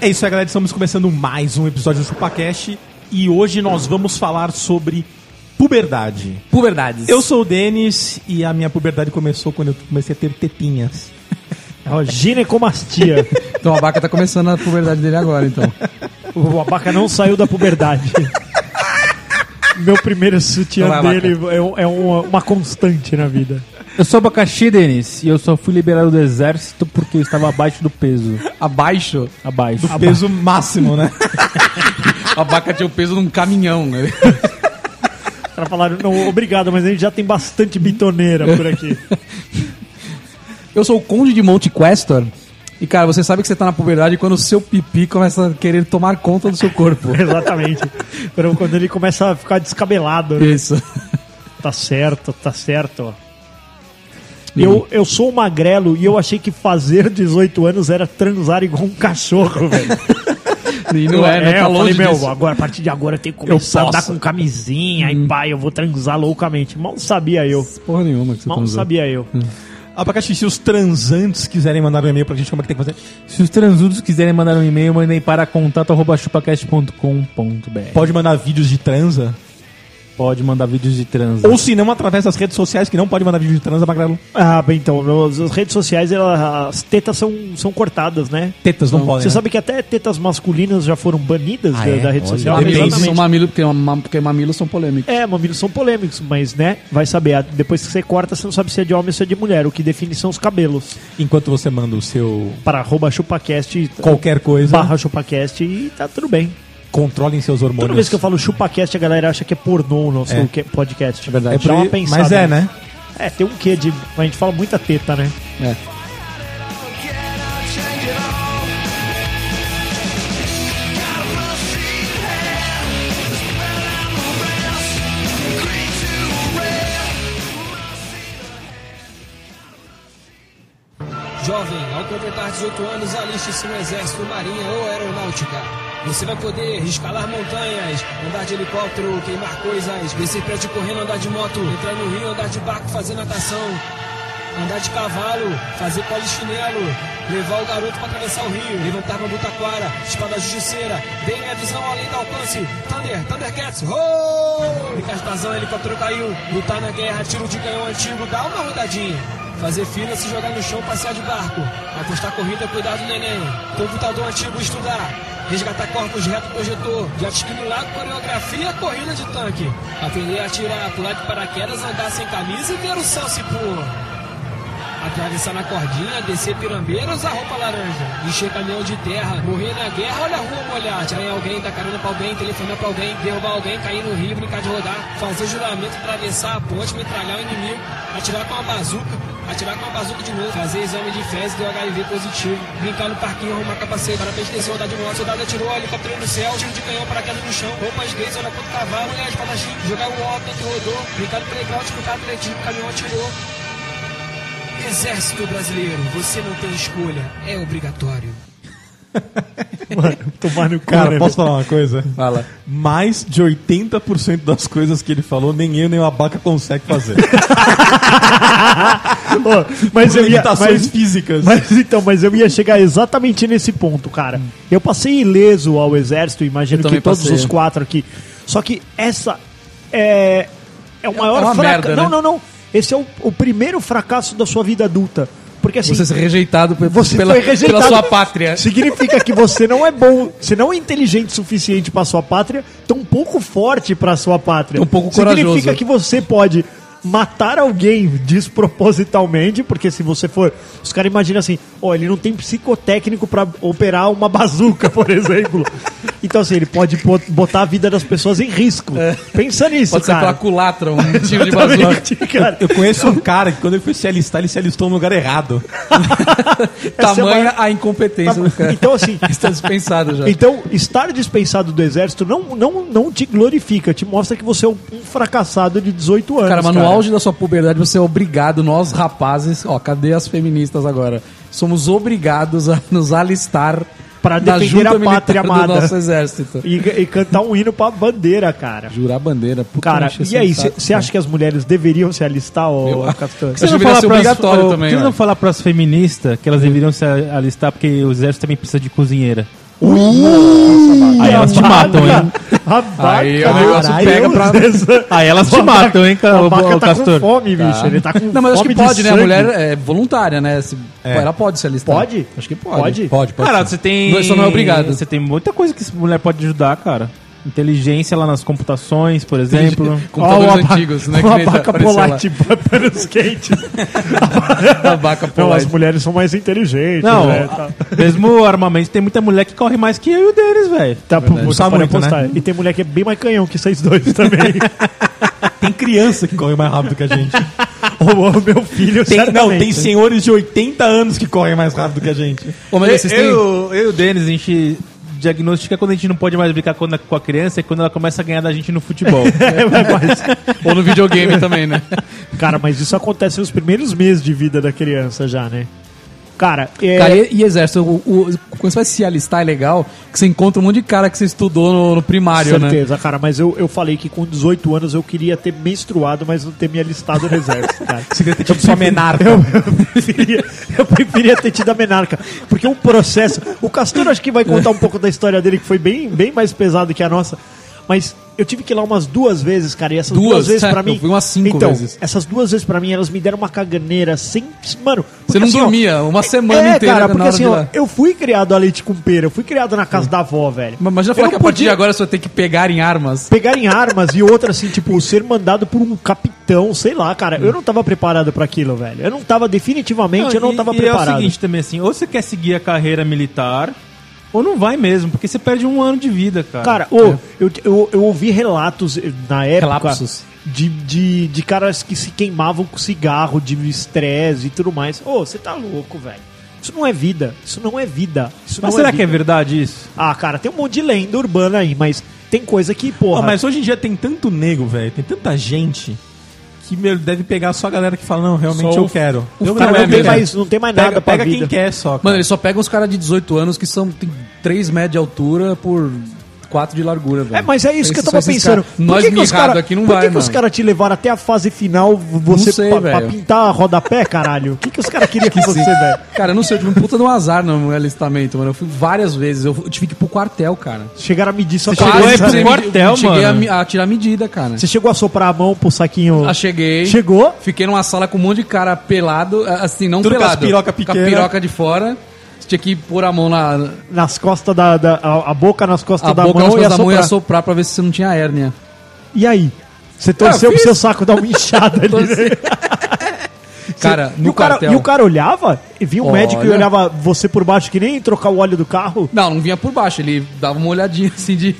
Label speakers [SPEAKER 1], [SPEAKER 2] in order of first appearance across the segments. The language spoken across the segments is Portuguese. [SPEAKER 1] É isso aí, galera. Estamos começando mais um episódio do ChupaCast e hoje nós vamos falar sobre puberdade.
[SPEAKER 2] Puberdades.
[SPEAKER 1] Eu sou o Denis e a minha puberdade começou quando eu comecei a ter tetinhas.
[SPEAKER 3] É uma ginecomastia.
[SPEAKER 2] Então a vaca tá começando a puberdade dele agora, então.
[SPEAKER 3] o abaca não saiu da puberdade. Meu primeiro sutiã
[SPEAKER 2] Vai, Abaca.
[SPEAKER 3] dele é, um- é uma, uma constante na vida.
[SPEAKER 4] Eu sou abacaxi, Denis, e eu só fui liberado do exército porque eu estava abaixo do peso.
[SPEAKER 2] Abaixo,
[SPEAKER 4] Abaixo.
[SPEAKER 1] Do peso máximo, né?
[SPEAKER 2] a vaca tinha o peso de um caminhão. né?
[SPEAKER 3] Os caras falaram, não, obrigado, mas a gente já tem bastante bitoneira por aqui.
[SPEAKER 2] Eu sou o conde de Monte Questor. E, cara, você sabe que você tá na puberdade quando o seu pipi começa a querer tomar conta do seu corpo.
[SPEAKER 3] Exatamente. Quando quando ele começa a ficar descabelado, né?
[SPEAKER 2] Isso.
[SPEAKER 3] Tá certo, tá certo. Eu, eu sou um magrelo e eu achei que fazer 18 anos era transar igual um cachorro, velho.
[SPEAKER 2] E não é, né? Tá
[SPEAKER 3] eu
[SPEAKER 2] longe
[SPEAKER 3] falei,
[SPEAKER 2] disso.
[SPEAKER 3] meu, agora, a partir de agora eu tenho que começar a andar
[SPEAKER 2] posso. Hum.
[SPEAKER 3] com camisinha e pá, eu vou transar loucamente. Mal sabia eu.
[SPEAKER 2] Porra nenhuma que você tá
[SPEAKER 3] Mal
[SPEAKER 2] transou.
[SPEAKER 3] sabia eu.
[SPEAKER 1] Abacaxi, se os transantes quiserem mandar um e-mail pra gente, como é que tem que fazer?
[SPEAKER 4] Se os transudos quiserem mandar um e-mail, mandem para contato.chupacast.com.br.
[SPEAKER 1] Pode mandar vídeos de transa.
[SPEAKER 4] Pode mandar vídeos de transa.
[SPEAKER 1] Ou se não, através das redes sociais, que não pode mandar vídeo de transa, Magrelo.
[SPEAKER 3] Ah, bem, então, nos- as redes sociais, elas- as tetas são, são cortadas, né?
[SPEAKER 1] Tetas não,
[SPEAKER 2] É.
[SPEAKER 1] podem.
[SPEAKER 3] Você
[SPEAKER 1] né?
[SPEAKER 3] sabe que até tetas masculinas já foram banidas
[SPEAKER 2] Ah,
[SPEAKER 3] da, da rede social?
[SPEAKER 2] Depende se é? são
[SPEAKER 3] Exatamente.
[SPEAKER 2] mamilos, um porque, é mam- porque mamilos são polêmicos.
[SPEAKER 3] É, mamilos são polêmicos, mas, né, vai saber. A- Depois que você corta, você não sabe se é de homem ou se é de mulher. O que define são os cabelos.
[SPEAKER 1] Enquanto você manda o seu.
[SPEAKER 3] Para arroba chupacast,
[SPEAKER 1] Qualquer coisa,
[SPEAKER 3] barra chupacast e tá tudo bem.
[SPEAKER 1] controlem seus hormônios.
[SPEAKER 3] Toda vez que eu falo chupacast, a galera acha que é pornô o nosso
[SPEAKER 1] É.
[SPEAKER 3] que- podcast. É
[SPEAKER 1] é
[SPEAKER 3] Dá uma pensada.
[SPEAKER 1] Mas é, né?
[SPEAKER 3] É, tem um quê de... A gente fala muita teta, né?
[SPEAKER 2] É.
[SPEAKER 5] Jovem, ao completar 18 anos, aliste-se no Exército, Marinha ou Aeronáutica. Você vai poder escalar montanhas, andar de helicóptero, queimar coisas, descer prédio correndo, andar de moto, entrar no rio, andar de barco, fazer natação, andar de cavalo, fazer polichinelo, levar o garoto para atravessar o rio, levantar uma butaquara, espada justiceira, bem a visão além do alcance, Thunder, Thundercats, oh! Encartação, helicóptero caiu, lutar na guerra, tiro de canhão antigo, dá uma rodadinha. Fazer fila, se jogar no chão, passear de barco. Apostar corrida, cuidar do neném. Computador antigo, estudar. Resgatar corpos reto projetor. Jet ski no lago, coreografia, corrida de tanque. Aprender a atirar, pular de paraquedas, andar sem camisa e ver o céu se pôr. Atravessar na cordinha, descer pirambeira, usar roupa laranja. Encher caminhão de terra, morrer na guerra, olha a rua molhar. Atirar em alguém, dar carona pra alguém, telefonar pra alguém, derrubar alguém, cair no rio, brincar de rodar. Fazer juramento, atravessar a ponte, metralhar o inimigo. Atirar com uma bazuca, atirar com uma bazuca de novo. Fazer exame de fezes, deu HIV positivo. Brincar no parquinho, arrumar capacete, parapente desceu, andar de moto. Soldado atirou, helicóptero no céu, tiro de canhão, paraquedas no chão. Roupas gays, olha quanto cavalo, mulher de Jogar o óbito que rodou. Brincar no playground, escutar atletismo, caminhão atirou. Exército Brasileiro, você não tem escolha, é obrigatório.
[SPEAKER 3] Mano, tomar no cu,
[SPEAKER 1] Cara,
[SPEAKER 3] né,
[SPEAKER 1] posso falar uma coisa?
[SPEAKER 2] Fala.
[SPEAKER 1] Mais de 80% das coisas que ele falou, nem eu nem o Abaca consegue fazer.
[SPEAKER 3] Ô, mas eu ia,
[SPEAKER 1] Limitações
[SPEAKER 3] mas,
[SPEAKER 1] físicas.
[SPEAKER 3] mas então, mas eu ia chegar exatamente nesse ponto, cara. Eu passei ileso ao exército, imagino
[SPEAKER 2] Eu
[SPEAKER 3] que
[SPEAKER 2] também
[SPEAKER 3] todos
[SPEAKER 2] passei.
[SPEAKER 3] os quatro aqui. Só que essa é é o maior
[SPEAKER 2] É uma
[SPEAKER 3] fracasso.
[SPEAKER 2] merda,
[SPEAKER 3] Não,
[SPEAKER 2] né?
[SPEAKER 3] não, não. Esse é o, o primeiro fracasso da sua vida adulta, porque assim
[SPEAKER 2] Você ser rejeitado, pe-
[SPEAKER 3] você
[SPEAKER 2] pela,
[SPEAKER 3] foi rejeitado.
[SPEAKER 2] pela sua pátria.
[SPEAKER 3] Significa que você não é bom, você não é inteligente o suficiente para sua pátria, tão pouco forte para sua pátria.
[SPEAKER 2] Tão pouco
[SPEAKER 3] Significa
[SPEAKER 2] corajoso.
[SPEAKER 3] que você pode matar alguém despropositalmente, porque se você for, os caras imaginam assim, ó, ele não tem psicotécnico para operar uma bazuca, por exemplo. Então, assim, ele pode bot- botar a vida das pessoas em risco. Pensa nisso,
[SPEAKER 2] É. Pode ser pela
[SPEAKER 3] cara.
[SPEAKER 2] culatra, um tiro de bazuca.
[SPEAKER 3] Exatamente, cara.
[SPEAKER 1] Eu conheço um cara que quando ele foi se alistar, ele se alistou no lugar errado.
[SPEAKER 3] Essa é a
[SPEAKER 2] Tamanha a incompetência do cara.
[SPEAKER 3] Então, assim,
[SPEAKER 2] Está dispensado já.
[SPEAKER 3] Então, estar dispensado do exército não, não, não te glorifica, te mostra que você é um, um fracassado de 18 anos.
[SPEAKER 2] Cara, mas no auge da sua puberdade você é obrigado, nós rapazes, ó, cadê as feministas agora? Somos obrigados a nos alistar
[SPEAKER 3] Pra
[SPEAKER 2] na
[SPEAKER 3] defender
[SPEAKER 2] junta
[SPEAKER 3] a
[SPEAKER 2] militar
[SPEAKER 3] pátria
[SPEAKER 2] do
[SPEAKER 3] amada.
[SPEAKER 2] nosso exército.
[SPEAKER 3] E, e cantar um hino pra bandeira, cara.
[SPEAKER 2] Jurar bandeira, puta
[SPEAKER 3] Cara,
[SPEAKER 2] encheção
[SPEAKER 3] e aí,
[SPEAKER 2] de saco,
[SPEAKER 3] você acha que as mulheres deveriam se alistar, ô Castan?
[SPEAKER 2] Acho que deveria ser obrigatório
[SPEAKER 4] ô, por
[SPEAKER 2] também, né?
[SPEAKER 4] que
[SPEAKER 2] eu
[SPEAKER 4] não
[SPEAKER 2] acho.
[SPEAKER 4] falar pras feministas que elas deveriam se alistar porque o exército também precisa de cozinheira? Aí elas te matam, hein?
[SPEAKER 3] A vaca,
[SPEAKER 2] Aí o negócio
[SPEAKER 3] é
[SPEAKER 2] pega pra-
[SPEAKER 4] Aí elas te matam, hein, cara,
[SPEAKER 3] A
[SPEAKER 4] ô,
[SPEAKER 3] vaca
[SPEAKER 4] ô,
[SPEAKER 3] tá
[SPEAKER 4] Castor?
[SPEAKER 3] com fome, bicho. Ele tá com
[SPEAKER 2] Não, mas acho
[SPEAKER 3] fome
[SPEAKER 2] que
[SPEAKER 3] de
[SPEAKER 2] pode, né? A
[SPEAKER 3] sangue. É.
[SPEAKER 2] mulher é voluntária, né? Se- Ela pode se alistar.
[SPEAKER 3] Pode?
[SPEAKER 2] Acho que pode.
[SPEAKER 3] Pode?
[SPEAKER 2] Pode, pode.
[SPEAKER 4] Cara,
[SPEAKER 2] sim.
[SPEAKER 4] você tem.
[SPEAKER 2] Não, isso não é obrigado.
[SPEAKER 4] Você tem muita coisa que essa mulher pode ajudar, cara. Inteligência lá nas computações, por exemplo.
[SPEAKER 2] Computadores
[SPEAKER 3] Ó, o aba-
[SPEAKER 2] antigos, né?
[SPEAKER 3] Uma
[SPEAKER 2] nem
[SPEAKER 3] vaca
[SPEAKER 2] apareceu lá.
[SPEAKER 3] polate para os quentes.
[SPEAKER 2] A vaca
[SPEAKER 3] Não, as
[SPEAKER 2] polate.
[SPEAKER 3] mulheres são mais inteligentes,
[SPEAKER 4] Não,
[SPEAKER 3] né?
[SPEAKER 4] a- mesmo armamento, tem muita mulher que corre mais que eu e o deles, velho.
[SPEAKER 3] Tá, tá
[SPEAKER 1] Usa
[SPEAKER 3] pode
[SPEAKER 1] muito,
[SPEAKER 3] apostar.
[SPEAKER 1] né?
[SPEAKER 3] E tem mulher que é bem mais canhão que vocês dois também.
[SPEAKER 1] Tem criança que corre mais rápido que a gente.
[SPEAKER 3] o, o meu filho,
[SPEAKER 1] Tem- não,
[SPEAKER 3] certamente.
[SPEAKER 1] tem senhores de 80 anos que correm mais rápido que a gente.
[SPEAKER 2] Ô, mas vocês têm...
[SPEAKER 4] eu, eu e o Denis, a gente diagnostica quando a gente não pode mais brincar com a, com a criança e quando ela começa a ganhar da gente no futebol.
[SPEAKER 2] Ou no videogame também, né?
[SPEAKER 3] Cara, mas isso acontece nos primeiros meses de vida da criança já, né? Cara, é...
[SPEAKER 2] Cara, e, e exército, o- o- quando você vai se alistar, é legal que você encontra um monte de cara que você estudou no, no primário, né?
[SPEAKER 3] certeza, cara, mas eu, eu falei que com 18 anos eu queria ter menstruado, mas não ter me alistado no exército, cara.
[SPEAKER 1] Tipo só menarca.
[SPEAKER 3] preferia- eu preferia ter tido a menarca. Porque o processo. O Castor acho que vai contar um pouco da história dele, que foi bem, bem mais pesado que a nossa. Mas eu tive que ir lá umas duas vezes, cara. E essas duas,
[SPEAKER 2] Duas?
[SPEAKER 3] vezes pra
[SPEAKER 2] Eu
[SPEAKER 3] mim.
[SPEAKER 2] fui umas cinco
[SPEAKER 3] então,
[SPEAKER 2] vezes.
[SPEAKER 3] Essas duas vezes pra mim, elas me deram uma caganeira sem. Mano.
[SPEAKER 2] Você
[SPEAKER 3] porque assim,
[SPEAKER 2] não
[SPEAKER 3] ó,
[SPEAKER 2] dormia uma semana
[SPEAKER 3] é,
[SPEAKER 2] inteira
[SPEAKER 3] cara,
[SPEAKER 2] na
[SPEAKER 3] porque
[SPEAKER 2] hora
[SPEAKER 3] assim,
[SPEAKER 2] de
[SPEAKER 3] ó,
[SPEAKER 2] lá.
[SPEAKER 3] eu fui criado a leite com pera, eu fui criado na casa da avó, velho.
[SPEAKER 2] Mas Imagina
[SPEAKER 3] Eu
[SPEAKER 2] falar
[SPEAKER 3] não
[SPEAKER 2] que a partir de agora você vai ter que pegar em armas.
[SPEAKER 3] pegar em armas e outra assim, tipo, ser mandado por um capitão, sei lá, cara. Eu não tava preparado pra aquilo, velho. Eu não tava definitivamente, eu não
[SPEAKER 4] e-
[SPEAKER 3] tava
[SPEAKER 4] e
[SPEAKER 3] preparado.
[SPEAKER 4] é o seguinte também, assim, ou você quer seguir a carreira militar, ou não vai mesmo, porque você perde um ano de vida, cara. é.
[SPEAKER 3] Cara, ô, eu, eu, eu ouvi relatos eh, na época
[SPEAKER 2] Relapsos.
[SPEAKER 3] de, de, de caras que se queimavam com cigarro, de estresse e tudo mais. Ô, você tá louco, velho. Isso não é vida. Isso não é vida. Isso
[SPEAKER 4] Mas
[SPEAKER 3] não
[SPEAKER 4] será
[SPEAKER 3] é
[SPEAKER 4] que é
[SPEAKER 3] vida.
[SPEAKER 4] verdade isso?
[SPEAKER 3] Ah, cara, tem um monte de lenda urbana aí, mas tem coisa que, porra.
[SPEAKER 1] Pô, mas hoje em dia tem tanto nego, velho, tem tanta gente que meu, deve pegar só a galera que fala, não, realmente
[SPEAKER 2] Só
[SPEAKER 1] eu
[SPEAKER 2] o-
[SPEAKER 1] quero.
[SPEAKER 2] o
[SPEAKER 1] eu
[SPEAKER 2] filé
[SPEAKER 3] Cara, não,
[SPEAKER 2] é
[SPEAKER 3] tem
[SPEAKER 2] mesmo.
[SPEAKER 3] mais, não tem mais
[SPEAKER 1] Pega,
[SPEAKER 3] nada pra
[SPEAKER 1] pega
[SPEAKER 3] vida.
[SPEAKER 1] quem quer só.
[SPEAKER 2] Mano,
[SPEAKER 1] Cara.
[SPEAKER 2] ele só pega uns caras de 18 anos que são tem 3 metros de altura por 4 de largura, velho.
[SPEAKER 3] É, mas é isso que eu
[SPEAKER 2] Pensa
[SPEAKER 3] tava
[SPEAKER 2] só esses
[SPEAKER 3] pensando.
[SPEAKER 2] caras.
[SPEAKER 3] Por
[SPEAKER 2] Nós
[SPEAKER 3] que que os
[SPEAKER 2] mirrado
[SPEAKER 3] cara,
[SPEAKER 2] aqui não
[SPEAKER 3] Por que,
[SPEAKER 2] vai,
[SPEAKER 3] que
[SPEAKER 2] mano.
[SPEAKER 3] os caras te levaram até a fase final, você
[SPEAKER 2] sei,
[SPEAKER 3] pa- pra,
[SPEAKER 2] velho.
[SPEAKER 3] pintar rodapé, caralho? O que, que os caras queriam que você, velho?
[SPEAKER 2] Cara, eu não sei, eu tive um puta de um azar no meu alistamento, mano. Eu fui várias vezes, eu eu tive que ir pro quartel, cara.
[SPEAKER 3] Chegaram a medir sua
[SPEAKER 4] chegou
[SPEAKER 3] cabeça,
[SPEAKER 4] aí pro
[SPEAKER 3] né?
[SPEAKER 2] eu
[SPEAKER 4] quartel,
[SPEAKER 2] cheguei
[SPEAKER 4] mano.
[SPEAKER 2] a me- A, tirar medida, cara.
[SPEAKER 3] Você chegou a soprar a mão pro saquinho?
[SPEAKER 2] Ah, cheguei.
[SPEAKER 3] Chegou?
[SPEAKER 2] Fiquei numa sala com um monte de cara pelado, a- assim, não
[SPEAKER 1] Tudo com as
[SPEAKER 2] pelado.
[SPEAKER 1] piroca
[SPEAKER 2] Com a
[SPEAKER 1] pequena.
[SPEAKER 2] piroca de fora. Você tinha que pôr a mão na.
[SPEAKER 3] Nas costas da. da- a, a boca nas costas
[SPEAKER 2] A
[SPEAKER 3] da
[SPEAKER 2] boca
[SPEAKER 3] mão
[SPEAKER 2] nas
[SPEAKER 3] e
[SPEAKER 2] costas da mão e
[SPEAKER 3] assoprar.
[SPEAKER 2] assoprar pra ver se você não tinha hérnia.
[SPEAKER 3] E aí? Você torceu
[SPEAKER 2] Ah, eu
[SPEAKER 3] pro
[SPEAKER 2] fiz.
[SPEAKER 3] seu saco dar uma inchada ali. né?
[SPEAKER 2] Torci. cara,
[SPEAKER 3] e,
[SPEAKER 2] no
[SPEAKER 3] o cara,
[SPEAKER 2] quartel.
[SPEAKER 3] e o cara olhava? E vinha um médico e
[SPEAKER 2] Olha.
[SPEAKER 3] olhava você por baixo que nem trocar o óleo do carro?
[SPEAKER 2] Não, não vinha por baixo, ele dava uma olhadinha assim de.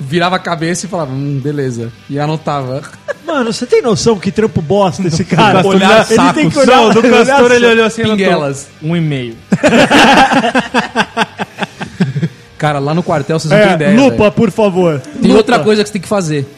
[SPEAKER 2] Virava a cabeça e falava, hum, beleza. E anotava.
[SPEAKER 3] Mano, você tem noção que trampo bosta esse cara?
[SPEAKER 4] Castor
[SPEAKER 3] Olhar- ele tem que olhar.
[SPEAKER 4] Não, do
[SPEAKER 3] olhar
[SPEAKER 4] Castor ele
[SPEAKER 3] saco.
[SPEAKER 4] olhou assim, anotou,
[SPEAKER 2] Pinguelas.
[SPEAKER 4] um e-mail.
[SPEAKER 2] Cara, lá no quartel vocês não têm
[SPEAKER 3] É,
[SPEAKER 2] ideia.
[SPEAKER 3] lupa, Hum.
[SPEAKER 2] velho.
[SPEAKER 3] por favor.
[SPEAKER 2] Tem outra coisa que você tem que fazer.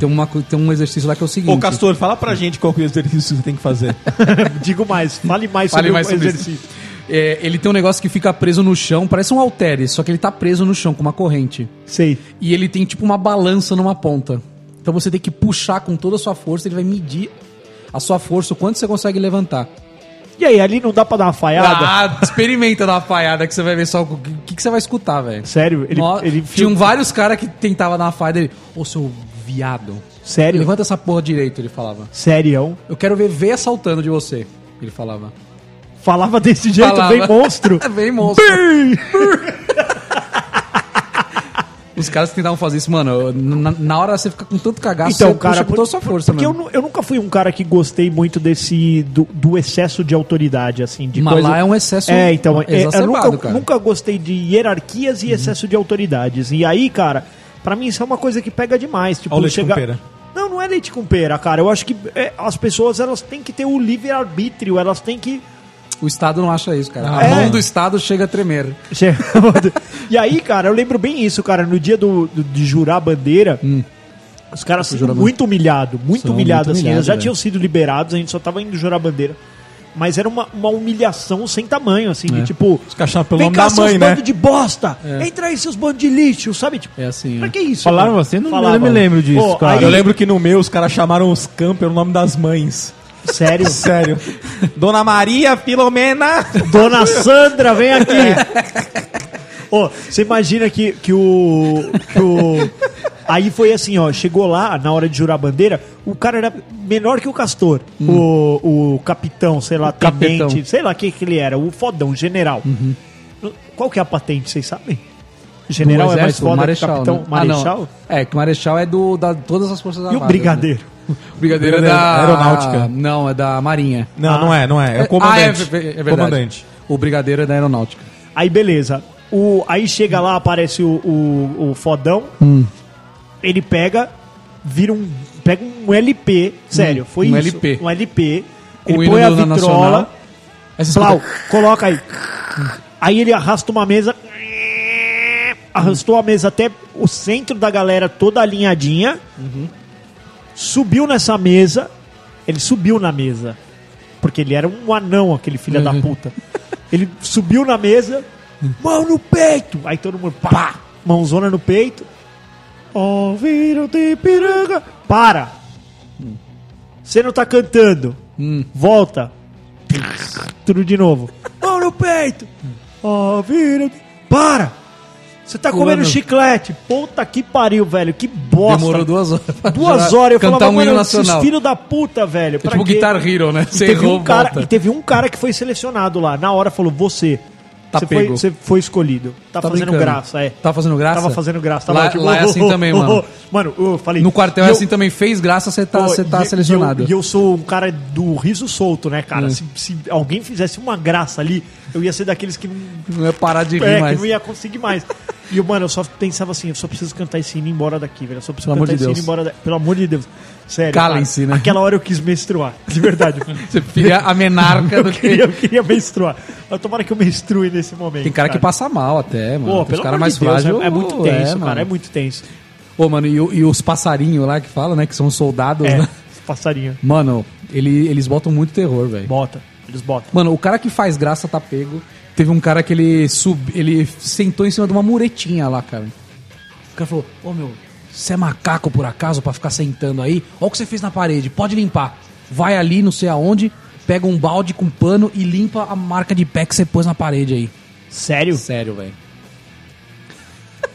[SPEAKER 2] Tem, uma, co- tem um exercício lá que é o seguinte.
[SPEAKER 1] Ô, Castor, fala pra gente qual que é o exercício que você tem que fazer.
[SPEAKER 3] Digo mais, fale mais
[SPEAKER 2] Fale
[SPEAKER 3] sobre
[SPEAKER 2] mais
[SPEAKER 3] o
[SPEAKER 2] sobre
[SPEAKER 3] exercício.
[SPEAKER 2] isso. É, ele tem um negócio que fica preso no chão, parece um halteres, só que ele tá preso no chão com uma corrente.
[SPEAKER 3] Sei.
[SPEAKER 2] E ele tem tipo uma balança numa ponta. Então você tem que puxar com toda a sua força, ele vai medir a sua força, o quanto você consegue levantar.
[SPEAKER 3] E aí, ali não dá pra dar uma falhada?
[SPEAKER 2] Ah, experimenta dar uma falhada que você vai ver só o que, que, que você vai escutar, velho.
[SPEAKER 3] Sério? Ele,
[SPEAKER 2] Nó-
[SPEAKER 3] ele
[SPEAKER 2] Tinham vários caras que tentavam dar uma falhada ele. Ô, seu viado.
[SPEAKER 3] Sério?
[SPEAKER 2] Levanta essa porra direito, ele falava.
[SPEAKER 3] Sério?
[SPEAKER 2] Eu quero ver veia saltando de você, ele falava.
[SPEAKER 3] Falava desse jeito,
[SPEAKER 2] É, Falava.
[SPEAKER 3] bem monstro.
[SPEAKER 2] Vem, monstro. Os caras tentavam fazer isso, mano. Na, na hora você fica com tanto cagaço,
[SPEAKER 3] Então,
[SPEAKER 2] você
[SPEAKER 3] cara,
[SPEAKER 2] puxa com
[SPEAKER 3] por-
[SPEAKER 2] toda a sua força,
[SPEAKER 3] Porque eu,
[SPEAKER 2] mano.
[SPEAKER 3] nu- eu nunca fui um cara que gostei muito desse do, do excesso de autoridade, assim, de
[SPEAKER 2] Mas
[SPEAKER 3] coisa.
[SPEAKER 2] lá é um excesso
[SPEAKER 3] É, então, é- é- eu
[SPEAKER 2] exacerbado,
[SPEAKER 3] nunca,
[SPEAKER 2] cara.
[SPEAKER 3] nunca gostei de hierarquias e excesso de autoridades. E aí, cara, pra mim isso é uma coisa que pega demais, tipo,
[SPEAKER 1] Olha o leite
[SPEAKER 3] chegar-
[SPEAKER 1] com pera.
[SPEAKER 3] Não, não é leite com pera, cara. Eu acho que é, as pessoas elas têm que ter o livre arbítrio, elas têm que
[SPEAKER 2] O Estado não acha isso, cara. A
[SPEAKER 3] É.
[SPEAKER 2] mão do Estado chega a tremer.
[SPEAKER 3] Chegando. e aí, cara, eu lembro bem isso, cara. No dia do, do- de jurar a bandeira, os caras sendo muito humilhados, muito
[SPEAKER 4] São
[SPEAKER 3] humilhados,
[SPEAKER 4] muito
[SPEAKER 3] assim. eles
[SPEAKER 4] humilhados,
[SPEAKER 3] já
[SPEAKER 4] velho.
[SPEAKER 3] tinham sido liberados, a gente só tava indo jurar a bandeira. Mas era uma, uma humilhação sem tamanho, assim, de tipo.
[SPEAKER 1] Os caras chamam pelo
[SPEAKER 3] Vem
[SPEAKER 1] nome
[SPEAKER 3] cá,
[SPEAKER 1] da
[SPEAKER 3] seus
[SPEAKER 1] mãe, né?
[SPEAKER 3] bando de bosta! Entra aí, seus bandos de lixo, sabe? Tipo,
[SPEAKER 2] É assim,
[SPEAKER 3] pra
[SPEAKER 2] é.
[SPEAKER 3] que isso?
[SPEAKER 4] Falaram
[SPEAKER 3] mano?
[SPEAKER 4] assim? Não- eu não
[SPEAKER 3] Falavam.
[SPEAKER 4] me lembro disso,
[SPEAKER 3] Pô,
[SPEAKER 4] cara.
[SPEAKER 3] aí-
[SPEAKER 1] Eu lembro que no meu os caras chamaram os campos pelo nome das mães.
[SPEAKER 3] Sério?
[SPEAKER 1] Sério. Dona Maria Filomena.
[SPEAKER 3] Dona Sandra, vem aqui! É. Ô, você imagina que, que, o, que o- Aí foi assim, ó. Chegou lá, na hora de jurar a bandeira, o cara era menor que o Castor. O, Hum. o capitão, Uhum. sei lá, tenente,
[SPEAKER 2] capitão.
[SPEAKER 3] sei lá o que, que ele era, o fodão, general. Qual que é a patente, vocês sabem? General
[SPEAKER 2] Do
[SPEAKER 3] é mais
[SPEAKER 2] exército,
[SPEAKER 3] foda
[SPEAKER 2] marechal,
[SPEAKER 3] que capitão.
[SPEAKER 2] né? Ah, não.
[SPEAKER 3] Marechal?
[SPEAKER 2] É, que o marechal é do, da todas as forças
[SPEAKER 3] e
[SPEAKER 2] armadas.
[SPEAKER 3] o brigadeiro?
[SPEAKER 2] né? O brigadeiro é da...
[SPEAKER 1] Aeronáutica.
[SPEAKER 2] Não, é da marinha.
[SPEAKER 1] Não, não é, não é. É o comandante.
[SPEAKER 2] Ah, é, ve- é verdade.
[SPEAKER 1] comandante.
[SPEAKER 2] O brigadeiro é da aeronáutica.
[SPEAKER 3] Aí beleza. O, aí chega lá, aparece o, o, o fodão.
[SPEAKER 2] Hum.
[SPEAKER 3] Ele pega, vira um. Pega um LP. Sério, foi
[SPEAKER 2] um
[SPEAKER 3] isso.
[SPEAKER 2] LP.
[SPEAKER 3] Um LP.
[SPEAKER 2] Com o
[SPEAKER 3] ele
[SPEAKER 2] hino
[SPEAKER 3] põe a
[SPEAKER 2] do
[SPEAKER 3] vitrola.
[SPEAKER 2] Nacional. Aí você
[SPEAKER 3] Plau,
[SPEAKER 2] escuta-
[SPEAKER 3] coloca aí. Aí ele arrasta uma mesa. Arrastou a mesa até o centro da galera toda alinhadinha. Subiu nessa mesa. Ele subiu na mesa. Porque ele era um anão, aquele filho da puta. Ele subiu na mesa, mão no peito. Aí todo mundo, pá, mãozona no peito. Ó, vira de piranga. Para! Você não tá cantando.
[SPEAKER 2] Hum.
[SPEAKER 3] Volta. Tudo de novo. Mão no peito. Ó, vira. de- Para! Você tá
[SPEAKER 2] Fulano.
[SPEAKER 3] comendo chiclete. Puta que pariu, velho. Que bosta.
[SPEAKER 2] Demorou duas horas. pra
[SPEAKER 3] Duas
[SPEAKER 2] já
[SPEAKER 3] horas. Eu
[SPEAKER 2] cantar
[SPEAKER 3] falava,
[SPEAKER 2] um hino
[SPEAKER 3] mano, esses
[SPEAKER 2] nacional.
[SPEAKER 3] filhos da puta, velho.
[SPEAKER 2] É
[SPEAKER 3] pra
[SPEAKER 2] tipo
[SPEAKER 3] quê?
[SPEAKER 2] Guitar Hero, né?
[SPEAKER 3] E
[SPEAKER 2] Você
[SPEAKER 3] teve,
[SPEAKER 2] errou,
[SPEAKER 3] um cara,
[SPEAKER 2] volta.
[SPEAKER 3] e teve um cara que foi selecionado lá. Na hora falou, você.
[SPEAKER 2] Tá
[SPEAKER 3] você,
[SPEAKER 2] pego.
[SPEAKER 3] Foi, você foi escolhido. Tá, fazendo
[SPEAKER 2] brincando.
[SPEAKER 3] graça, é.
[SPEAKER 2] Tá fazendo graça?
[SPEAKER 3] Tava fazendo graça. Tava
[SPEAKER 2] Tava lá, lá é
[SPEAKER 3] "Oh, oh,
[SPEAKER 2] assim
[SPEAKER 3] oh,
[SPEAKER 2] também,
[SPEAKER 3] oh,
[SPEAKER 2] mano.
[SPEAKER 3] oh". Mano, eu falei...
[SPEAKER 2] No quartel
[SPEAKER 3] e
[SPEAKER 2] é
[SPEAKER 3] eu-
[SPEAKER 2] assim também. Fez graça, você tá,
[SPEAKER 3] Pô,
[SPEAKER 2] você tá
[SPEAKER 3] e-
[SPEAKER 2] selecionado.
[SPEAKER 3] E eu, e eu sou um cara do riso solto, né, cara?
[SPEAKER 2] É.
[SPEAKER 3] Se, se alguém fizesse uma graça ali, eu ia ser daqueles que não
[SPEAKER 2] Não ia parar de rir
[SPEAKER 3] é,
[SPEAKER 2] mais.
[SPEAKER 3] que não ia conseguir mais. E, eu, mano, eu só pensava assim, eu só preciso cantar esse hino e ir embora daqui, velho. Eu só preciso
[SPEAKER 2] Pelo amor
[SPEAKER 3] cantar
[SPEAKER 2] de
[SPEAKER 3] esse hino e
[SPEAKER 2] Deus.
[SPEAKER 3] ir embora daqui. Pelo amor de Deus. Sério.
[SPEAKER 2] Calem-se,
[SPEAKER 3] cara.
[SPEAKER 2] né?
[SPEAKER 3] Aquela hora eu quis menstruar. De verdade.
[SPEAKER 2] Você preferia a menarca do
[SPEAKER 3] eu, queria,
[SPEAKER 2] que...
[SPEAKER 3] eu queria menstruar. Mas tomara que eu menstrue nesse momento.
[SPEAKER 2] Tem cara que passa mal até, mano.
[SPEAKER 3] Pô,
[SPEAKER 2] Tem
[SPEAKER 3] pelo
[SPEAKER 2] os caras
[SPEAKER 3] amor
[SPEAKER 2] mais
[SPEAKER 3] de Deus,
[SPEAKER 2] frágeis.
[SPEAKER 3] é, é muito tenso, cara. É muito tenso.
[SPEAKER 2] Pô, mano, e, o- e os passarinhos lá que falam, né? Que são soldados,
[SPEAKER 3] É,
[SPEAKER 2] né?
[SPEAKER 3] passarinho.
[SPEAKER 2] Mano, ele- eles botam muito terror, velho.
[SPEAKER 3] Bota. Eles botam.
[SPEAKER 2] Mano, o cara que faz graça tá pego. Teve um cara que ele sub, ele sentou em cima de uma muretinha lá, cara. O cara falou: "Ô meu, você é macaco por acaso pra ficar sentando aí? Olha o que você fez na parede, pode limpar. Vai ali, não sei aonde, pega um balde com pano e limpa a marca de pé que você pôs na parede aí."
[SPEAKER 3] Sério?
[SPEAKER 2] Sério, velho.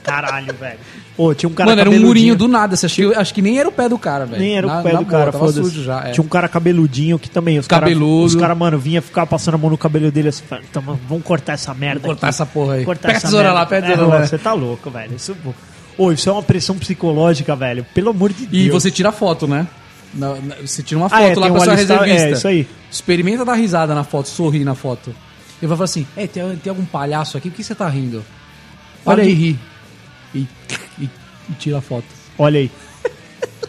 [SPEAKER 3] Caralho, velho. Ô, tinha um cara
[SPEAKER 2] Mano, era um murinho
[SPEAKER 3] cabeludinho.
[SPEAKER 2] do nada, você acho que, acho que nem era o pé do cara, velho.
[SPEAKER 3] Nem era
[SPEAKER 2] Na-
[SPEAKER 3] o pé
[SPEAKER 2] na
[SPEAKER 3] do
[SPEAKER 2] boa,
[SPEAKER 3] cara,
[SPEAKER 2] tava
[SPEAKER 3] foda-se.
[SPEAKER 2] sujo já. é.
[SPEAKER 3] Tinha um cara cabeludinho que também. Os Cara,
[SPEAKER 2] Cabeludo.
[SPEAKER 3] os caras, mano, vinha ficar passando a mão no cabelo dele assim, falando, "Toma, vamos cortar essa merda.
[SPEAKER 2] Vamos cortar
[SPEAKER 3] aqui.
[SPEAKER 2] essa porra aí.
[SPEAKER 3] Cortar
[SPEAKER 2] Pega a
[SPEAKER 3] essa
[SPEAKER 2] tesoura
[SPEAKER 3] merda.
[SPEAKER 2] lá, pega a
[SPEAKER 3] É,
[SPEAKER 2] tesoura lá.
[SPEAKER 3] Você tá louco, velho. Isso, Ô, isso é uma pressão psicológica, velho. Pelo amor de Deus.
[SPEAKER 2] E você tira foto, né? Na- na- você tira uma
[SPEAKER 3] um- Ah,
[SPEAKER 2] foto
[SPEAKER 3] é,
[SPEAKER 2] lá
[SPEAKER 3] tem
[SPEAKER 2] pra
[SPEAKER 3] um
[SPEAKER 2] sua
[SPEAKER 3] alista-
[SPEAKER 2] reservista.
[SPEAKER 3] é, isso aí.
[SPEAKER 2] Experimenta dar risada na foto, sorrir na foto. Ele vai falar assim: É, tem, tem algum palhaço aqui? Por que você tá rindo? Para
[SPEAKER 3] Olha
[SPEAKER 2] de
[SPEAKER 3] aí.
[SPEAKER 2] rir. E, e- e tira a foto.
[SPEAKER 3] Olha aí.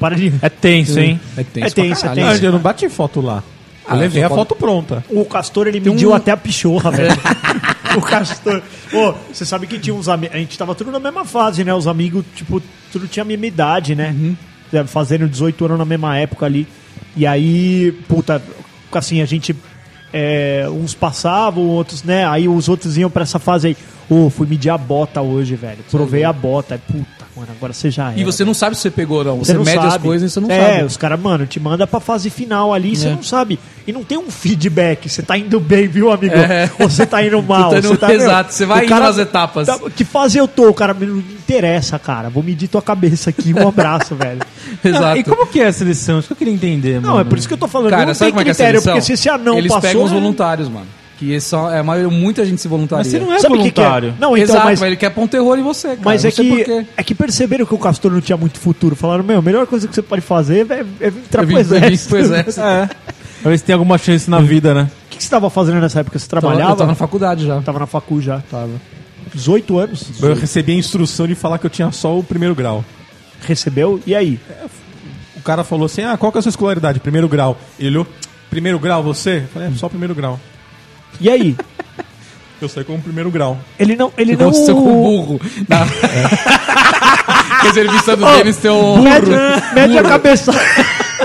[SPEAKER 3] Para de.
[SPEAKER 4] É tenso, hein?
[SPEAKER 2] É tenso,
[SPEAKER 3] É tenso,
[SPEAKER 2] pra
[SPEAKER 3] é
[SPEAKER 2] caralho.
[SPEAKER 1] Ah,
[SPEAKER 3] tenso.
[SPEAKER 1] eu não bati foto lá.
[SPEAKER 2] Ah,
[SPEAKER 1] eu levei
[SPEAKER 2] só
[SPEAKER 1] a foto pronta.
[SPEAKER 3] O Castor, ele mediu
[SPEAKER 2] um-
[SPEAKER 3] até a pichorra,
[SPEAKER 2] É.
[SPEAKER 3] velho. o Castor. Ô, você sabe que tinha uns amigos. A gente tava tudo na mesma fase, né? Os amigos, tipo, tudo tinha a mesma idade, né?
[SPEAKER 2] Uhum.
[SPEAKER 3] É, Fazendo 18 anos na mesma época ali. E aí, puta, assim, a gente. é, uns passavam, outros, né? Aí os outros iam pra essa fase aí. Ô, fui medir a bota hoje, velho. Provei a bota. É, Puta, mano, agora você já era.
[SPEAKER 2] E você não sabe se você pegou ou não. Você,
[SPEAKER 3] Você não
[SPEAKER 2] mede as
[SPEAKER 3] sabe.
[SPEAKER 2] coisas e você não
[SPEAKER 3] é,
[SPEAKER 2] sabe.
[SPEAKER 3] os caras, mano, te manda pra fase final ali e você
[SPEAKER 2] É.
[SPEAKER 3] não sabe. E não tem um feedback. Você tá indo bem, viu, amigo?
[SPEAKER 2] É.
[SPEAKER 3] Ou você tá indo mal.
[SPEAKER 2] Você tá indo-
[SPEAKER 3] você tá, meu,
[SPEAKER 2] Exato, você vai
[SPEAKER 3] o
[SPEAKER 2] indo nas etapas.
[SPEAKER 3] tá- que fase eu tô? O cara, "Me- não interessa, cara. Vou medir tua cabeça aqui. Um abraço, velho.
[SPEAKER 2] Exato.
[SPEAKER 4] e como que é a seleção? Isso que eu queria entender,
[SPEAKER 3] Não,
[SPEAKER 4] mano.
[SPEAKER 3] é por isso que eu tô falando.
[SPEAKER 2] Cara,
[SPEAKER 3] não
[SPEAKER 2] sabe
[SPEAKER 3] tem
[SPEAKER 2] como é que é a
[SPEAKER 3] critério,
[SPEAKER 2] seleção?
[SPEAKER 3] porque se esse anão
[SPEAKER 2] Eles
[SPEAKER 3] passou...
[SPEAKER 2] pegam os voluntários, mano. Que só, é, mas muita gente se voluntaria.
[SPEAKER 6] Mas você não é
[SPEAKER 3] Sabe o que que é?
[SPEAKER 6] voluntário.
[SPEAKER 3] Não, então,
[SPEAKER 2] Exato, mas...
[SPEAKER 3] mas,
[SPEAKER 2] ele quer pôr um terror em você, cara.
[SPEAKER 3] mas
[SPEAKER 2] não
[SPEAKER 3] é,
[SPEAKER 2] sei por
[SPEAKER 3] que,
[SPEAKER 2] quê.
[SPEAKER 3] é que perceberam que o Castor não tinha muito futuro. Falaram, meu, a melhor coisa que você pode fazer é, é vir entrar
[SPEAKER 2] Eu vim,
[SPEAKER 3] pro
[SPEAKER 2] eu vim
[SPEAKER 3] exército.
[SPEAKER 2] pro exército.
[SPEAKER 6] Pra ver se tem alguma chance na vida, né?
[SPEAKER 3] O que, que você estava fazendo nessa época? Você trabalhava?
[SPEAKER 2] Eu tava na faculdade já.
[SPEAKER 3] Tava na facu já.
[SPEAKER 2] Tava.
[SPEAKER 3] 18 anos.
[SPEAKER 4] Eu recebi a instrução de falar que eu tinha só o primeiro grau.
[SPEAKER 3] Recebeu, e aí?
[SPEAKER 4] O cara falou assim: Ah, qual que é a sua escolaridade? Primeiro grau. Ele olhou: Primeiro grau você? Eu falei: É, só primeiro grau.
[SPEAKER 3] E aí?
[SPEAKER 4] Eu saí como primeiro grau.
[SPEAKER 3] Ele não. Ele
[SPEAKER 2] Igual
[SPEAKER 3] não.
[SPEAKER 2] você com um burro. Na... Quer dizer, ele visto do James ter um
[SPEAKER 3] Mede, mede a cabeça.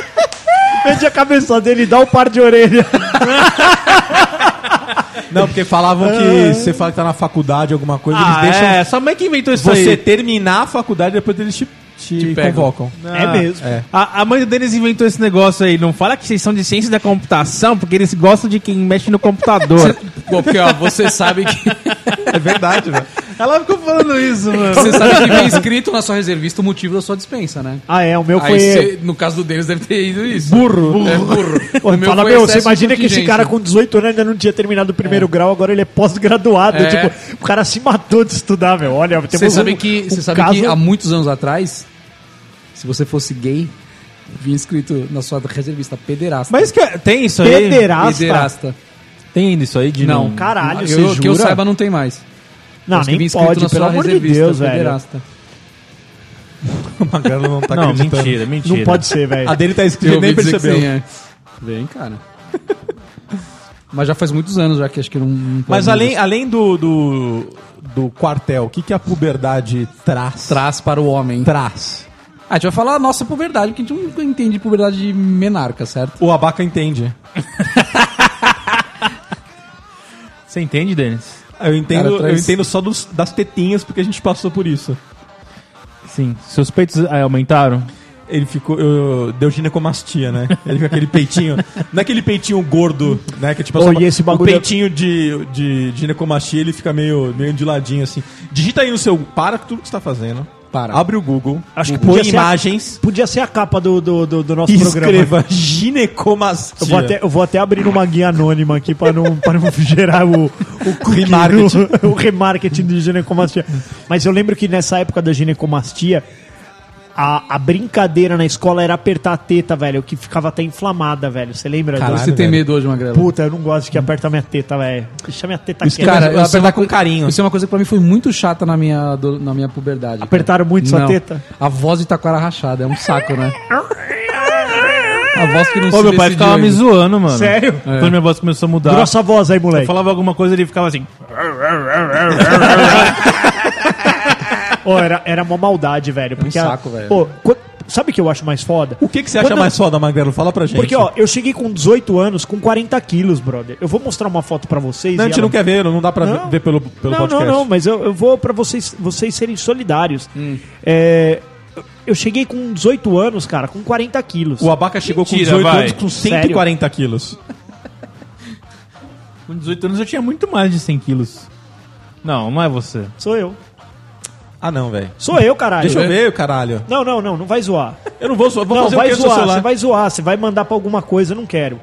[SPEAKER 3] mede a cabeça dele e dá um par de orelha.
[SPEAKER 4] Não, porque falavam que você fala que tá na faculdade, alguma coisa,
[SPEAKER 2] Ah, é,
[SPEAKER 4] eles deixam
[SPEAKER 6] sua mãe que inventou isso
[SPEAKER 4] você terminar a faculdade e depois eles te, te
[SPEAKER 2] Te pegam.
[SPEAKER 4] convocam.
[SPEAKER 3] É
[SPEAKER 2] Ah,
[SPEAKER 3] mesmo.
[SPEAKER 6] A, a mãe do Denis inventou esse negócio aí. Não fala que vocês são de ciência da computação, porque eles gostam de quem mexe no computador.
[SPEAKER 2] Pô, Porque, ó, você sabe que.
[SPEAKER 4] É verdade, velho.
[SPEAKER 6] Ela ficou falando isso, mano.
[SPEAKER 2] Você sabe que vem escrito na sua reservista o motivo da sua dispensa, né?
[SPEAKER 3] Ah, é, o meu
[SPEAKER 2] Aí
[SPEAKER 3] foi.
[SPEAKER 2] cê- no caso do Denis deve ter ido isso. Burro. É burro.
[SPEAKER 3] Pô,
[SPEAKER 2] O meu
[SPEAKER 3] fala,
[SPEAKER 2] foi
[SPEAKER 3] meu,
[SPEAKER 2] excesso
[SPEAKER 3] você
[SPEAKER 2] de
[SPEAKER 3] imagina que esse
[SPEAKER 2] contingência.
[SPEAKER 3] cara com 18 anos ainda não tinha terminado o primeiro grau, agora ele é pós-graduado.
[SPEAKER 2] É.
[SPEAKER 3] Tipo, o cara se matou de estudar, meu. Olha, temos
[SPEAKER 2] Você sabe,
[SPEAKER 3] um-
[SPEAKER 2] que,
[SPEAKER 3] um
[SPEAKER 2] você sabe
[SPEAKER 3] caso-
[SPEAKER 2] que há muitos anos atrás, se você fosse gay, vinha escrito na sua reservista pederasta.
[SPEAKER 6] Mas que, tem isso aí?
[SPEAKER 3] Pederasta.
[SPEAKER 2] Pederasta.
[SPEAKER 6] Tem isso aí de
[SPEAKER 2] Não, eu,
[SPEAKER 3] Caralho, você
[SPEAKER 2] Que eu
[SPEAKER 3] jura?
[SPEAKER 2] saiba, não tem mais.
[SPEAKER 3] Não,
[SPEAKER 2] Acho que vinha
[SPEAKER 3] nem
[SPEAKER 2] escrito
[SPEAKER 3] pode,
[SPEAKER 2] na
[SPEAKER 3] pelo
[SPEAKER 2] sua
[SPEAKER 3] amor de
[SPEAKER 2] reservista,
[SPEAKER 3] Deus, velho.
[SPEAKER 2] pederasta.
[SPEAKER 4] O Magrelo não tá
[SPEAKER 6] Não,
[SPEAKER 4] acreditando.
[SPEAKER 6] mentira, mentira.
[SPEAKER 3] Não pode ser, velho.
[SPEAKER 4] A dele tá
[SPEAKER 2] Eu
[SPEAKER 4] escrito e
[SPEAKER 2] ouvi
[SPEAKER 4] nem
[SPEAKER 2] dizer que
[SPEAKER 4] percebeu.
[SPEAKER 2] sim, é. Vem, cara. Mas já faz muitos anos já que acho que não. não pode
[SPEAKER 4] Mas
[SPEAKER 2] mais
[SPEAKER 4] além,
[SPEAKER 2] isso.
[SPEAKER 4] além do, do, do quartel, o que, que a puberdade traz?
[SPEAKER 2] Traz para o homem.
[SPEAKER 3] Tá.
[SPEAKER 4] Traz.
[SPEAKER 2] Ah, a gente vai falar a nossa puberdade, porque a gente não entende puberdade de menarca, certo?
[SPEAKER 4] O abaca entende.
[SPEAKER 6] Você entende, Denis?
[SPEAKER 4] Eu entendo,
[SPEAKER 2] Cara, traz-
[SPEAKER 4] eu entendo só dos- das tetinhas, porque a gente passou por isso.
[SPEAKER 6] Sim. Seus peitos ah, aumentaram?
[SPEAKER 4] Ele ficou. eu- deu ginecomastia, né? Ele com aquele peitinho. não é aquele peitinho gordo, né? Que é tipo
[SPEAKER 3] Oh,
[SPEAKER 4] só-
[SPEAKER 3] e esse bagulho-
[SPEAKER 4] O peitinho de, de ginecomastia, ele fica meio, meio de ladinho assim. Digita aí no seu. Para tudo que você tá fazendo.
[SPEAKER 2] Para.
[SPEAKER 4] Abre o Google.
[SPEAKER 3] Acho que
[SPEAKER 4] põe
[SPEAKER 3] podia ser a-
[SPEAKER 4] imagens.
[SPEAKER 3] Podia ser a capa do, do, do, do nosso
[SPEAKER 4] E
[SPEAKER 3] programa.
[SPEAKER 4] escreva
[SPEAKER 3] Eu
[SPEAKER 4] ginecomastia.
[SPEAKER 3] vou, até, eu vou até abrir uma guia anônima aqui pra não, pra não gerar o, o, cookie,
[SPEAKER 4] Remarketing.
[SPEAKER 3] o, o remarketing de ginecomastia. Mas eu lembro que nessa época da ginecomastia, a, a brincadeira na escola era apertar a teta, velho, que ficava até inflamada, velho. Você lembra?
[SPEAKER 4] Caralho,
[SPEAKER 2] Você tem
[SPEAKER 4] velho.
[SPEAKER 2] medo hoje, Magrelo?
[SPEAKER 3] Puta, eu não gosto que aperta minha teta, velho. Deixa minha teta
[SPEAKER 2] Isso,
[SPEAKER 3] quieta.
[SPEAKER 2] cara,
[SPEAKER 4] eu
[SPEAKER 2] isso é
[SPEAKER 4] apertar
[SPEAKER 2] uma
[SPEAKER 4] com carinho.
[SPEAKER 2] Isso é uma coisa que pra mim foi muito chata na minha, do- na minha puberdade. cara.
[SPEAKER 3] Apertaram muito sua
[SPEAKER 2] Não.
[SPEAKER 3] teta?
[SPEAKER 2] A voz de taquara rachada, é um saco, né? A voz que não
[SPEAKER 6] Ô, meu pai
[SPEAKER 2] decidiu
[SPEAKER 6] ficava me
[SPEAKER 2] ainda.
[SPEAKER 6] zoando, mano.
[SPEAKER 3] Sério?
[SPEAKER 6] Quando minha voz começou a mudar,
[SPEAKER 3] É. Grossa voz aí,
[SPEAKER 6] eu
[SPEAKER 3] moleque.
[SPEAKER 6] falava alguma coisa ele ficava assim.
[SPEAKER 3] Ó, era, era uma maldade, velho. Porque a-
[SPEAKER 2] saco, velho.
[SPEAKER 3] Pô, quan- sabe o que eu acho mais foda?
[SPEAKER 4] O que, que você acha
[SPEAKER 3] Quando-
[SPEAKER 4] mais foda, Magrelo? Fala pra gente.
[SPEAKER 3] Porque, ó, eu cheguei com 18 anos com 40 quilos, brother. Eu vou mostrar uma foto pra vocês.
[SPEAKER 4] Não, a
[SPEAKER 3] e
[SPEAKER 4] gente
[SPEAKER 3] ela-
[SPEAKER 4] não quer ver, não dá pra
[SPEAKER 3] Não.
[SPEAKER 4] ver pelo, pelo
[SPEAKER 3] não,
[SPEAKER 4] podcast.
[SPEAKER 3] Não, não, mas eu, eu vou pra vocês, vocês serem solidários.
[SPEAKER 4] Hum.
[SPEAKER 3] É, eu- eu cheguei com 18 anos, cara, com 40 quilos.
[SPEAKER 4] O Abaca chegou
[SPEAKER 6] Mentira,
[SPEAKER 4] com 18
[SPEAKER 6] vai.
[SPEAKER 4] anos com 140 quilos.
[SPEAKER 6] Com 18 anos eu tinha muito mais de 100 quilos. Não, não é você.
[SPEAKER 3] Sou eu.
[SPEAKER 4] Ah, não, velho.
[SPEAKER 3] Sou eu,
[SPEAKER 1] Ah,
[SPEAKER 3] caralho.
[SPEAKER 1] é?
[SPEAKER 4] Deixa eu ver, caralho.
[SPEAKER 3] Não, não, não, não vai zoar.
[SPEAKER 4] Eu não vou, zoar, vou
[SPEAKER 3] não,
[SPEAKER 4] fazer o
[SPEAKER 3] vai
[SPEAKER 4] que no seu
[SPEAKER 3] zoar, você
[SPEAKER 4] celular.
[SPEAKER 3] vai zoar, você vai mandar pra alguma coisa, eu não quero.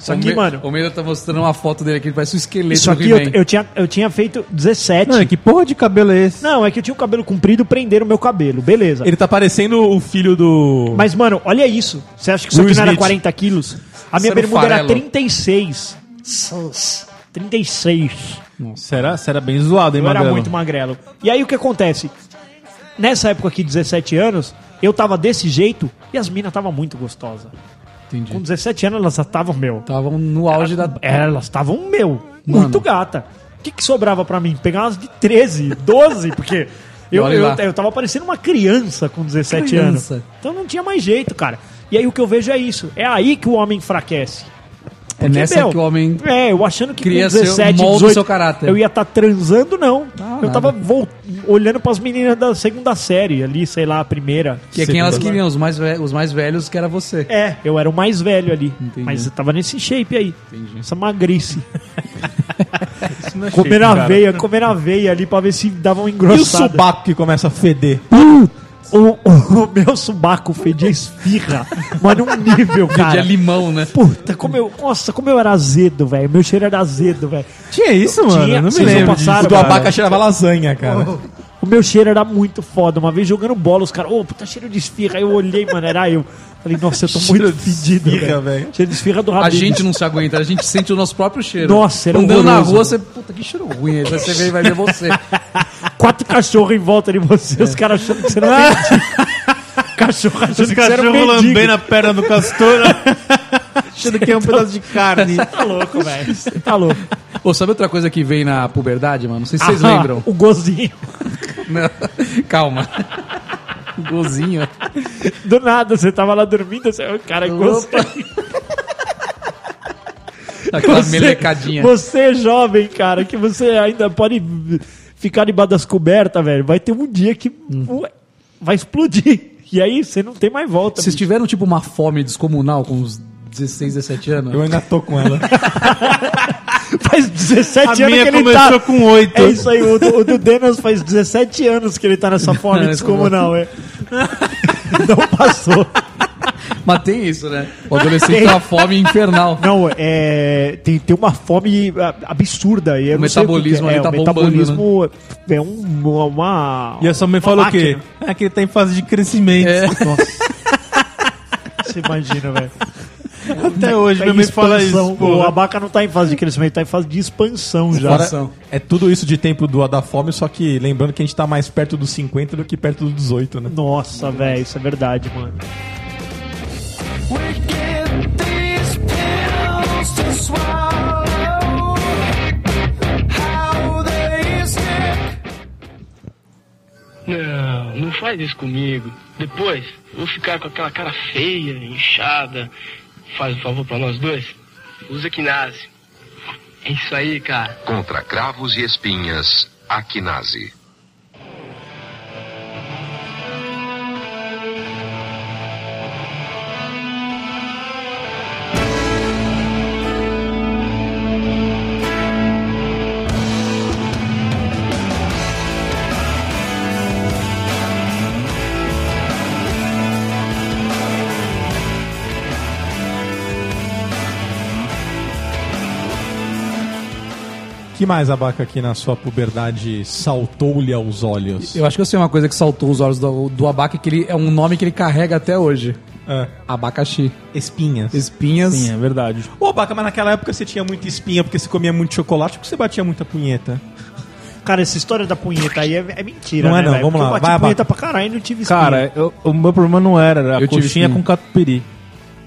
[SPEAKER 3] Isso
[SPEAKER 2] O
[SPEAKER 3] aqui,
[SPEAKER 2] Me-
[SPEAKER 3] mano.
[SPEAKER 2] O Meira tá mostrando uma foto dele aqui, ele parece um esqueleto
[SPEAKER 3] Isso
[SPEAKER 2] do
[SPEAKER 3] aqui eu,
[SPEAKER 2] He-Man.
[SPEAKER 3] eu tinha, eu tinha feito 17.
[SPEAKER 6] Mano, é que porra de cabelo é esse?
[SPEAKER 3] Não, é que eu tinha o cabelo comprido, prenderam o meu cabelo, beleza.
[SPEAKER 4] Ele tá parecendo o filho do.
[SPEAKER 3] Mas, mano, olha isso. Você acha que isso
[SPEAKER 4] Will
[SPEAKER 3] aqui não era
[SPEAKER 4] Smith.
[SPEAKER 3] 40 quilos? A minha
[SPEAKER 2] Isso era
[SPEAKER 3] bermuda era
[SPEAKER 2] farelo.
[SPEAKER 3] 36. Sus. 36.
[SPEAKER 6] Será? Será bem zoado, hein,
[SPEAKER 3] Eu era
[SPEAKER 6] Magrelo?
[SPEAKER 3] muito magrelo. E aí o que acontece? Nessa época aqui, 17 anos, eu tava desse jeito e as minas tava muito gostosas. Com É,
[SPEAKER 2] Entendi.
[SPEAKER 3] 17 anos elas já estavam meu.
[SPEAKER 2] Estavam no auge da.
[SPEAKER 3] Elas estavam meu. Muito
[SPEAKER 2] Mano.
[SPEAKER 3] gata. O que, que sobrava pra mim? Pegar umas de 13, 12, porque eu,
[SPEAKER 2] Olha
[SPEAKER 3] eu,
[SPEAKER 2] lá.
[SPEAKER 3] eu tava parecendo uma criança com 17
[SPEAKER 2] Criança.
[SPEAKER 3] anos. Então não tinha mais jeito, cara. E aí o que eu vejo é isso. É aí que o homem enfraquece.
[SPEAKER 2] É
[SPEAKER 3] Porque,
[SPEAKER 2] nessa
[SPEAKER 3] meu,
[SPEAKER 2] que o homem.
[SPEAKER 3] É, eu achando que
[SPEAKER 2] cria seu- molda o seu caráter.
[SPEAKER 3] eu ia estar transando, não.
[SPEAKER 2] Não,
[SPEAKER 3] eu
[SPEAKER 2] nada.
[SPEAKER 3] tava vol- olhando pras meninas da segunda série ali, sei lá, a primeira.
[SPEAKER 2] Que é quem elas
[SPEAKER 3] segunda.
[SPEAKER 2] queriam, os mais, ve- os mais velhos, que era você.
[SPEAKER 3] É, eu era o mais velho ali.
[SPEAKER 2] Entendi.
[SPEAKER 3] Mas eu tava nesse shape aí.
[SPEAKER 2] Entendi.
[SPEAKER 3] Essa magrice.
[SPEAKER 6] Isso não é
[SPEAKER 3] Comer
[SPEAKER 6] shape,
[SPEAKER 3] a
[SPEAKER 6] cara.
[SPEAKER 3] veia, comer a veia ali pra ver se dava uma
[SPEAKER 4] E o
[SPEAKER 3] engrossada.
[SPEAKER 4] sobaco que começa a feder?
[SPEAKER 3] o, o, o meu subaco fedia esfirra, mas num nível, cara.
[SPEAKER 2] limão, né?
[SPEAKER 3] Puta, como eu, nossa, como eu era azedo, velho. Meu cheiro era azedo, velho.
[SPEAKER 1] Tinha isso, mano?
[SPEAKER 3] Tinha,
[SPEAKER 1] Eu Não me
[SPEAKER 3] vocês não
[SPEAKER 1] lembro.
[SPEAKER 3] passaram,
[SPEAKER 1] disso. O do
[SPEAKER 3] cara.
[SPEAKER 1] abaca cheirava lasanha, cara.
[SPEAKER 3] O meu cheiro era muito foda. Uma vez jogando bola, os caras, ô, puta, cheiro de esfirra. Aí eu olhei, mano, era eu. Falei, nossa, eu tô
[SPEAKER 1] Cheiro
[SPEAKER 3] muito
[SPEAKER 1] de
[SPEAKER 3] fedido,
[SPEAKER 1] esfirra,
[SPEAKER 3] velho.
[SPEAKER 1] velho.
[SPEAKER 3] Cheiro de esfirra do
[SPEAKER 2] A
[SPEAKER 3] Habib.
[SPEAKER 2] gente não se aguenta, a gente sente o nosso próprio cheiro.
[SPEAKER 3] Nossa, era um
[SPEAKER 2] Andando na
[SPEAKER 3] horroroso.
[SPEAKER 2] rua, você. Puta, que cheiro ruim. Aí você vem e vai ver você.
[SPEAKER 3] Quatro cachorros em volta de você, os caras achando que você não é mendigo. Cachorro achando que você era um mendigo.
[SPEAKER 1] a perna do
[SPEAKER 6] né?
[SPEAKER 1] castor, achando que é um
[SPEAKER 6] Então,
[SPEAKER 1] pedaço de carne.
[SPEAKER 3] Tá louco, velho. Tá louco.
[SPEAKER 2] Ô, sabe outra coisa que vem na puberdade, mano? Não sei se vocês
[SPEAKER 3] Ah,
[SPEAKER 2] lembram.
[SPEAKER 3] O gozinho.
[SPEAKER 2] Não. Calma. Gozinho.
[SPEAKER 3] Do nada, você tava lá dormindo, você, "Ô, cara,
[SPEAKER 2] Opa.
[SPEAKER 3] gostei.
[SPEAKER 2] Aquela Tá melecadinha.
[SPEAKER 3] Você, é jovem, cara, que você ainda pode ficar debaixo das cobertas, velho. Vai ter um dia que ué, vai explodir. E aí você não tem mais volta.
[SPEAKER 2] Vocês
[SPEAKER 3] bicho.
[SPEAKER 2] tiveram, tipo, uma fome descomunal com uns 16, 17 anos?
[SPEAKER 1] Eu ainda tô com ela.
[SPEAKER 3] Faz 17 anos que ele
[SPEAKER 4] começou
[SPEAKER 3] tá.
[SPEAKER 4] com oito.
[SPEAKER 3] É isso aí, o, do- o do Denas faz 17 anos que ele tá nessa fome
[SPEAKER 2] Não,
[SPEAKER 3] descomunal, é. Não passou.
[SPEAKER 2] Mas tem isso, né? O adolescente tem uma fome infernal.
[SPEAKER 3] Não, é. Tem, tem uma fome a- absurda. E eu
[SPEAKER 2] O
[SPEAKER 3] não sei que
[SPEAKER 2] metabolismo
[SPEAKER 3] que
[SPEAKER 2] ali
[SPEAKER 3] é. É,
[SPEAKER 2] tá
[SPEAKER 3] o
[SPEAKER 2] bombando,
[SPEAKER 3] metabolismo é um, uma.
[SPEAKER 4] E a sua mãe
[SPEAKER 3] uma
[SPEAKER 4] falou o quê?
[SPEAKER 3] máquina.
[SPEAKER 4] Ah, que ele tá em fase de crescimento.
[SPEAKER 2] É.
[SPEAKER 3] Você imagina, velho. É
[SPEAKER 4] Até hoje, minha mãe fala isso,
[SPEAKER 3] né? Expansão. O
[SPEAKER 4] pô.
[SPEAKER 3] abaca não tá em fase de crescimento, tá em fase de expansão já.
[SPEAKER 2] Fora-
[SPEAKER 1] Cara, é tudo isso de tempo do da fome, só que lembrando que a gente tá mais perto dos 50 do que perto dos 18, né?
[SPEAKER 3] Nossa, velho, isso é verdade, mano.
[SPEAKER 7] Não, não faz isso comigo. Depois, eu vou ficar com aquela cara feia, inchada. Faz um favor pra nós dois. Usa quinase. É isso aí, cara.
[SPEAKER 8] Contra cravos e espinhas, Aquinase.
[SPEAKER 1] que mais abaca aqui na sua puberdade saltou-lhe aos olhos?
[SPEAKER 2] Eu acho que eu sei uma coisa que saltou os olhos do, do abaca, que ele é um nome que ele carrega até hoje.
[SPEAKER 1] Ah,
[SPEAKER 2] Abacaxi.
[SPEAKER 1] espinhas.
[SPEAKER 2] Espinhas.
[SPEAKER 4] Sim, é verdade.
[SPEAKER 1] Ô, abaca, mas naquela época você tinha muita espinha porque você comia muito chocolate porque você batia muita punheta.
[SPEAKER 3] Cara, essa história da punheta aí é, é mentira,
[SPEAKER 1] Não é
[SPEAKER 3] né,
[SPEAKER 1] não,
[SPEAKER 3] velho?
[SPEAKER 1] vamos
[SPEAKER 3] Porque
[SPEAKER 1] lá,
[SPEAKER 3] Eu bati
[SPEAKER 1] vai, Abaca.
[SPEAKER 3] punheta pra caralho e não tive espinha.
[SPEAKER 4] Cara, eu- o meu problema não era a
[SPEAKER 2] Eu tive
[SPEAKER 4] coxinha
[SPEAKER 2] espinha.
[SPEAKER 4] com catupiry.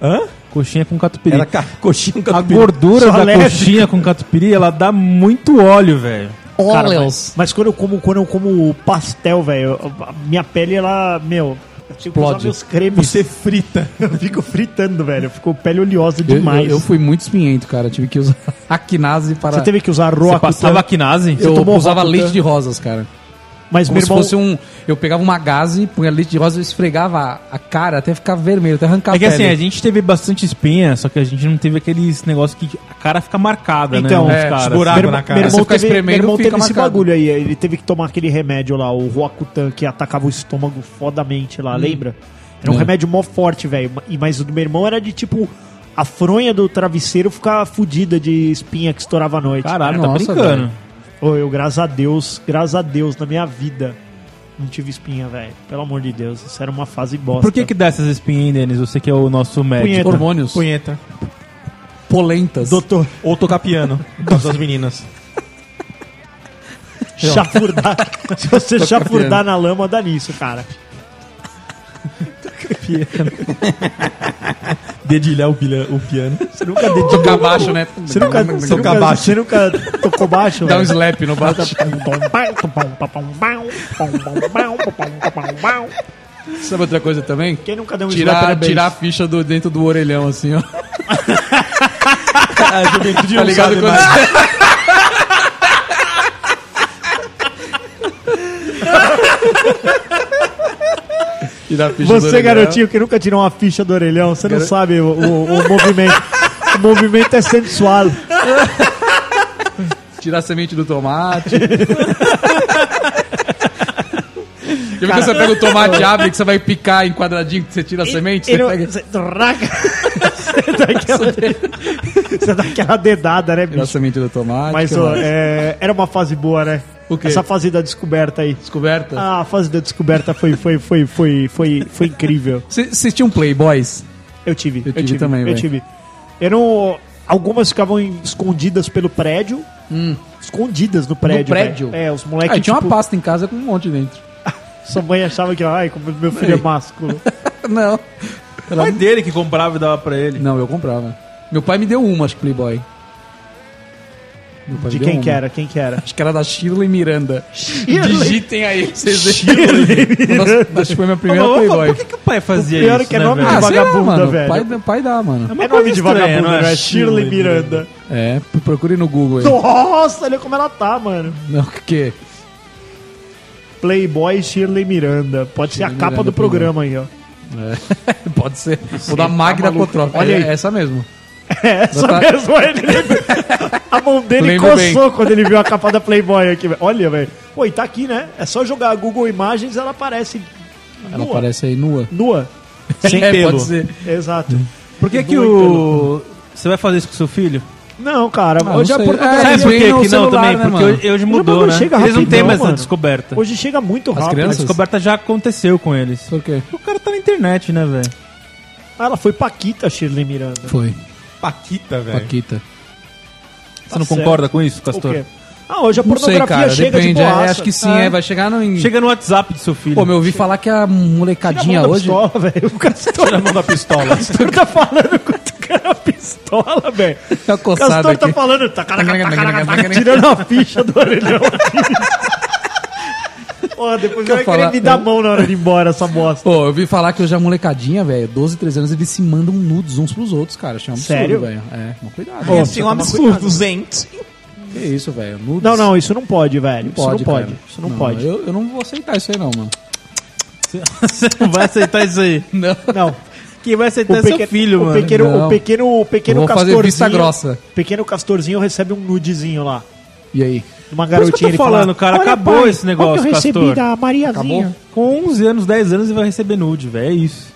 [SPEAKER 1] Hã?
[SPEAKER 4] Coxinha com catupiry.
[SPEAKER 1] Era ca- coxinha com
[SPEAKER 4] A
[SPEAKER 1] catupiry.
[SPEAKER 4] gordura
[SPEAKER 3] Sou
[SPEAKER 4] da
[SPEAKER 3] alérgico.
[SPEAKER 4] coxinha com catupiry, ela dá muito óleo, velho.
[SPEAKER 3] Cara, mas, mas quando eu como, quando eu como pastel, velho, eu- a minha pele ela, meu, eu tenho que usar
[SPEAKER 2] Explode.
[SPEAKER 3] meus cremes.
[SPEAKER 1] Você frita.
[SPEAKER 3] Eu fico fritando, velho. Ficou pele oleosa
[SPEAKER 2] Eu,
[SPEAKER 3] demais.
[SPEAKER 2] eu- eu fui muito espinhento, cara. Tive que usar aquinase para.
[SPEAKER 3] Você teve que usar
[SPEAKER 4] Você
[SPEAKER 3] roa
[SPEAKER 4] passava a quinase?
[SPEAKER 2] Eu
[SPEAKER 3] tomou
[SPEAKER 2] usava
[SPEAKER 3] Roacutan?
[SPEAKER 2] leite de rosas, cara.
[SPEAKER 3] mas
[SPEAKER 2] Como
[SPEAKER 3] meu
[SPEAKER 2] se
[SPEAKER 3] irmão,
[SPEAKER 2] fosse um. Eu pegava uma gaze, punha leite de rosa e esfregava a- a cara até ficar vermelho, até arrancar
[SPEAKER 4] É que
[SPEAKER 2] a
[SPEAKER 4] assim,
[SPEAKER 2] pele.
[SPEAKER 4] a gente teve bastante espinha, só que a gente não teve aqueles negócio que a cara fica marcada,
[SPEAKER 3] Então,
[SPEAKER 4] né?
[SPEAKER 2] é,
[SPEAKER 4] os
[SPEAKER 1] os
[SPEAKER 4] caras.
[SPEAKER 1] buracos.
[SPEAKER 3] meu
[SPEAKER 1] na
[SPEAKER 3] irmão,
[SPEAKER 1] cara.
[SPEAKER 3] meu
[SPEAKER 2] Você
[SPEAKER 3] irmão
[SPEAKER 2] fica
[SPEAKER 3] teve, meu
[SPEAKER 2] espremendo,
[SPEAKER 3] irmão
[SPEAKER 2] fica
[SPEAKER 3] teve esse
[SPEAKER 2] marcado.
[SPEAKER 3] bagulho aí. Ele teve que tomar aquele remédio lá, o Roacutan, que atacava o estômago fodamente lá, lembra? Era um
[SPEAKER 2] É.
[SPEAKER 3] remédio mó forte, velho. E- Mas o do meu irmão era de tipo. A fronha do travesseiro ficar fudida de espinha que estourava à noite.
[SPEAKER 4] Caralho, tá
[SPEAKER 2] Nossa,
[SPEAKER 4] brincando.
[SPEAKER 2] velho.
[SPEAKER 3] Ô, eu, graças a Deus, graças a Deus, na minha vida, não tive espinha, velho. Pelo amor de Deus, isso era uma fase bosta.
[SPEAKER 4] Por que que dá essas espinhas, hein, Denis? Você que é o nosso médico.
[SPEAKER 3] Punheta.
[SPEAKER 2] Hormônios.
[SPEAKER 1] Punheta.
[SPEAKER 2] Polentas.
[SPEAKER 3] Doutor,
[SPEAKER 1] Ou tocar piano. das meninas.
[SPEAKER 3] chafurdar. Se você
[SPEAKER 2] Tô
[SPEAKER 3] chafurdar
[SPEAKER 2] capiando.
[SPEAKER 3] na lama, dá nisso, cara.
[SPEAKER 1] Dedilhar o, pilha- o piano.
[SPEAKER 3] Você nunca dedicou.
[SPEAKER 2] Tocar baixo, né?
[SPEAKER 3] Você nunca, você
[SPEAKER 1] Tocar
[SPEAKER 3] nunca,
[SPEAKER 1] baixo.
[SPEAKER 3] você nunca tocou baixo?
[SPEAKER 2] Dá um
[SPEAKER 3] velho?
[SPEAKER 2] slap no baixo. Sabe outra coisa também?
[SPEAKER 3] Quem nunca deu um slap
[SPEAKER 2] Tirar,
[SPEAKER 3] era
[SPEAKER 2] tirar a
[SPEAKER 3] beijo.
[SPEAKER 2] ficha do, dentro do orelhão, assim, ó.
[SPEAKER 1] A juventude
[SPEAKER 2] Tá ligado? Quando... Você... Tirar a ficha do
[SPEAKER 3] Você,
[SPEAKER 2] orelhão.
[SPEAKER 3] garotinho, que nunca tirou uma ficha do orelhão, você não sabe o, o- o movimento. O movimento é sensual.
[SPEAKER 2] Tirar a semente do tomate. E quando você pega o tomate abre que você vai picar em quadradinho, que você tira a semente,
[SPEAKER 3] E- e
[SPEAKER 2] você
[SPEAKER 3] não-
[SPEAKER 2] pega.
[SPEAKER 3] Você traga- Você dá aquela- você dá aquela dedada, né,
[SPEAKER 2] Tira a
[SPEAKER 3] bicho?
[SPEAKER 2] semente do tomate.
[SPEAKER 3] Mas
[SPEAKER 2] que
[SPEAKER 3] ó,
[SPEAKER 2] mais?
[SPEAKER 3] é, era uma fase boa, né?
[SPEAKER 2] O quê?
[SPEAKER 3] Essa fase da descoberta aí.
[SPEAKER 2] Descoberta?
[SPEAKER 3] Ah, a fase da descoberta foi, foi, foi, foi, foi, foi incrível.
[SPEAKER 2] Você Vocês tinham um Playboys?
[SPEAKER 3] Eu tive. Eu,
[SPEAKER 2] tive também,
[SPEAKER 3] Eu
[SPEAKER 2] velho.
[SPEAKER 3] tive. Eu não- Algumas ficavam em- escondidas pelo prédio. Escondidas no prédio.
[SPEAKER 2] Hum. prédio?
[SPEAKER 3] velho. É, os moleques.
[SPEAKER 2] ah, eu tinha uma
[SPEAKER 3] tipo,
[SPEAKER 2] pasta em casa com um monte dentro.
[SPEAKER 3] Sua mãe achava que, ai, como meu filho é másculo.
[SPEAKER 2] Não.
[SPEAKER 4] O pai dele que comprava e dava pra ele.
[SPEAKER 2] Não, eu comprava. Meu pai me deu uma, acho que Playboy. Meu pai me
[SPEAKER 3] De
[SPEAKER 2] deu
[SPEAKER 3] quem
[SPEAKER 2] uma.
[SPEAKER 3] que era? Quem que era?
[SPEAKER 2] Acho que era da Shirley Miranda.
[SPEAKER 3] Shirley-
[SPEAKER 2] Digitem aí, pra vocês verem. Nossa, Acho que foi minha primeira
[SPEAKER 4] Mas,
[SPEAKER 2] Playboy. Ah,
[SPEAKER 4] Por que, que o pai fazia
[SPEAKER 3] O pior
[SPEAKER 4] isso?
[SPEAKER 3] é
[SPEAKER 4] né,
[SPEAKER 3] que é nome
[SPEAKER 4] velho?
[SPEAKER 3] de
[SPEAKER 2] sei lá,
[SPEAKER 3] vagabunda,
[SPEAKER 2] mano.
[SPEAKER 3] velho?
[SPEAKER 2] Pai, dá- pai dá, mano.
[SPEAKER 4] uma
[SPEAKER 3] É
[SPEAKER 4] coisa
[SPEAKER 3] nome de
[SPEAKER 4] estranha,
[SPEAKER 3] vagabundo,
[SPEAKER 4] não é?
[SPEAKER 3] né? Shirley
[SPEAKER 4] Shirley
[SPEAKER 3] Miranda.
[SPEAKER 2] É, procure no Google aí.
[SPEAKER 3] Nossa, olha como ela tá, mano.
[SPEAKER 2] Não, o quê?
[SPEAKER 3] Playboy Shirley Miranda. Pode ser a
[SPEAKER 2] Shirley
[SPEAKER 3] capa
[SPEAKER 2] Miranda,
[SPEAKER 3] do programa aí, ó.
[SPEAKER 2] É, pode ser. Ou da Magda Cotrop.
[SPEAKER 3] tá Olha
[SPEAKER 2] Olha
[SPEAKER 3] aí.
[SPEAKER 2] é, essa mesmo.
[SPEAKER 3] É, essa
[SPEAKER 2] Tá-
[SPEAKER 3] mesmo. Ele... a mão dele
[SPEAKER 2] Lembro bem.
[SPEAKER 3] coçou quando ele viu a capa da Playboy aqui. velho. Olha, velho. Pô, e tá aqui, né? É só jogar Google Imagens ela aparece
[SPEAKER 2] Ela
[SPEAKER 3] nua.
[SPEAKER 2] aparece aí nua.
[SPEAKER 3] Nua.
[SPEAKER 4] Sem
[SPEAKER 2] é,
[SPEAKER 4] pelo.
[SPEAKER 2] pode ser.
[SPEAKER 3] Exato.
[SPEAKER 4] Por que que
[SPEAKER 3] Doido.
[SPEAKER 4] o... Você vai fazer isso com seu filho?
[SPEAKER 3] Não, cara.
[SPEAKER 2] Ah,
[SPEAKER 3] hoje,
[SPEAKER 2] não
[SPEAKER 3] a
[SPEAKER 2] sei.
[SPEAKER 3] porcaria-
[SPEAKER 2] É,
[SPEAKER 4] Sabe por
[SPEAKER 2] vem
[SPEAKER 4] quê que
[SPEAKER 2] no
[SPEAKER 4] não
[SPEAKER 2] celular,
[SPEAKER 4] também?
[SPEAKER 2] né,
[SPEAKER 4] Porque
[SPEAKER 2] mano?
[SPEAKER 4] hoje, hoje
[SPEAKER 3] Mas
[SPEAKER 4] mudou, né?
[SPEAKER 3] chega
[SPEAKER 4] Eles não têm
[SPEAKER 3] rapidão,
[SPEAKER 4] mais
[SPEAKER 3] mano.
[SPEAKER 4] essa descoberta.
[SPEAKER 3] hoje chega muito rápido. né?
[SPEAKER 2] crianças?
[SPEAKER 4] Essa descoberta já aconteceu com eles.
[SPEAKER 2] Por quê?
[SPEAKER 4] O cara tá na internet, né, velho?
[SPEAKER 3] Ah, ela foi Paquita Shirley Miranda.
[SPEAKER 2] Foi.
[SPEAKER 4] Paquita, velho.
[SPEAKER 2] Paquita.
[SPEAKER 4] Você não
[SPEAKER 3] Tá
[SPEAKER 4] concorda com isso,
[SPEAKER 3] O quê?
[SPEAKER 4] Castor?
[SPEAKER 3] Ah, hoje a
[SPEAKER 2] Não sei,
[SPEAKER 3] pornografia
[SPEAKER 2] cara.
[SPEAKER 3] chega
[SPEAKER 2] Depende.
[SPEAKER 3] de
[SPEAKER 2] é,
[SPEAKER 3] boaça. Ah,
[SPEAKER 2] acho que sim, é, vai chegar no. Em...
[SPEAKER 4] Chega no WhatsApp do seu filho.
[SPEAKER 2] Pô, mas eu ouvi falar que a molecadinha hoje.
[SPEAKER 3] Pistola, velho. O Castor,
[SPEAKER 4] Tira tá a mão da pistola.
[SPEAKER 3] o Castor tá falando com o cara pistola, velho.
[SPEAKER 2] Tá
[SPEAKER 3] O
[SPEAKER 2] coçado
[SPEAKER 3] Castor tá
[SPEAKER 2] aqui.
[SPEAKER 3] falando, tá caraca, tá caraca, tá caraca, tirando a ficha do orelhão. Ó, depois
[SPEAKER 2] Quer
[SPEAKER 3] vai querer
[SPEAKER 2] falar?
[SPEAKER 3] me dar a mão na hora de ir embora essa bosta.
[SPEAKER 2] Pô, eu ouvi falar que hoje a molecadinha, velho, 12, 13 anos, eles se mandam nudes uns pros outros, cara. Achei um absurdo,
[SPEAKER 3] Sério?
[SPEAKER 2] velho. É, mas cuidado.
[SPEAKER 4] É
[SPEAKER 2] né?
[SPEAKER 4] assim, um absurdo, gente.
[SPEAKER 2] Que isso, velho. Nudes.
[SPEAKER 3] Não, não, isso não pode, velho. Isso não
[SPEAKER 2] Pode,
[SPEAKER 3] pode.
[SPEAKER 2] cara.
[SPEAKER 3] Isso não pode.
[SPEAKER 2] Eu, eu não vou aceitar isso aí, não, mano.
[SPEAKER 4] Você não vai aceitar isso aí.
[SPEAKER 2] Não.
[SPEAKER 3] Não.
[SPEAKER 4] Quem vai aceitar é seu filho,
[SPEAKER 3] o
[SPEAKER 4] mano.
[SPEAKER 3] Pequeno, o
[SPEAKER 2] Não.
[SPEAKER 3] pequeno, o pequeno
[SPEAKER 2] Eu vou fazer
[SPEAKER 3] castorzinho.
[SPEAKER 2] vista grossa.
[SPEAKER 3] Pequeno castorzinho recebe um nudezinho lá.
[SPEAKER 2] E aí?
[SPEAKER 3] Uma
[SPEAKER 4] Por isso
[SPEAKER 3] garotinha
[SPEAKER 4] que eu tô
[SPEAKER 3] ele
[SPEAKER 4] falando, cara.
[SPEAKER 3] "Olha,
[SPEAKER 4] Acabou
[SPEAKER 3] pai,
[SPEAKER 4] esse
[SPEAKER 3] olha o
[SPEAKER 4] negócio,
[SPEAKER 3] que eu recebi
[SPEAKER 4] Castor."
[SPEAKER 3] da Mariazinha.
[SPEAKER 4] Com 11 anos, 10 anos, ele vai receber nude, velho. É isso.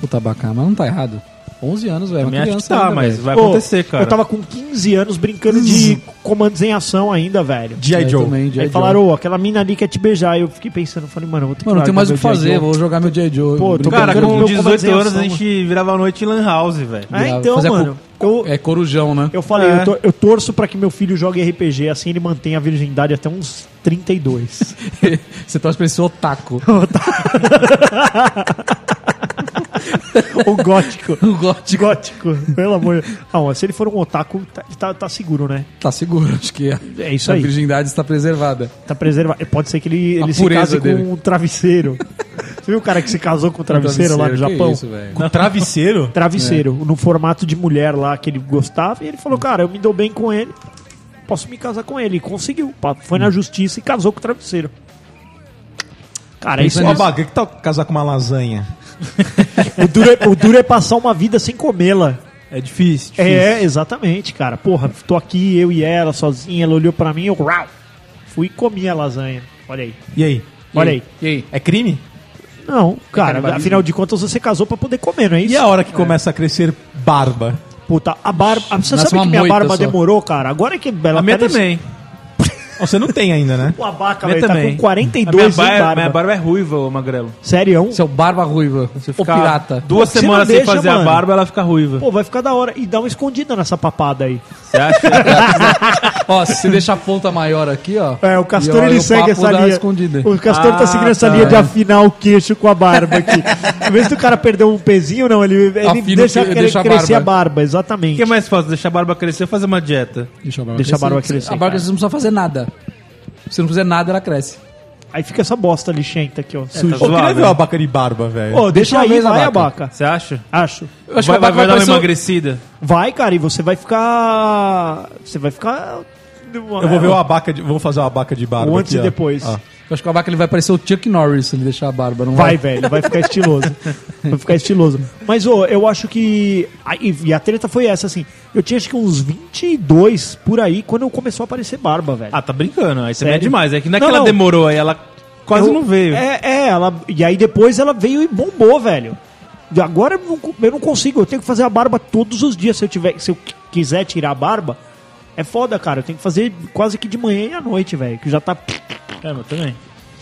[SPEAKER 2] Puta bacana, mas não tá errado. 11 anos, velho. é
[SPEAKER 4] Também
[SPEAKER 2] Uma
[SPEAKER 4] acho
[SPEAKER 2] criança
[SPEAKER 4] que tá,
[SPEAKER 2] ainda,
[SPEAKER 4] mas
[SPEAKER 2] velho.
[SPEAKER 4] vai
[SPEAKER 3] Pô,
[SPEAKER 4] acontecer, cara.
[SPEAKER 3] Eu tava com 15 anos brincando de
[SPEAKER 4] Hum.
[SPEAKER 3] comandos em ação ainda, velho.
[SPEAKER 4] G.I.
[SPEAKER 2] É,
[SPEAKER 4] Joe.
[SPEAKER 2] também, G.I.
[SPEAKER 3] Aí
[SPEAKER 2] Joe.
[SPEAKER 3] falaram, ô, aquela mina ali quer te beijar. Aí Eu fiquei pensando, falei, mano, eu vou ter
[SPEAKER 2] Mano, não tem mais o que
[SPEAKER 3] largar meu G.I.
[SPEAKER 2] fazer,
[SPEAKER 3] Joe.
[SPEAKER 2] vou jogar meu J. Joe.
[SPEAKER 3] Pô,
[SPEAKER 2] Brinco-
[SPEAKER 4] Cara,
[SPEAKER 3] brincando
[SPEAKER 4] com
[SPEAKER 3] com
[SPEAKER 4] 18
[SPEAKER 3] comandos em
[SPEAKER 4] anos a
[SPEAKER 3] ação,
[SPEAKER 4] gente virava a noite em Lan House, velho.
[SPEAKER 3] Ah,
[SPEAKER 2] Bravo.
[SPEAKER 3] então,
[SPEAKER 2] Fazer a
[SPEAKER 3] mano. Eu,
[SPEAKER 2] É corujão, né?
[SPEAKER 3] eu falei,
[SPEAKER 4] É.
[SPEAKER 3] eu, tor- eu torço pra que meu filho jogue RPG, assim ele mantém a virgindade até uns 32.
[SPEAKER 2] Você torce pra esse otaku.
[SPEAKER 3] o gótico.
[SPEAKER 2] o gótico.
[SPEAKER 3] Gótico, pelo amor. Ah, ó, se ele for um otaku, tá, tá, tá seguro, né?
[SPEAKER 2] Tá seguro, acho que é.
[SPEAKER 3] É isso
[SPEAKER 2] a
[SPEAKER 3] aí.
[SPEAKER 2] virgindade está preservada.
[SPEAKER 3] Tá preservado. Pode ser que ele,
[SPEAKER 2] A
[SPEAKER 3] ele se
[SPEAKER 2] pureza
[SPEAKER 3] case
[SPEAKER 2] dele.
[SPEAKER 3] com um travesseiro. Você viu o cara que se casou com um travesseiro, lá no
[SPEAKER 2] Então, que
[SPEAKER 3] Japão?
[SPEAKER 2] isso, velho.
[SPEAKER 4] Com travesseiro?
[SPEAKER 3] travesseiro, no formato de mulher lá que ele gostava, e ele falou, cara, eu me dou bem com ele, posso me casar com ele. E conseguiu. Pá, Foi na justiça e casou com o travesseiro. Cara, isso
[SPEAKER 4] Ó,
[SPEAKER 3] é
[SPEAKER 4] Baga, que tal casar com uma lasanha?
[SPEAKER 3] o, duro é, o duro é passar uma vida sem comê-la.
[SPEAKER 4] É difícil. difícil.
[SPEAKER 3] É, exatamente, cara. Porra, tô aqui, eu e ela, sozinha, ela olhou pra mim, eu rau, fui e comi a lasanha. Olha aí,
[SPEAKER 4] E aí?
[SPEAKER 3] olha aí.
[SPEAKER 2] E aí?
[SPEAKER 4] É crime?
[SPEAKER 3] Não, cara,
[SPEAKER 2] canibalismo?
[SPEAKER 3] afinal de contas você casou pra poder comer, não é isso?
[SPEAKER 4] E a hora que começa a crescer barba?
[SPEAKER 3] Puta, a barba. Você
[SPEAKER 2] Nasce
[SPEAKER 3] sabe
[SPEAKER 2] uma
[SPEAKER 3] que minha
[SPEAKER 2] moita
[SPEAKER 3] barba
[SPEAKER 2] só.
[SPEAKER 3] demorou, cara? Agora é que ela
[SPEAKER 4] a minha
[SPEAKER 3] tá nesse-
[SPEAKER 4] também. Você não tem ainda, né?
[SPEAKER 3] O abaca,
[SPEAKER 4] Minha
[SPEAKER 3] velho, tá
[SPEAKER 4] também.
[SPEAKER 3] com 42
[SPEAKER 4] minha,
[SPEAKER 3] anos de
[SPEAKER 4] barba,
[SPEAKER 3] barba.
[SPEAKER 4] minha barba é ruiva, ô magrelo.
[SPEAKER 3] Sério?
[SPEAKER 2] Seu é barba ruiva.
[SPEAKER 4] Você
[SPEAKER 2] O
[SPEAKER 4] ficar
[SPEAKER 2] pirata.
[SPEAKER 4] Duas
[SPEAKER 3] Pô, você
[SPEAKER 4] semanas
[SPEAKER 3] não
[SPEAKER 4] sem
[SPEAKER 3] deixa,
[SPEAKER 4] fazer a
[SPEAKER 3] mano.
[SPEAKER 4] barba, ela fica ruiva.
[SPEAKER 3] Pô, vai ficar da hora. E dá uma escondida nessa papada aí.
[SPEAKER 4] Você acha?
[SPEAKER 2] Ó, se você deixar a ponta maior aqui, ó.
[SPEAKER 3] É, o
[SPEAKER 2] e
[SPEAKER 3] Castor
[SPEAKER 2] ó, e
[SPEAKER 3] ele
[SPEAKER 2] o
[SPEAKER 3] segue
[SPEAKER 2] papo
[SPEAKER 3] essa
[SPEAKER 2] dá uma
[SPEAKER 3] linha.
[SPEAKER 2] Escondida.
[SPEAKER 3] O Castor tá seguindo essa linha de afinar o queixo com a barba aqui. Em vez do cara perder um pezinho, não, ele, ele
[SPEAKER 2] Afina o
[SPEAKER 3] deixa,
[SPEAKER 2] que-
[SPEAKER 3] ele
[SPEAKER 2] deixa a
[SPEAKER 3] crescer
[SPEAKER 2] barba.
[SPEAKER 3] a barba,
[SPEAKER 4] O
[SPEAKER 3] exatamente.
[SPEAKER 4] que é mais fácil? Deixar a barba crescer ou fazer uma dieta?
[SPEAKER 2] Deixa a barba
[SPEAKER 3] Deixa a barba crescer,
[SPEAKER 2] A barba
[SPEAKER 3] cara.
[SPEAKER 2] crescer, você não precisa fazer nada. Se não fizer nada, ela cresce.
[SPEAKER 3] Aí fica essa bosta lixenta aqui, ó.
[SPEAKER 4] Tá
[SPEAKER 3] suja.
[SPEAKER 4] zoado, né? abaca de barba, velho.
[SPEAKER 3] Ô,
[SPEAKER 2] Deixa
[SPEAKER 3] deixa
[SPEAKER 2] uma
[SPEAKER 3] aí,
[SPEAKER 2] vez a
[SPEAKER 3] vai,
[SPEAKER 2] vaca.
[SPEAKER 3] abaca.
[SPEAKER 4] Você acha?
[SPEAKER 3] Acho.
[SPEAKER 2] Eu acho
[SPEAKER 4] vai,
[SPEAKER 2] que a
[SPEAKER 4] vai, vai dar uma
[SPEAKER 2] parecer um-
[SPEAKER 4] emagrecida.
[SPEAKER 3] Vai, cara, e você vai ficar. Você vai ficar. Eu
[SPEAKER 4] abaca de... Vou fazer uma abaca Ah. de barba
[SPEAKER 3] antes e depois.
[SPEAKER 2] Eu acho que o abaca ele vai parecer o Chuck Norris se ele deixar a barba. Não
[SPEAKER 3] Vai, velho, vai ficar estiloso. Vai ficar estiloso. Mas, ô, eu acho que. a- E e a treta foi essa, assim. Eu tinha acho que uns 22 por aí quando começou a aparecer barba, velho.
[SPEAKER 4] Ah, tá brincando. Aí também é
[SPEAKER 3] Sério?
[SPEAKER 4] demais. É que não é
[SPEAKER 3] Não,
[SPEAKER 4] que ela
[SPEAKER 3] não.
[SPEAKER 4] demorou, aí ela Quase não veio.
[SPEAKER 3] É, é, ela. E aí depois ela veio e bombou, velho. E Agora eu não, eu não consigo, eu tenho que fazer a barba todos os dias. Se eu, tiver, se eu qui- quiser tirar a barba, é foda, cara. Eu tenho que fazer quase que de manhã e à noite, velho. Que já tá.
[SPEAKER 4] É, mas também.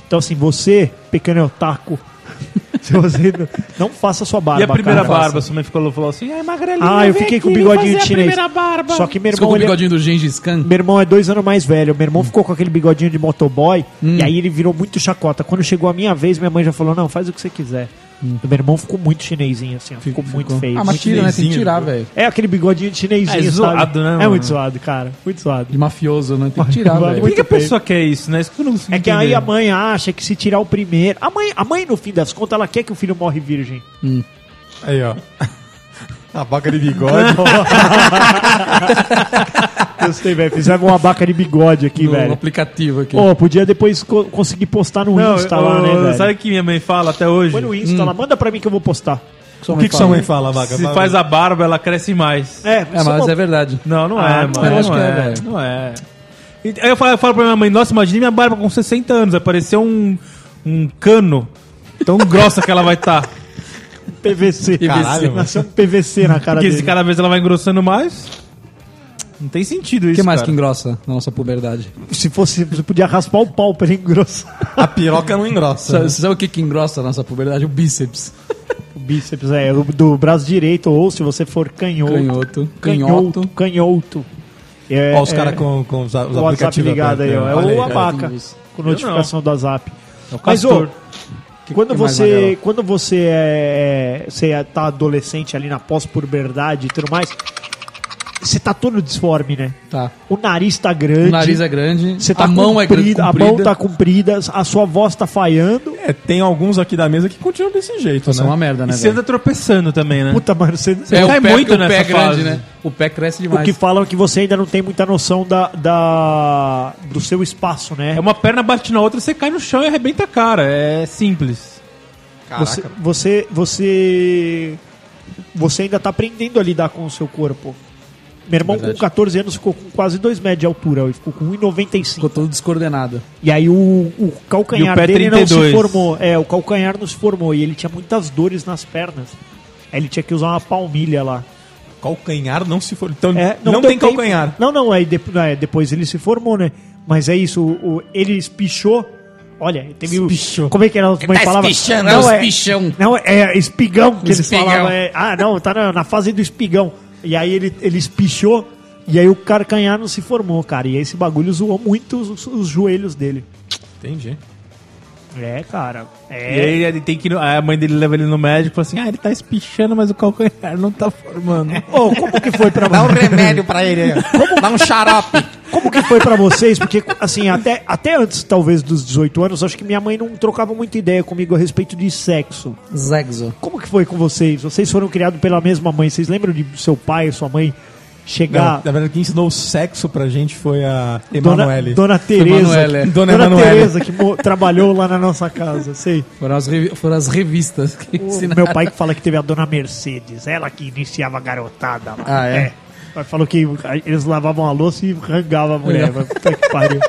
[SPEAKER 3] Então, assim, você, pequeno otaku, se você não, não faça sua barba.
[SPEAKER 4] E a primeira
[SPEAKER 3] cara.
[SPEAKER 4] barba, sua mãe ficou, falou assim, ai, magrelinha,
[SPEAKER 3] Ah, eu
[SPEAKER 4] vem
[SPEAKER 3] fiquei
[SPEAKER 4] aqui,
[SPEAKER 3] com o
[SPEAKER 4] vem
[SPEAKER 3] bigodinho
[SPEAKER 4] fazer a
[SPEAKER 3] chinês.
[SPEAKER 4] primeira barba.
[SPEAKER 3] Só que meu
[SPEAKER 2] Ficou com
[SPEAKER 3] irmão,
[SPEAKER 2] o
[SPEAKER 3] ele, é
[SPEAKER 2] bigodinho do Gengis Khan.
[SPEAKER 3] Meu irmão é dois anos mais velho. Meu
[SPEAKER 4] Hum.
[SPEAKER 3] irmão ficou com aquele bigodinho de motoboy. E aí ele virou muito chacota. Quando chegou a minha vez, minha mãe já falou: Não, faz o que você quiser.
[SPEAKER 4] Hum.
[SPEAKER 3] Meu irmão ficou muito chinesinho, assim. ó, Ficou, muito feio.
[SPEAKER 2] Ah, mas
[SPEAKER 3] Muito
[SPEAKER 2] tira, né? Tem que
[SPEAKER 1] chinesinho,
[SPEAKER 2] tirar,
[SPEAKER 1] né?
[SPEAKER 2] velho.
[SPEAKER 3] É aquele bigodinho de chinesinho,
[SPEAKER 4] É
[SPEAKER 3] sabe?
[SPEAKER 4] zoado, né,
[SPEAKER 3] É
[SPEAKER 4] mano?
[SPEAKER 3] muito zoado, cara. Muito zoado.
[SPEAKER 2] De mafioso, né? Tem que tirar,
[SPEAKER 3] Vai,
[SPEAKER 4] Por
[SPEAKER 2] velho.
[SPEAKER 4] que, que a
[SPEAKER 3] Muito bem.
[SPEAKER 4] pessoa quer isso, né? Isso que eu não
[SPEAKER 3] É que aí a mãe acha que se tirar o primeiro. A mãe, a mãe, no fim das contas, ela quer que o filho morre virgem.
[SPEAKER 1] Aí, ó. A vaca de bigode.
[SPEAKER 3] Gostei, velho. Fizeram uma vaca de bigode aqui,
[SPEAKER 2] No
[SPEAKER 3] velho.
[SPEAKER 2] aplicativo aqui.
[SPEAKER 3] Pô, podia depois co- conseguir postar no
[SPEAKER 4] não,
[SPEAKER 3] Insta lá, né, velho?
[SPEAKER 4] Sabe o que Hum. minha mãe fala até hoje?
[SPEAKER 3] Põe no Insta lá, manda pra mim que eu vou postar.
[SPEAKER 1] o que, que sua mãe fala, vaca?
[SPEAKER 4] Se faz a barba, ela cresce mais.
[SPEAKER 3] É,
[SPEAKER 2] É, mas é verdade.
[SPEAKER 4] Não, não
[SPEAKER 3] Ah,
[SPEAKER 4] é,
[SPEAKER 3] mas
[SPEAKER 4] mano.
[SPEAKER 2] eu acho
[SPEAKER 4] não
[SPEAKER 2] que é,
[SPEAKER 4] é,
[SPEAKER 2] velho.
[SPEAKER 4] não é. E- Aí eu falo, eu falo pra minha mãe, nossa, imagina minha barba com 60 anos, apareceu um, um cano tão grossa que ela vai tá." estar.
[SPEAKER 3] PVC.
[SPEAKER 1] Caralho, mano.
[SPEAKER 3] Nasceu um PVC na cara
[SPEAKER 4] Porque
[SPEAKER 3] dele.
[SPEAKER 4] se cada vez ela vai engrossando mais, não tem sentido
[SPEAKER 2] O
[SPEAKER 4] isso,
[SPEAKER 2] que mais que
[SPEAKER 4] cara.
[SPEAKER 2] engrossa na nossa puberdade?
[SPEAKER 3] Se fosse, você podia raspar o pau pra ele engrossar
[SPEAKER 1] A piroca não
[SPEAKER 2] Sabe,
[SPEAKER 1] engrossa. né?
[SPEAKER 2] você sabe o que, que engrossa na nossa puberdade? O bíceps.
[SPEAKER 3] o bíceps, é, o do braço direito, ou se você for canhoto.
[SPEAKER 2] Canhoto.
[SPEAKER 3] Canhoto.
[SPEAKER 2] Canhoto.
[SPEAKER 3] Canhoto. É,
[SPEAKER 1] Ó, os caras
[SPEAKER 3] é,
[SPEAKER 1] com, com os, os
[SPEAKER 3] o WhatsApp
[SPEAKER 1] aplicativos né?
[SPEAKER 3] ligado
[SPEAKER 2] né?
[SPEAKER 3] aí, ó. É
[SPEAKER 1] Olha
[SPEAKER 3] o
[SPEAKER 1] aí,
[SPEAKER 3] abaca,
[SPEAKER 2] Eu isso.
[SPEAKER 3] com notificação do WhatsApp.
[SPEAKER 4] É o
[SPEAKER 3] Mas, ô,
[SPEAKER 4] castor.
[SPEAKER 2] Que-
[SPEAKER 3] quando,
[SPEAKER 2] que mais,
[SPEAKER 3] você,
[SPEAKER 2] Magrelo?
[SPEAKER 3] quando você é, é, você é- tá adolescente ali na pós-puberdade e tudo mais, você tá todo disforme, né?
[SPEAKER 2] Tá.
[SPEAKER 3] O nariz tá grande.
[SPEAKER 2] O nariz é grande.
[SPEAKER 3] Você tá
[SPEAKER 2] a mão é grande.
[SPEAKER 3] comprida, a mão tá comprida, a sua voz tá falhando.
[SPEAKER 1] É, tem alguns aqui da mesa que continuam desse jeito,
[SPEAKER 2] Nossa,
[SPEAKER 1] né?
[SPEAKER 2] é uma merda,
[SPEAKER 4] E
[SPEAKER 2] né,
[SPEAKER 4] você
[SPEAKER 2] velho?
[SPEAKER 4] anda tropeçando também, né?
[SPEAKER 3] Puta, mano, você,
[SPEAKER 4] É, cai muito
[SPEAKER 2] o pé
[SPEAKER 4] nessa
[SPEAKER 2] grande,
[SPEAKER 4] fase.
[SPEAKER 2] né? O pé cresce
[SPEAKER 3] o
[SPEAKER 2] demais.
[SPEAKER 3] que falam é que você ainda não tem muita noção da, da- do seu espaço, né?
[SPEAKER 4] É uma perna bate na outra, você cai no chão e arrebenta a cara. É simples. um
[SPEAKER 3] Você, você, você, você ainda tá aprendendo a lidar com o seu corpo. Meu irmão com 14 anos ficou com quase 2 metros de altura, ele ficou com 1,95.
[SPEAKER 2] Ficou todo descoordenado.
[SPEAKER 3] E aí o, o
[SPEAKER 4] E o
[SPEAKER 3] calcanhar
[SPEAKER 4] pé
[SPEAKER 3] dele não se
[SPEAKER 4] 32.
[SPEAKER 3] formou. É, o calcanhar não se formou e ele tinha muitas dores nas pernas. Aí ele tinha que usar uma palmilha lá.
[SPEAKER 1] Calcanhar não se for. Então,
[SPEAKER 3] É,
[SPEAKER 1] não,
[SPEAKER 3] deu
[SPEAKER 1] tem
[SPEAKER 3] tempo.
[SPEAKER 1] calcanhar.
[SPEAKER 3] Não, não, aí dep- não, é, depois ele se formou, né? Mas é isso, o, o- ele espichou. Olha, teve o.
[SPEAKER 1] Espichou.
[SPEAKER 3] Como é que era a mãe
[SPEAKER 2] tá
[SPEAKER 3] falava?
[SPEAKER 2] espichando,
[SPEAKER 3] não,
[SPEAKER 2] é um
[SPEAKER 3] é,
[SPEAKER 2] espichão.
[SPEAKER 3] Não, é espigão que eles
[SPEAKER 2] Espigão.
[SPEAKER 3] falavam. é, ah, não, tá na, na fase do espigão. E aí ele, ele espichou, e aí o carcanhar não se formou, cara. E aí esse bagulho zoou muito os, os joelhos dele.
[SPEAKER 1] Entendi.
[SPEAKER 3] É, cara.
[SPEAKER 4] E
[SPEAKER 3] É.
[SPEAKER 4] aí ele tem que ir no- aí a mãe dele leva ele no médico e fala assim: Ah, ele tá espichando, mas o calcanhar não tá formando.
[SPEAKER 3] Ô, como que foi pra
[SPEAKER 1] Dá um remédio pra ele aí. ó. Dá um xarope.
[SPEAKER 3] Como que foi pra vocês? Porque, assim, até, até antes, talvez, dos 18 anos, acho que minha mãe não trocava muita ideia comigo a respeito de sexo.
[SPEAKER 2] Zegzo.
[SPEAKER 3] Como que foi com vocês? Vocês foram criados pela mesma mãe. Vocês lembram de seu pai, sua mãe
[SPEAKER 1] Não,
[SPEAKER 3] chegar...
[SPEAKER 1] na verdade, quem ensinou o sexo pra gente foi a
[SPEAKER 3] Ah. Dona,
[SPEAKER 1] Emanuele.
[SPEAKER 3] Dona Tereza.
[SPEAKER 2] Emanuele, é.
[SPEAKER 1] Dona
[SPEAKER 3] Dona,
[SPEAKER 1] Emanuele.
[SPEAKER 3] Tereza, que mo- trabalhou lá na nossa casa, sei.
[SPEAKER 2] Foram as, revi- foram as revistas que
[SPEAKER 3] O
[SPEAKER 2] ensinaram.
[SPEAKER 3] meu pai que fala que teve a Dona Mercedes. Ela que iniciava a garotada lá.
[SPEAKER 2] Ah, é?
[SPEAKER 3] Mas Falou que eles lavavam a louça e rangavam a
[SPEAKER 2] É.
[SPEAKER 3] mulher. Mas puta que pariu.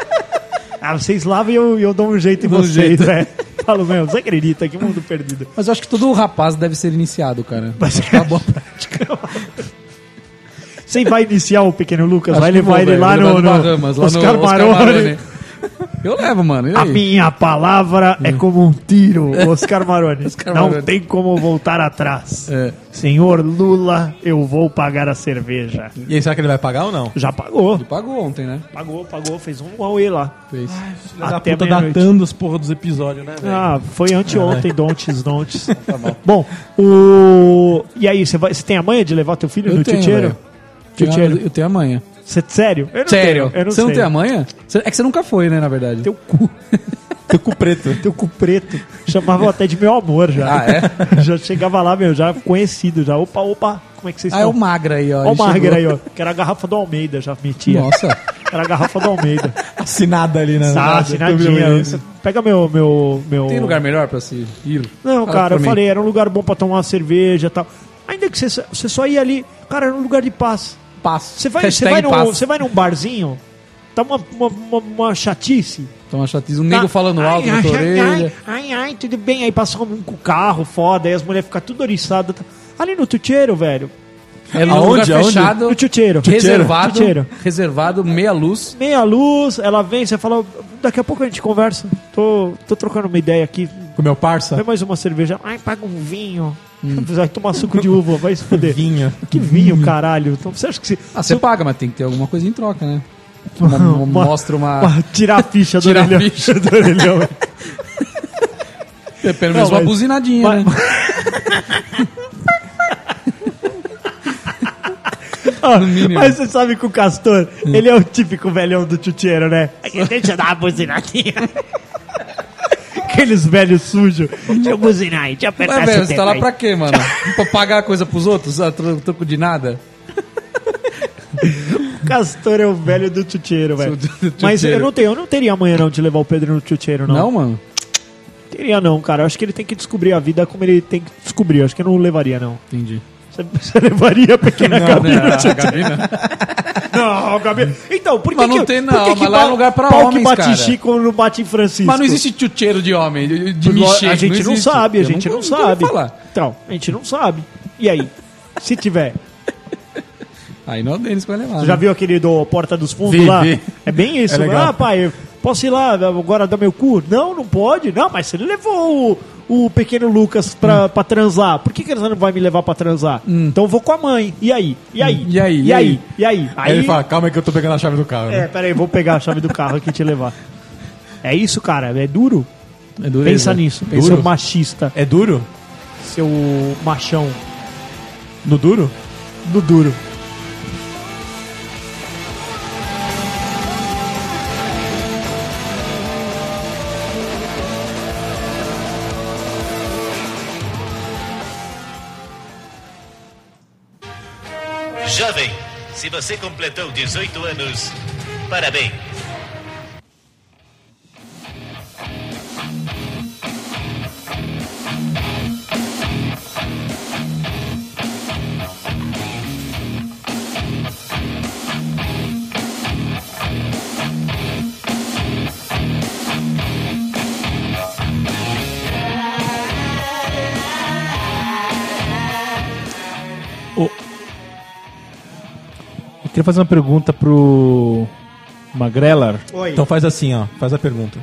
[SPEAKER 3] Ah, vocês lavam e eu, eu dou um jeito em
[SPEAKER 2] Dou um
[SPEAKER 3] vocês, né? Falo mesmo, você acredita? Que mundo perdido.
[SPEAKER 2] Mas eu acho que todo rapaz deve ser iniciado, cara.
[SPEAKER 3] Mas-
[SPEAKER 2] Acho que é uma boa prática.
[SPEAKER 3] Você vai iniciar o pequeno Lucas?
[SPEAKER 2] Acho
[SPEAKER 3] vai
[SPEAKER 2] que
[SPEAKER 3] levar
[SPEAKER 2] vou,
[SPEAKER 3] ele
[SPEAKER 2] velho.
[SPEAKER 3] lá
[SPEAKER 2] Vou levar
[SPEAKER 3] no, no
[SPEAKER 2] Bahamas, lá
[SPEAKER 3] Oscar, né?
[SPEAKER 2] no né?
[SPEAKER 3] Maroni.
[SPEAKER 2] Eu levo, mano. E
[SPEAKER 3] A
[SPEAKER 2] aí?
[SPEAKER 3] minha palavra é como um tiro, Oscar Maroni.
[SPEAKER 2] Hum. Oscar
[SPEAKER 3] Não
[SPEAKER 2] Maroni.
[SPEAKER 3] tem como voltar atrás.
[SPEAKER 2] É.
[SPEAKER 3] Senhor Lula, eu vou pagar a cerveja.
[SPEAKER 1] E aí, será que ele vai pagar ou não?
[SPEAKER 3] Já pagou.
[SPEAKER 2] Ele pagou ontem, né?
[SPEAKER 3] Pagou, pagou, fez um Huawei lá.
[SPEAKER 2] Fez.
[SPEAKER 3] Até
[SPEAKER 1] da puta
[SPEAKER 3] meia-noite.
[SPEAKER 1] datando os porra dos episódios, né, velho?
[SPEAKER 3] Ah, foi anteontem, dontes, dontes.
[SPEAKER 2] Tá
[SPEAKER 3] Bom, o. E aí, você vai- você tem a manha de levar teu filho
[SPEAKER 2] Eu
[SPEAKER 3] no
[SPEAKER 2] tenho,
[SPEAKER 3] tchutcheiro?
[SPEAKER 2] velho. Tenho a-
[SPEAKER 3] Tchutcheiro.
[SPEAKER 2] Eu tenho amanhã.
[SPEAKER 3] Cê- Sério? Eu não
[SPEAKER 2] Sério?
[SPEAKER 3] tenho, eu não
[SPEAKER 2] você não
[SPEAKER 3] sei.
[SPEAKER 2] tem amanhã? Cê- É que você nunca foi, né, na verdade.
[SPEAKER 3] Teu cu.
[SPEAKER 1] Teu cu preto.
[SPEAKER 3] Teu cu preto. Chamavam até de meu amor já.
[SPEAKER 2] Ah, é?
[SPEAKER 3] Já chegava lá, meu, já conhecido já. Opa, opa, como é que vocês
[SPEAKER 2] Ah, é
[SPEAKER 3] estão?
[SPEAKER 2] o Magra aí, ó.
[SPEAKER 3] Ó o
[SPEAKER 2] ele
[SPEAKER 3] Magra aí,
[SPEAKER 2] chegou.
[SPEAKER 3] ó. Que era a garrafa do Almeida, já metia.
[SPEAKER 2] Nossa. É,
[SPEAKER 3] Era a garrafa do Almeida.
[SPEAKER 1] Assinada ali, né?
[SPEAKER 3] Tá, assinadinha. Você Pega meu, meu, meu...
[SPEAKER 2] Tem lugar melhor pra se ir?
[SPEAKER 3] Não,
[SPEAKER 2] Fala
[SPEAKER 3] cara,
[SPEAKER 2] pra
[SPEAKER 3] eu
[SPEAKER 2] mim.
[SPEAKER 3] falei, era um lugar bom pra tomar uma cerveja e tal. Ainda que você, só- você só ia ali... Cara, era um lugar de paz.
[SPEAKER 2] Passo.
[SPEAKER 3] Você vai, você
[SPEAKER 2] Hashtag
[SPEAKER 3] vai, num,
[SPEAKER 2] passo.
[SPEAKER 3] você vai num barzinho, tá uma, uma, uma- uma chatice.
[SPEAKER 2] Então uma chatice. Um nego falando alto na tua
[SPEAKER 3] ai, ai,
[SPEAKER 2] orelha.
[SPEAKER 3] ai, ai, tudo bem. Aí passa um com o carro foda, aí as mulheres ficam tudo oriçadas. tá? Ali no Tuteiro, velho.
[SPEAKER 2] É num lugar
[SPEAKER 1] Aonde? Aonde?
[SPEAKER 2] fechado.
[SPEAKER 3] No Tuteiro.
[SPEAKER 2] Reservado.
[SPEAKER 3] Tuteiro.
[SPEAKER 2] Reservado, meia luz.
[SPEAKER 3] Meia luz, ela vem, você fala, daqui a pouco a gente conversa. Tô, tô trocando uma ideia aqui.
[SPEAKER 1] Com meu
[SPEAKER 2] Tá.
[SPEAKER 1] parça.
[SPEAKER 2] Ah,
[SPEAKER 3] Vai mais uma cerveja. Ai, paga um vinho.
[SPEAKER 2] Hum.
[SPEAKER 3] Vai tomar suco de uva, vai se fuder.
[SPEAKER 1] Vinha.
[SPEAKER 3] Que vinho, caralho. Então você acha que se.
[SPEAKER 2] Ah, você paga, mas tem que ter alguma coisa em troca, né? Uma- uma- mostra uma.
[SPEAKER 3] Pá, Tirar a ficha do
[SPEAKER 2] Tirar a
[SPEAKER 3] orelhão.
[SPEAKER 2] ficha.
[SPEAKER 3] do orelhão.
[SPEAKER 2] é, Pelo menos
[SPEAKER 3] Não,
[SPEAKER 2] uma
[SPEAKER 3] mas-
[SPEAKER 2] buzinadinha,
[SPEAKER 3] mas-
[SPEAKER 2] né?
[SPEAKER 3] Ah,
[SPEAKER 2] mínimo.
[SPEAKER 3] Mas você sabe que o Castor, ele é o típico velhão do tchutcheiro, né? Deixa eu dar uma buzinadinha. Aqueles velhos sujos. Deixa eu buzinar aí, deixa eu apertar
[SPEAKER 2] Mas,
[SPEAKER 3] esse
[SPEAKER 2] velho, você
[SPEAKER 3] tempo
[SPEAKER 2] tá lá
[SPEAKER 3] aí.
[SPEAKER 2] pra quê, mano? pra pagar a coisa pros outros? Ah, tro- troco de nada?
[SPEAKER 3] O Castor é o velho do tchutcheiro, velho.
[SPEAKER 2] Do- do
[SPEAKER 3] Mas eu
[SPEAKER 2] tchutcheiro.
[SPEAKER 3] não, tenho, eu não teria amanhã não de levar o Pedro no tchutcheiro, não.
[SPEAKER 2] Não, mano.
[SPEAKER 3] Teria não, cara. Eu acho que ele tem que descobrir a vida como ele tem que descobrir. Eu acho que eu não levaria, não.
[SPEAKER 2] Entendi.
[SPEAKER 3] Você, você levaria é a pequena
[SPEAKER 2] Não,
[SPEAKER 3] Gabi?
[SPEAKER 2] né, a Gabina?
[SPEAKER 3] Não, Gabi. Então, por que
[SPEAKER 2] Mas não
[SPEAKER 3] que,
[SPEAKER 2] tem,
[SPEAKER 3] por
[SPEAKER 2] não.
[SPEAKER 3] que que
[SPEAKER 2] Mas lá é
[SPEAKER 3] ba-
[SPEAKER 2] lugar pra
[SPEAKER 3] pau que
[SPEAKER 2] homens,
[SPEAKER 3] bate em
[SPEAKER 2] cara.
[SPEAKER 3] Chico não bate em Francisco?
[SPEAKER 2] Mas não existe tchutcheiro de homem, de, de
[SPEAKER 3] Porque
[SPEAKER 2] mexer.
[SPEAKER 3] A gente não,
[SPEAKER 2] existe.
[SPEAKER 3] sabe, a
[SPEAKER 2] Eu
[SPEAKER 3] gente não,
[SPEAKER 2] nunca- nunca ouvi
[SPEAKER 3] sabe.
[SPEAKER 2] falar.
[SPEAKER 3] Então, a gente não sabe. E aí? Se tiver.
[SPEAKER 2] Aí não é o Denis que vai levar.
[SPEAKER 3] Você
[SPEAKER 2] né?
[SPEAKER 3] já viu aquele do Porta dos Fundos
[SPEAKER 2] Vi,
[SPEAKER 3] lá?
[SPEAKER 2] vi.
[SPEAKER 3] É bem isso.
[SPEAKER 2] É legal.
[SPEAKER 3] ah, pai, eu posso ir lá agora dar meu cu? Não, não pode. Não, mas você levou o, o pequeno Lucas pra,
[SPEAKER 2] Hum.
[SPEAKER 3] pra transar. Por que, que eles não vai me levar pra transar? Então eu vou com a mãe. E aí? E aí?
[SPEAKER 2] E aí?
[SPEAKER 3] E aí? E aí?
[SPEAKER 1] Aí, ele fala, calma aí que eu tô pegando a chave do carro.
[SPEAKER 3] É,
[SPEAKER 1] né?
[SPEAKER 3] peraí, vou pegar a chave do carro aqui e te levar. É isso, cara. É duro.
[SPEAKER 2] É dureza.
[SPEAKER 3] Pensa nisso. Pensa
[SPEAKER 1] Duro?
[SPEAKER 3] seu machista,
[SPEAKER 1] É duro?
[SPEAKER 3] seu machão
[SPEAKER 1] No duro?
[SPEAKER 3] do duro.
[SPEAKER 9] Jovem, se você completou 18 anos, parabéns.
[SPEAKER 4] Eu queria fazer uma pergunta pro Magrelar.
[SPEAKER 3] Oi.
[SPEAKER 1] Então faz assim, ó. Faz a pergunta.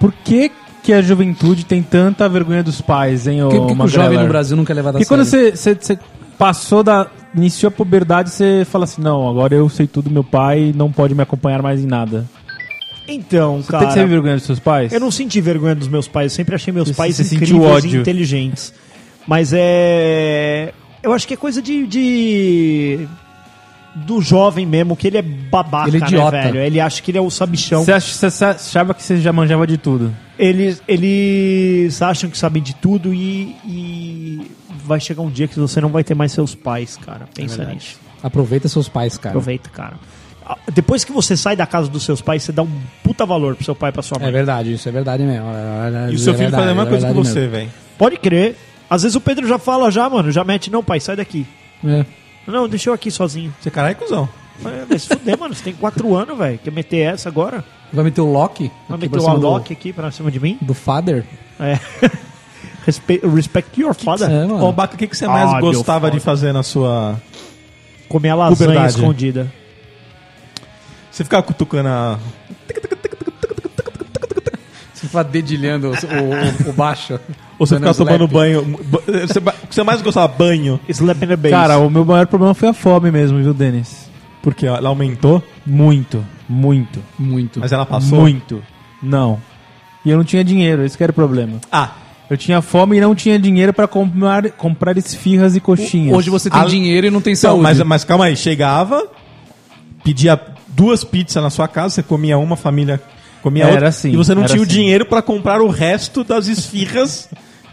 [SPEAKER 4] Por que que a juventude tem tanta vergonha dos pais, hein, ô
[SPEAKER 2] Por que, por que que o
[SPEAKER 4] Magrelar?
[SPEAKER 2] jovem no Brasil nunca é levado a
[SPEAKER 4] Porque quando
[SPEAKER 2] sério?
[SPEAKER 4] você, você, você passou da... Iniciou a puberdade, você fala assim, não, agora eu sei tudo, meu pai não pode me acompanhar mais em nada.
[SPEAKER 3] Então,
[SPEAKER 4] Você
[SPEAKER 3] cara.
[SPEAKER 4] tem que ser vergonha dos seus pais?
[SPEAKER 3] Eu não senti vergonha dos meus pais, eu sempre achei meus
[SPEAKER 4] Você
[SPEAKER 3] pais
[SPEAKER 4] se sentiu
[SPEAKER 3] incríveis e
[SPEAKER 4] ódio.
[SPEAKER 3] inteligentes. Mas é. Eu acho que é coisa de. de- Do jovem mesmo, que ele é babaca,
[SPEAKER 2] Ele é idiota.
[SPEAKER 3] né, velho? Ele acha que ele é o sabichão.
[SPEAKER 4] Você acha- você sa- achava que você já manjava de tudo.
[SPEAKER 3] Eles, eles acham que sabem de tudo e, e vai chegar um dia que você não vai ter mais seus pais, cara. Pensa nisso.
[SPEAKER 2] Aproveita seus pais, cara.
[SPEAKER 3] Aproveita, cara. Ah, Depois que você sai da casa dos seus pais, você dá um puta valor pro seu pai e pra sua mãe.
[SPEAKER 2] É verdade, isso é verdade mesmo.
[SPEAKER 1] E o
[SPEAKER 2] É
[SPEAKER 1] seu filho faz a mesma coisa que você, velho.
[SPEAKER 3] Pode crer. Às vezes o Pedro já fala, já, mano, já mete, não, pai, sai daqui.
[SPEAKER 2] É.
[SPEAKER 3] Não, deixa eu aqui sozinho.
[SPEAKER 1] Você caralho, é cuzão.
[SPEAKER 3] Mas vai se fuder, mano, você tem quatro anos, velho. Quer meter essa agora?
[SPEAKER 2] Vai meter o Loki?
[SPEAKER 3] Vai
[SPEAKER 2] Aqui
[SPEAKER 3] meter
[SPEAKER 2] pra
[SPEAKER 3] o
[SPEAKER 2] cima do-
[SPEAKER 3] Aldoc aqui pra cima de mim?
[SPEAKER 2] Do Father?
[SPEAKER 3] É. Respe- respect your father.
[SPEAKER 2] É, mano.
[SPEAKER 1] Ô, Baca, o que, que você mais
[SPEAKER 3] Ah, meu
[SPEAKER 1] gostava
[SPEAKER 3] foda.
[SPEAKER 1] de fazer na sua.
[SPEAKER 3] Comer a lasanha
[SPEAKER 1] Puberdade.
[SPEAKER 3] escondida.
[SPEAKER 1] Você ficava cutucando a.
[SPEAKER 2] Você fica dedilhando o, o- o baixo.
[SPEAKER 1] Ou você
[SPEAKER 2] Dando
[SPEAKER 1] ficava tomando
[SPEAKER 2] slap.
[SPEAKER 1] banho. ba- Você, ba- o que você mais gostava? Banho.
[SPEAKER 3] Slap in the base.
[SPEAKER 4] Cara, o meu maior problema foi a fome mesmo, viu, Denis?
[SPEAKER 1] Porque ela aumentou,
[SPEAKER 4] Muito, muito,
[SPEAKER 2] Muito.
[SPEAKER 1] mas é ela passou.
[SPEAKER 4] muito. Não. E eu não tinha dinheiro, esse que era o problema.
[SPEAKER 1] Ah,
[SPEAKER 4] Eu tinha fome e não tinha dinheiro pra comprar, comprar esfirras e coxinhas.
[SPEAKER 2] Hoje você tem
[SPEAKER 1] A-
[SPEAKER 2] dinheiro e não tem
[SPEAKER 1] então,
[SPEAKER 2] saúde.
[SPEAKER 1] mas, mas calma aí. Chegava, pedia duas pizzas na sua casa, você comia uma, a família comia
[SPEAKER 4] Era
[SPEAKER 1] outra.
[SPEAKER 4] assim,
[SPEAKER 1] E você não
[SPEAKER 4] era
[SPEAKER 1] tinha o
[SPEAKER 4] assim.
[SPEAKER 1] dinheiro pra comprar o resto das esfirras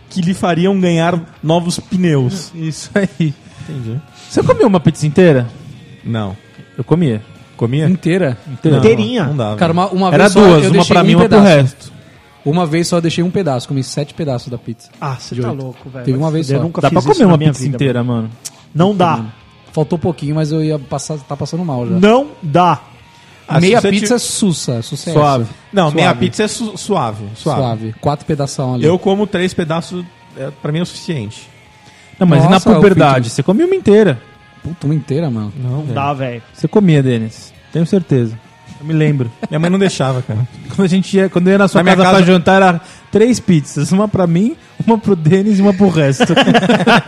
[SPEAKER 1] que lhe fariam ganhar novos pneus.
[SPEAKER 4] Isso aí.
[SPEAKER 1] Entendi.
[SPEAKER 4] Você comeu uma pizza inteira?
[SPEAKER 1] Não.
[SPEAKER 4] Eu comia.
[SPEAKER 1] Comia?
[SPEAKER 2] Inteira.
[SPEAKER 4] Inteira.
[SPEAKER 1] Não,
[SPEAKER 3] Inteirinha.
[SPEAKER 1] Não dava.
[SPEAKER 2] Cara, uma, uma
[SPEAKER 4] Era
[SPEAKER 2] vez só
[SPEAKER 4] duas,
[SPEAKER 2] eu
[SPEAKER 4] uma
[SPEAKER 2] deixei
[SPEAKER 4] pra
[SPEAKER 2] um
[SPEAKER 4] mim e uma pro
[SPEAKER 2] pedaço.
[SPEAKER 4] resto.
[SPEAKER 2] Uma vez só eu deixei um pedaço, comi sete pedaços da pizza.
[SPEAKER 3] Ah, você
[SPEAKER 2] De
[SPEAKER 3] tá
[SPEAKER 2] oito.
[SPEAKER 3] louco, velho.
[SPEAKER 2] Teve
[SPEAKER 3] Vai
[SPEAKER 2] uma
[SPEAKER 3] se
[SPEAKER 2] vez
[SPEAKER 3] fuder,
[SPEAKER 2] só.
[SPEAKER 3] eu nunca
[SPEAKER 4] Dá
[SPEAKER 3] fiz
[SPEAKER 4] pra
[SPEAKER 3] isso
[SPEAKER 4] comer
[SPEAKER 3] na
[SPEAKER 4] uma
[SPEAKER 3] minha
[SPEAKER 4] pizza
[SPEAKER 3] vida,
[SPEAKER 4] inteira, mano.
[SPEAKER 3] mano. Não dá.
[SPEAKER 2] Faltou pouquinho, mas eu ia passar, tá passando mal já.
[SPEAKER 3] Não dá.
[SPEAKER 1] Ah,
[SPEAKER 2] meia
[SPEAKER 1] se você
[SPEAKER 2] pizza é
[SPEAKER 1] tiver-
[SPEAKER 2] sussa, sucesso.
[SPEAKER 4] Suave.
[SPEAKER 1] Não, meia
[SPEAKER 2] suave.
[SPEAKER 1] pizza é su- suave, suave.
[SPEAKER 2] Suave. Quatro pedação ali.
[SPEAKER 1] Eu como três pedaços, é, pra mim é o suficiente.
[SPEAKER 4] Não, mas e na
[SPEAKER 2] Nossa, é o
[SPEAKER 4] puberdade?
[SPEAKER 2] Pinto-
[SPEAKER 4] Você comia uma inteira.
[SPEAKER 2] Puta, uma inteira, mano.
[SPEAKER 4] Não,
[SPEAKER 3] Dá, velho.
[SPEAKER 4] Você comia, Denis. Tenho certeza. Eu me lembro.
[SPEAKER 1] Minha mãe não deixava, cara.
[SPEAKER 4] Quando a gente ia, quando eu ia na sua
[SPEAKER 1] Na minha
[SPEAKER 4] casa, pra
[SPEAKER 1] casa-
[SPEAKER 4] jantar, era três pizzas. Uma pra mim, uma pro Denis e uma pro resto.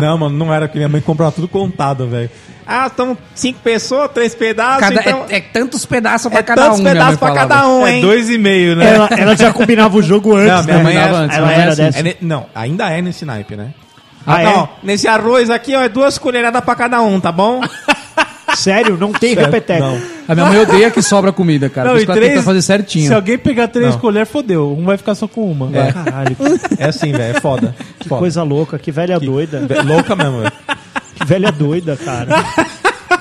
[SPEAKER 1] Não, mano, não era que minha mãe comprava tudo contado, velho. Ah, estão cinco pessoas, três pedaços,
[SPEAKER 2] Cada-
[SPEAKER 1] então...
[SPEAKER 2] é, é tantos pedaços pra
[SPEAKER 1] É
[SPEAKER 2] cada um.
[SPEAKER 1] tantos
[SPEAKER 2] minha mãe
[SPEAKER 1] pedaços pra
[SPEAKER 2] falava.
[SPEAKER 1] cada um,
[SPEAKER 4] é
[SPEAKER 1] hein?
[SPEAKER 4] dois e meio, né?
[SPEAKER 3] Ela, ela já combinava o jogo antes,
[SPEAKER 1] Não, minha
[SPEAKER 3] né?
[SPEAKER 1] mãe era-
[SPEAKER 3] ela,
[SPEAKER 2] antes,
[SPEAKER 3] ela
[SPEAKER 2] não é
[SPEAKER 3] era
[SPEAKER 2] assim?
[SPEAKER 3] dessa.
[SPEAKER 1] É ne- não, ainda é nesse naipe, né?
[SPEAKER 3] Ah,
[SPEAKER 1] não, nesse arroz aqui, ó, é duas colheradas pra cada um, tá bom?
[SPEAKER 3] Sério? Não tem repeteco.
[SPEAKER 1] Não.
[SPEAKER 2] A minha mãe odeia que sobra comida, cara. Por isso que ela tenta fazer
[SPEAKER 4] Se
[SPEAKER 2] certinho.
[SPEAKER 4] alguém pegar três
[SPEAKER 1] Não.
[SPEAKER 4] colheres, fodeu. Um vai ficar só com uma.
[SPEAKER 1] É.
[SPEAKER 4] Caralho.
[SPEAKER 1] É assim, velho, é foda.
[SPEAKER 3] Que
[SPEAKER 1] Foda.
[SPEAKER 3] coisa louca, que velha doida.
[SPEAKER 1] Vé- Louca mesmo, velho.
[SPEAKER 3] Que velha doida, cara.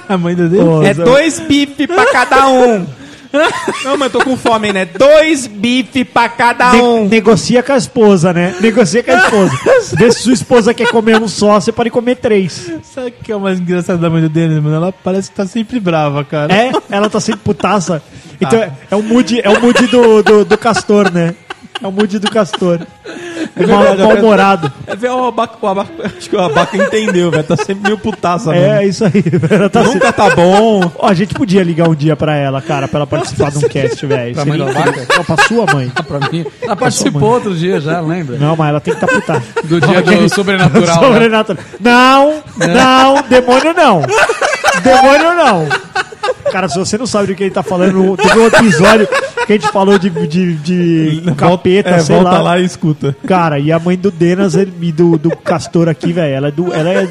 [SPEAKER 4] A mãe do Denis.
[SPEAKER 3] Pô,
[SPEAKER 1] É
[SPEAKER 3] Zé-
[SPEAKER 1] dois bife pra cada um. Não, mas eu tô com fome, né? Dois bife pra cada
[SPEAKER 3] Ne-
[SPEAKER 1] um.
[SPEAKER 3] negocia com a esposa, né? Negocia com a esposa. Vê se sua esposa quer comer um só, você pode comer três.
[SPEAKER 4] Sabe o que é o mais engraçado da mãe do Denis, mano? Ela parece que tá sempre brava, cara.
[SPEAKER 3] É, ela tá sendo putaça. Então é, é o mood, é o mood do, do, do castor, né? É o mood do castor. É mal-
[SPEAKER 1] verdade,
[SPEAKER 3] Mal-humorado.
[SPEAKER 1] É, velho, o abaca, o abaca- acho que o abaca entendeu, velho. Tá sempre meio putaça
[SPEAKER 3] É,
[SPEAKER 1] mesmo.
[SPEAKER 3] isso aí. Ela tá sendo...
[SPEAKER 1] Nunca tá bom.
[SPEAKER 3] Ó, a gente podia ligar um dia pra ela, cara, pra ela participar de um cast, velho.
[SPEAKER 2] Pra mãe
[SPEAKER 3] Seria
[SPEAKER 2] da
[SPEAKER 3] incrível.
[SPEAKER 2] vaca?
[SPEAKER 3] Não, pra sua mãe.
[SPEAKER 2] Pra mim.
[SPEAKER 1] tá
[SPEAKER 2] Ela participou outro dia já, lembra?
[SPEAKER 3] Não, mas ela tem que estar tá putada.
[SPEAKER 2] Do dia do sobrenatural. né?
[SPEAKER 3] Sobrenatural. Não, não, demônio não. Demônio não. Cara, se você não sabe do que ele tá falando, teve um episódio que a gente falou de, de, de capeta,
[SPEAKER 1] é,
[SPEAKER 3] sei
[SPEAKER 1] volta
[SPEAKER 3] lá.
[SPEAKER 1] lá. e escuta.
[SPEAKER 3] Cara, e a mãe do Denas é- e do, do Castor aqui, velho, ela, é do- ela, é,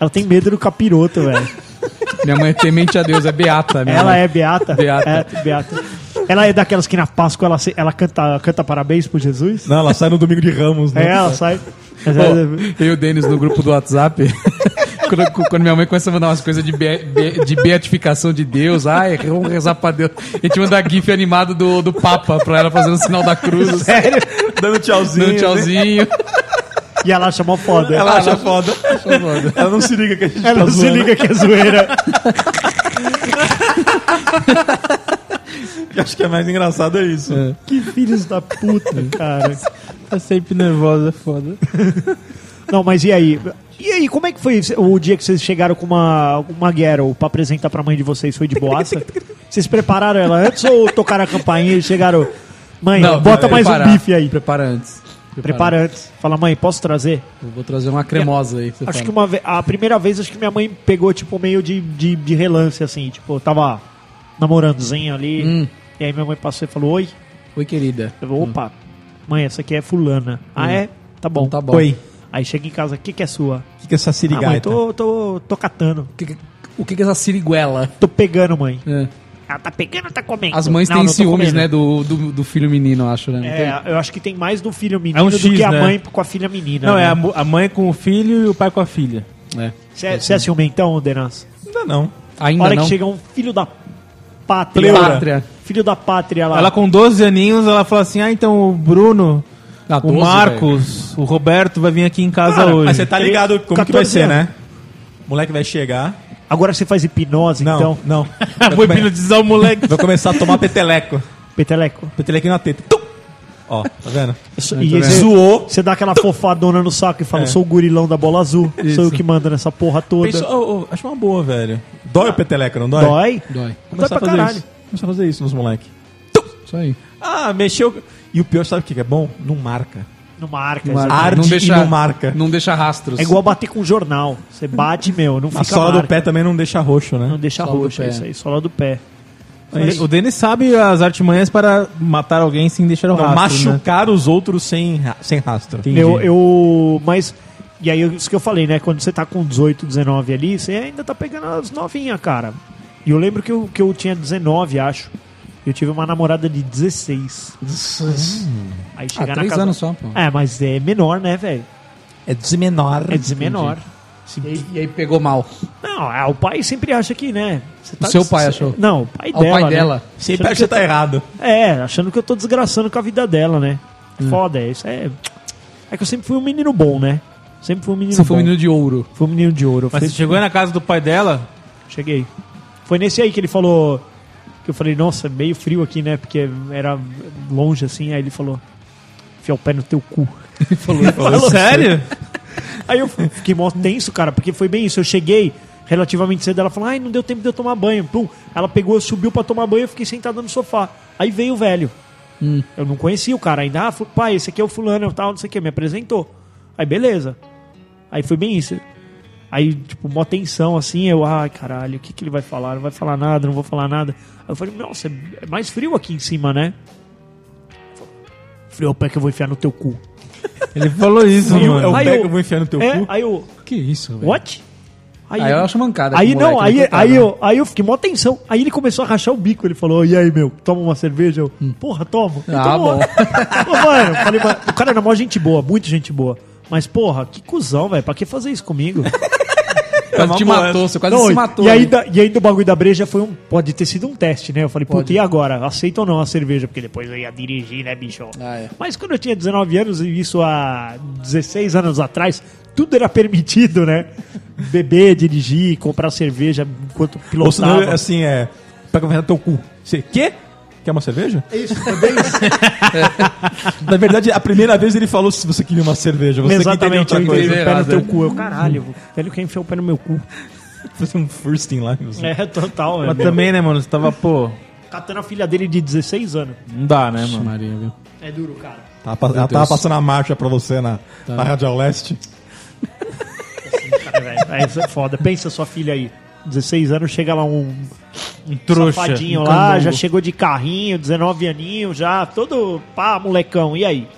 [SPEAKER 3] ela tem medo do capiroto, velho.
[SPEAKER 2] Minha mãe é temente a Deus, é beata. minha
[SPEAKER 3] Ela
[SPEAKER 2] mãe.
[SPEAKER 3] é beata.
[SPEAKER 2] Beata.
[SPEAKER 3] É, beata. Ela é daquelas que na Páscoa ela, se- ela canta, canta parabéns pro Jesus.
[SPEAKER 1] Não, ela sai no domingo de Ramos,
[SPEAKER 3] É,
[SPEAKER 1] né?
[SPEAKER 3] ela sai.
[SPEAKER 1] é.
[SPEAKER 2] Pô, eu e o Denis no grupo do WhatsApp. Quando, quando minha mãe começa a mandar umas coisas de, be, be- de beatificação de Deus, ai, vamos rezar pra Deus. A gente manda gif animado do, do Papa pra ela fazendo o sinal da cruz,
[SPEAKER 1] Dando tchauzinho.
[SPEAKER 2] dando tchauzinho.
[SPEAKER 3] E ela acha mó foda.
[SPEAKER 1] Ela acha foda. Ela não se liga que a gente tá
[SPEAKER 3] Ela se
[SPEAKER 1] zoando.
[SPEAKER 3] liga que é zoeira.
[SPEAKER 1] Eu Acho que é mais engraçado é isso.
[SPEAKER 3] Que filhos da puta, cara.
[SPEAKER 4] Tá sempre nervosa, é foda.
[SPEAKER 3] Não, mas e aí? E aí, como é que foi o dia que vocês chegaram com uma, uma Geralt pra apresentar pra mãe de vocês? Foi de boaça? Vocês prepararam ela antes ou tocaram a campainha e chegaram... Mãe, bota mais
[SPEAKER 2] preparar.
[SPEAKER 3] um bife aí.
[SPEAKER 2] Prepara antes.
[SPEAKER 3] Prepara antes. Fala, mãe, posso trazer?
[SPEAKER 2] Eu Vou trazer uma cremosa aí. Você
[SPEAKER 3] Acho
[SPEAKER 2] fala.
[SPEAKER 3] que uma ve- a primeira vez, acho que minha mãe pegou, tipo, meio de, de, de relance, assim. Tipo, eu tava namorandozinho ali.
[SPEAKER 2] Hum.
[SPEAKER 3] E aí minha mãe passou e falou, oi.
[SPEAKER 2] Oi, querida.
[SPEAKER 3] Eu vou, opa, mãe, essa aqui é fulana. Ah, é? Tá bom.
[SPEAKER 2] Então tá bom.
[SPEAKER 3] Oi. Aí chega em casa, o que, que é sua?
[SPEAKER 1] O que, que é essa
[SPEAKER 3] Ah, mãe,
[SPEAKER 1] sirigaita?
[SPEAKER 3] tô, tô, tô catando.
[SPEAKER 2] O que, que- o que que é essa siriguela?
[SPEAKER 3] Tô pegando, mãe.
[SPEAKER 2] É.
[SPEAKER 3] Ela tá pegando ou tá comendo?
[SPEAKER 2] As mães
[SPEAKER 3] Não,
[SPEAKER 2] têm
[SPEAKER 3] não tô
[SPEAKER 2] ciúmes,
[SPEAKER 3] comendo.
[SPEAKER 2] né, do, do, do filho menino, eu acho, né? Não tem-
[SPEAKER 3] É, eu acho que tem mais do filho menino
[SPEAKER 4] É um
[SPEAKER 3] do
[SPEAKER 4] X,
[SPEAKER 3] que a
[SPEAKER 4] né?
[SPEAKER 3] mãe com a filha menina.
[SPEAKER 4] Não, é a,
[SPEAKER 3] né?
[SPEAKER 4] mu- a mãe com o filho e o pai com a filha.
[SPEAKER 2] É.
[SPEAKER 3] Você é, você é ciumentão, Denas?
[SPEAKER 1] Ainda não.
[SPEAKER 2] Ainda
[SPEAKER 3] hora
[SPEAKER 2] não.
[SPEAKER 3] que chega um filho da pátria.
[SPEAKER 2] Pátria.
[SPEAKER 3] Filho da pátria
[SPEAKER 1] Ah.
[SPEAKER 3] lá.
[SPEAKER 4] Ela com 12 aninhos, ela fala assim, ah, então o Bruno,
[SPEAKER 2] Ah,
[SPEAKER 4] o
[SPEAKER 2] 12,
[SPEAKER 4] Marcos, o Roberto vai vir aqui em casa
[SPEAKER 3] Cara,
[SPEAKER 4] hoje.
[SPEAKER 1] Mas você tá ligado como que vai
[SPEAKER 3] 14
[SPEAKER 1] ser,
[SPEAKER 3] anos.
[SPEAKER 1] né? O moleque vai chegar.
[SPEAKER 3] Agora você faz hipnose,
[SPEAKER 1] Não,
[SPEAKER 3] então.
[SPEAKER 1] não.
[SPEAKER 4] Vou
[SPEAKER 1] Vai, come-
[SPEAKER 4] hipnotizar o moleque.
[SPEAKER 1] vai começar a tomar peteleco.
[SPEAKER 3] Peteleco.
[SPEAKER 1] Peteleco na teta. Tum! Ó, tá vendo?
[SPEAKER 3] Isso- e aí você,
[SPEAKER 1] Zoou.
[SPEAKER 3] você dá aquela fofadona no saco e
[SPEAKER 2] É.
[SPEAKER 3] fala, sou o gurilão da bola azul. Sou eu que mando nessa porra toda.
[SPEAKER 1] Pensa- ô, ô, acho uma boa, velho. Dói o peteleco, não dói?
[SPEAKER 3] Dói?
[SPEAKER 2] Dói.
[SPEAKER 1] Começar
[SPEAKER 3] Dói
[SPEAKER 1] a
[SPEAKER 3] pra
[SPEAKER 1] fazer
[SPEAKER 3] caralho.
[SPEAKER 1] isso. Começar a fazer isso nos moleque.
[SPEAKER 2] Isso aí.
[SPEAKER 1] Ah, mexeu. E o pior, sabe o que que é bom? Não marca.
[SPEAKER 3] Não marca.
[SPEAKER 2] Não marca.
[SPEAKER 3] exato.
[SPEAKER 1] Arde
[SPEAKER 2] não
[SPEAKER 1] e
[SPEAKER 2] deixa,
[SPEAKER 1] não marca.
[SPEAKER 2] Não deixa rastros.
[SPEAKER 3] É igual bater com jornal. Você bate, meu, não
[SPEAKER 1] A
[SPEAKER 3] fica
[SPEAKER 1] sola
[SPEAKER 3] marca.
[SPEAKER 1] do pé também não deixa roxo, né? É
[SPEAKER 3] Não deixa
[SPEAKER 2] Sola do
[SPEAKER 3] roxo, é
[SPEAKER 2] pé.
[SPEAKER 3] isso aí. Sola do pé.
[SPEAKER 4] O Denis sabe as artimanhas para matar alguém sem deixar o
[SPEAKER 1] Não,
[SPEAKER 4] rastro, né?
[SPEAKER 1] machucar os outros sem, ra- sem rastro.
[SPEAKER 4] Entendi.
[SPEAKER 3] Eu, eu... Mas... E aí, isso que eu falei, né? Quando você tá com 18, 19 ali, você ainda tá pegando as novinhas, cara. E eu lembro que eu, que eu tinha 19, acho. Eu tive uma namorada de 16. Aí
[SPEAKER 2] Ah,
[SPEAKER 3] chegar na
[SPEAKER 2] três
[SPEAKER 3] casa...
[SPEAKER 2] anos só, pô.
[SPEAKER 3] É, mas é menor, né, velho?
[SPEAKER 1] É desmenor.
[SPEAKER 3] É de menor.
[SPEAKER 2] E aí, e aí pegou mal.
[SPEAKER 3] Não, é, o pai sempre acha que, né? você tá-
[SPEAKER 2] O seu pai achou?
[SPEAKER 3] Não, o pai
[SPEAKER 2] Ah, o
[SPEAKER 3] dela.
[SPEAKER 2] pai
[SPEAKER 3] né?
[SPEAKER 2] dela.
[SPEAKER 1] Sempre acha que tá errado.
[SPEAKER 3] É, achando que eu tô desgraçando com a vida dela, né?
[SPEAKER 2] Hum.
[SPEAKER 3] Foda, é isso. É, é que eu sempre fui um menino bom, né? Sempre fui um menino
[SPEAKER 2] Você
[SPEAKER 3] bom.
[SPEAKER 2] foi um menino de ouro.
[SPEAKER 3] Fui um menino de ouro. Eu
[SPEAKER 4] Mas
[SPEAKER 3] fui-
[SPEAKER 4] você chegou aí na casa do pai dela,
[SPEAKER 3] Cheguei. Foi nesse aí que ele falou: que eu falei, nossa, meio frio aqui, né? Porque era longe assim. Aí ele falou, enfia o pé no teu cu. Ele falou,
[SPEAKER 4] Sério?
[SPEAKER 3] Aí eu fiquei mó tenso, cara, porque foi bem isso. Eu cheguei relativamente cedo, ela falou, ai, não deu tempo de eu tomar banho. Pum. Ela pegou, subiu pra tomar banho, eu fiquei sentado no sofá. Aí veio o velho. Eu não conhecia o cara ainda. Ah, fu- pai, esse aqui é o fulano, eu tal, não sei o que. Me apresentou. Aí, beleza. Aí foi bem isso. Aí, tipo, mó tensão, assim, eu, ai, caralho, o que, que ele vai falar? Não vai falar nada, não vou falar nada. Aí eu falei, nossa, é mais frio aqui em cima, né? Frio é o pé que eu vou enfiar no teu cu.
[SPEAKER 4] Ele falou isso,
[SPEAKER 1] Frio é
[SPEAKER 4] mano.
[SPEAKER 1] o
[SPEAKER 3] Aí
[SPEAKER 1] pé que
[SPEAKER 3] eu-
[SPEAKER 1] eu vou enfiar no teu
[SPEAKER 3] é,
[SPEAKER 1] cu.
[SPEAKER 3] aí eu,
[SPEAKER 2] Que isso, velho.
[SPEAKER 3] what?
[SPEAKER 2] Aí eu acho mancada.
[SPEAKER 3] Aí
[SPEAKER 2] esse
[SPEAKER 3] não,
[SPEAKER 2] moleque,
[SPEAKER 3] aí,
[SPEAKER 2] coitado,
[SPEAKER 3] aí,
[SPEAKER 2] né?
[SPEAKER 3] eu, aí eu fiquei mó tensão. Aí ele começou a rachar o bico. Ele falou: E aí, meu, toma uma cerveja? Eu, "Hum, porra, toma. Ele
[SPEAKER 2] Ah,
[SPEAKER 3] tomou.
[SPEAKER 2] bom.
[SPEAKER 3] Ô, mano, falei, mano, o cara era mó gente boa, muito gente boa. Mas, porra, que cuzão, velho. Pra que fazer isso comigo?
[SPEAKER 2] Quase te
[SPEAKER 1] Uma boa.
[SPEAKER 2] matou, você quase
[SPEAKER 3] Não,
[SPEAKER 2] se matou.
[SPEAKER 3] E aí,
[SPEAKER 2] ali.
[SPEAKER 3] da- e aí do bagulho da breja foi um. Pode ter sido um teste, né? Eu falei, puta,
[SPEAKER 2] Pode.
[SPEAKER 3] e agora? Aceita ou não a cerveja? Porque depois eu ia dirigir, né, bicho?
[SPEAKER 2] Ah, é.
[SPEAKER 3] Mas quando eu tinha 19 anos, e isso há 16 anos atrás, tudo era permitido, né? Beber, dirigir, comprar cerveja enquanto
[SPEAKER 1] Ou senão,
[SPEAKER 3] pilotava.
[SPEAKER 1] assim, é. Pega enfiar no teu cu. Você quê? Quer uma cerveja?
[SPEAKER 3] Isso, também
[SPEAKER 1] Na verdade, a primeira vez ele falou se você queria uma cerveja. Você
[SPEAKER 3] Exatamente,
[SPEAKER 1] que
[SPEAKER 3] eu
[SPEAKER 1] entendeu outra
[SPEAKER 3] enfiei
[SPEAKER 1] coisa.
[SPEAKER 3] o pé no
[SPEAKER 2] errado,
[SPEAKER 3] teu
[SPEAKER 2] né?
[SPEAKER 3] cu. Eu, caralho, o velho quer enfiar o pé no meu cu.
[SPEAKER 1] Fazer um firsting lá. Assim.
[SPEAKER 3] É, total,
[SPEAKER 4] Mas
[SPEAKER 3] velho.
[SPEAKER 4] também, né, mano? Você tava, pô.
[SPEAKER 3] Catando a filha dele de 16 anos.
[SPEAKER 4] Não dá, né,
[SPEAKER 2] Ixi,
[SPEAKER 4] mano?
[SPEAKER 2] Maria, viu?
[SPEAKER 3] É duro, cara.
[SPEAKER 1] Tava, Tá pa- ela tava
[SPEAKER 2] Deus.
[SPEAKER 1] passando a marcha pra você na, na Radial Leste.
[SPEAKER 3] Cara, velho, é, isso é foda. Pensa sua filha aí. 16 anos, chega lá um
[SPEAKER 4] Um trouxa.
[SPEAKER 3] safadinho
[SPEAKER 4] um
[SPEAKER 3] lá,
[SPEAKER 4] candango.
[SPEAKER 3] já chegou de carrinho, 19 aninho, já todo pá, molecão. E aí?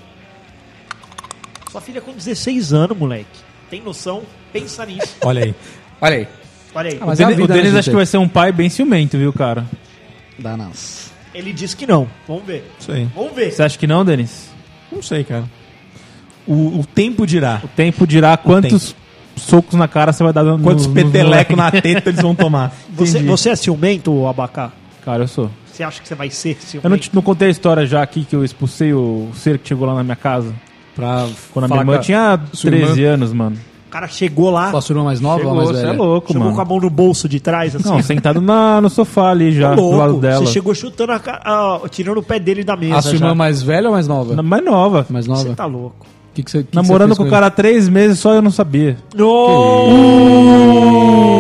[SPEAKER 3] Sua filha com 16 anos, moleque. Tem noção? Pensa nisso.
[SPEAKER 1] Olha aí.
[SPEAKER 2] Olha aí.
[SPEAKER 3] Olha aí.
[SPEAKER 2] Ah, mas
[SPEAKER 4] o
[SPEAKER 2] é a
[SPEAKER 4] Denis,
[SPEAKER 2] vida,
[SPEAKER 4] o Denis
[SPEAKER 2] né,
[SPEAKER 4] acho que vai ser um pai bem ciumento, viu, cara?
[SPEAKER 2] gente? Dá não.
[SPEAKER 3] Ele diz que não. Vamos ver.
[SPEAKER 1] Isso aí.
[SPEAKER 3] Vamos ver.
[SPEAKER 4] Você acha que não, Denis?
[SPEAKER 1] Não sei, cara. O, o tempo dirá.
[SPEAKER 4] O tempo dirá quantos socos na cara você vai dar no,
[SPEAKER 1] Quantos
[SPEAKER 4] no- no
[SPEAKER 1] petelecos
[SPEAKER 4] moleque.
[SPEAKER 1] na teta eles vão tomar.
[SPEAKER 3] Você,
[SPEAKER 4] entendi.
[SPEAKER 3] você é ciumento, Abacá?
[SPEAKER 4] Cara, eu sou.
[SPEAKER 3] Você acha que você vai ser ciumento?
[SPEAKER 4] Eu não, te- não contei a história já aqui que eu expulsei o ser que chegou lá na minha casa.
[SPEAKER 2] Pra
[SPEAKER 4] Quando a minha
[SPEAKER 2] falar
[SPEAKER 4] irmã
[SPEAKER 2] com a-
[SPEAKER 4] tinha
[SPEAKER 2] sua irmã.
[SPEAKER 4] 13 anos, mano.
[SPEAKER 3] O cara chegou lá,
[SPEAKER 2] Com a sua irmã mais nova ou mais
[SPEAKER 4] você
[SPEAKER 2] velha?
[SPEAKER 4] é louco,
[SPEAKER 3] chegou
[SPEAKER 4] mano.
[SPEAKER 3] com a mão no bolso de trás, assim.
[SPEAKER 4] Não, sentado na, no sofá ali já,
[SPEAKER 3] Tá
[SPEAKER 4] do lado dela.
[SPEAKER 3] Você chegou chutando, a, ca- a- tirando o pé dele da mesa.
[SPEAKER 2] A sua
[SPEAKER 3] já.
[SPEAKER 2] irmã mais velha ou mais nova?
[SPEAKER 4] Na- Mais nova.
[SPEAKER 2] Mais nova.
[SPEAKER 3] Você tá louco.
[SPEAKER 2] Que que você- que que
[SPEAKER 4] Namorando
[SPEAKER 2] você
[SPEAKER 4] com o
[SPEAKER 2] fez
[SPEAKER 4] cara há três meses, só eu não sabia.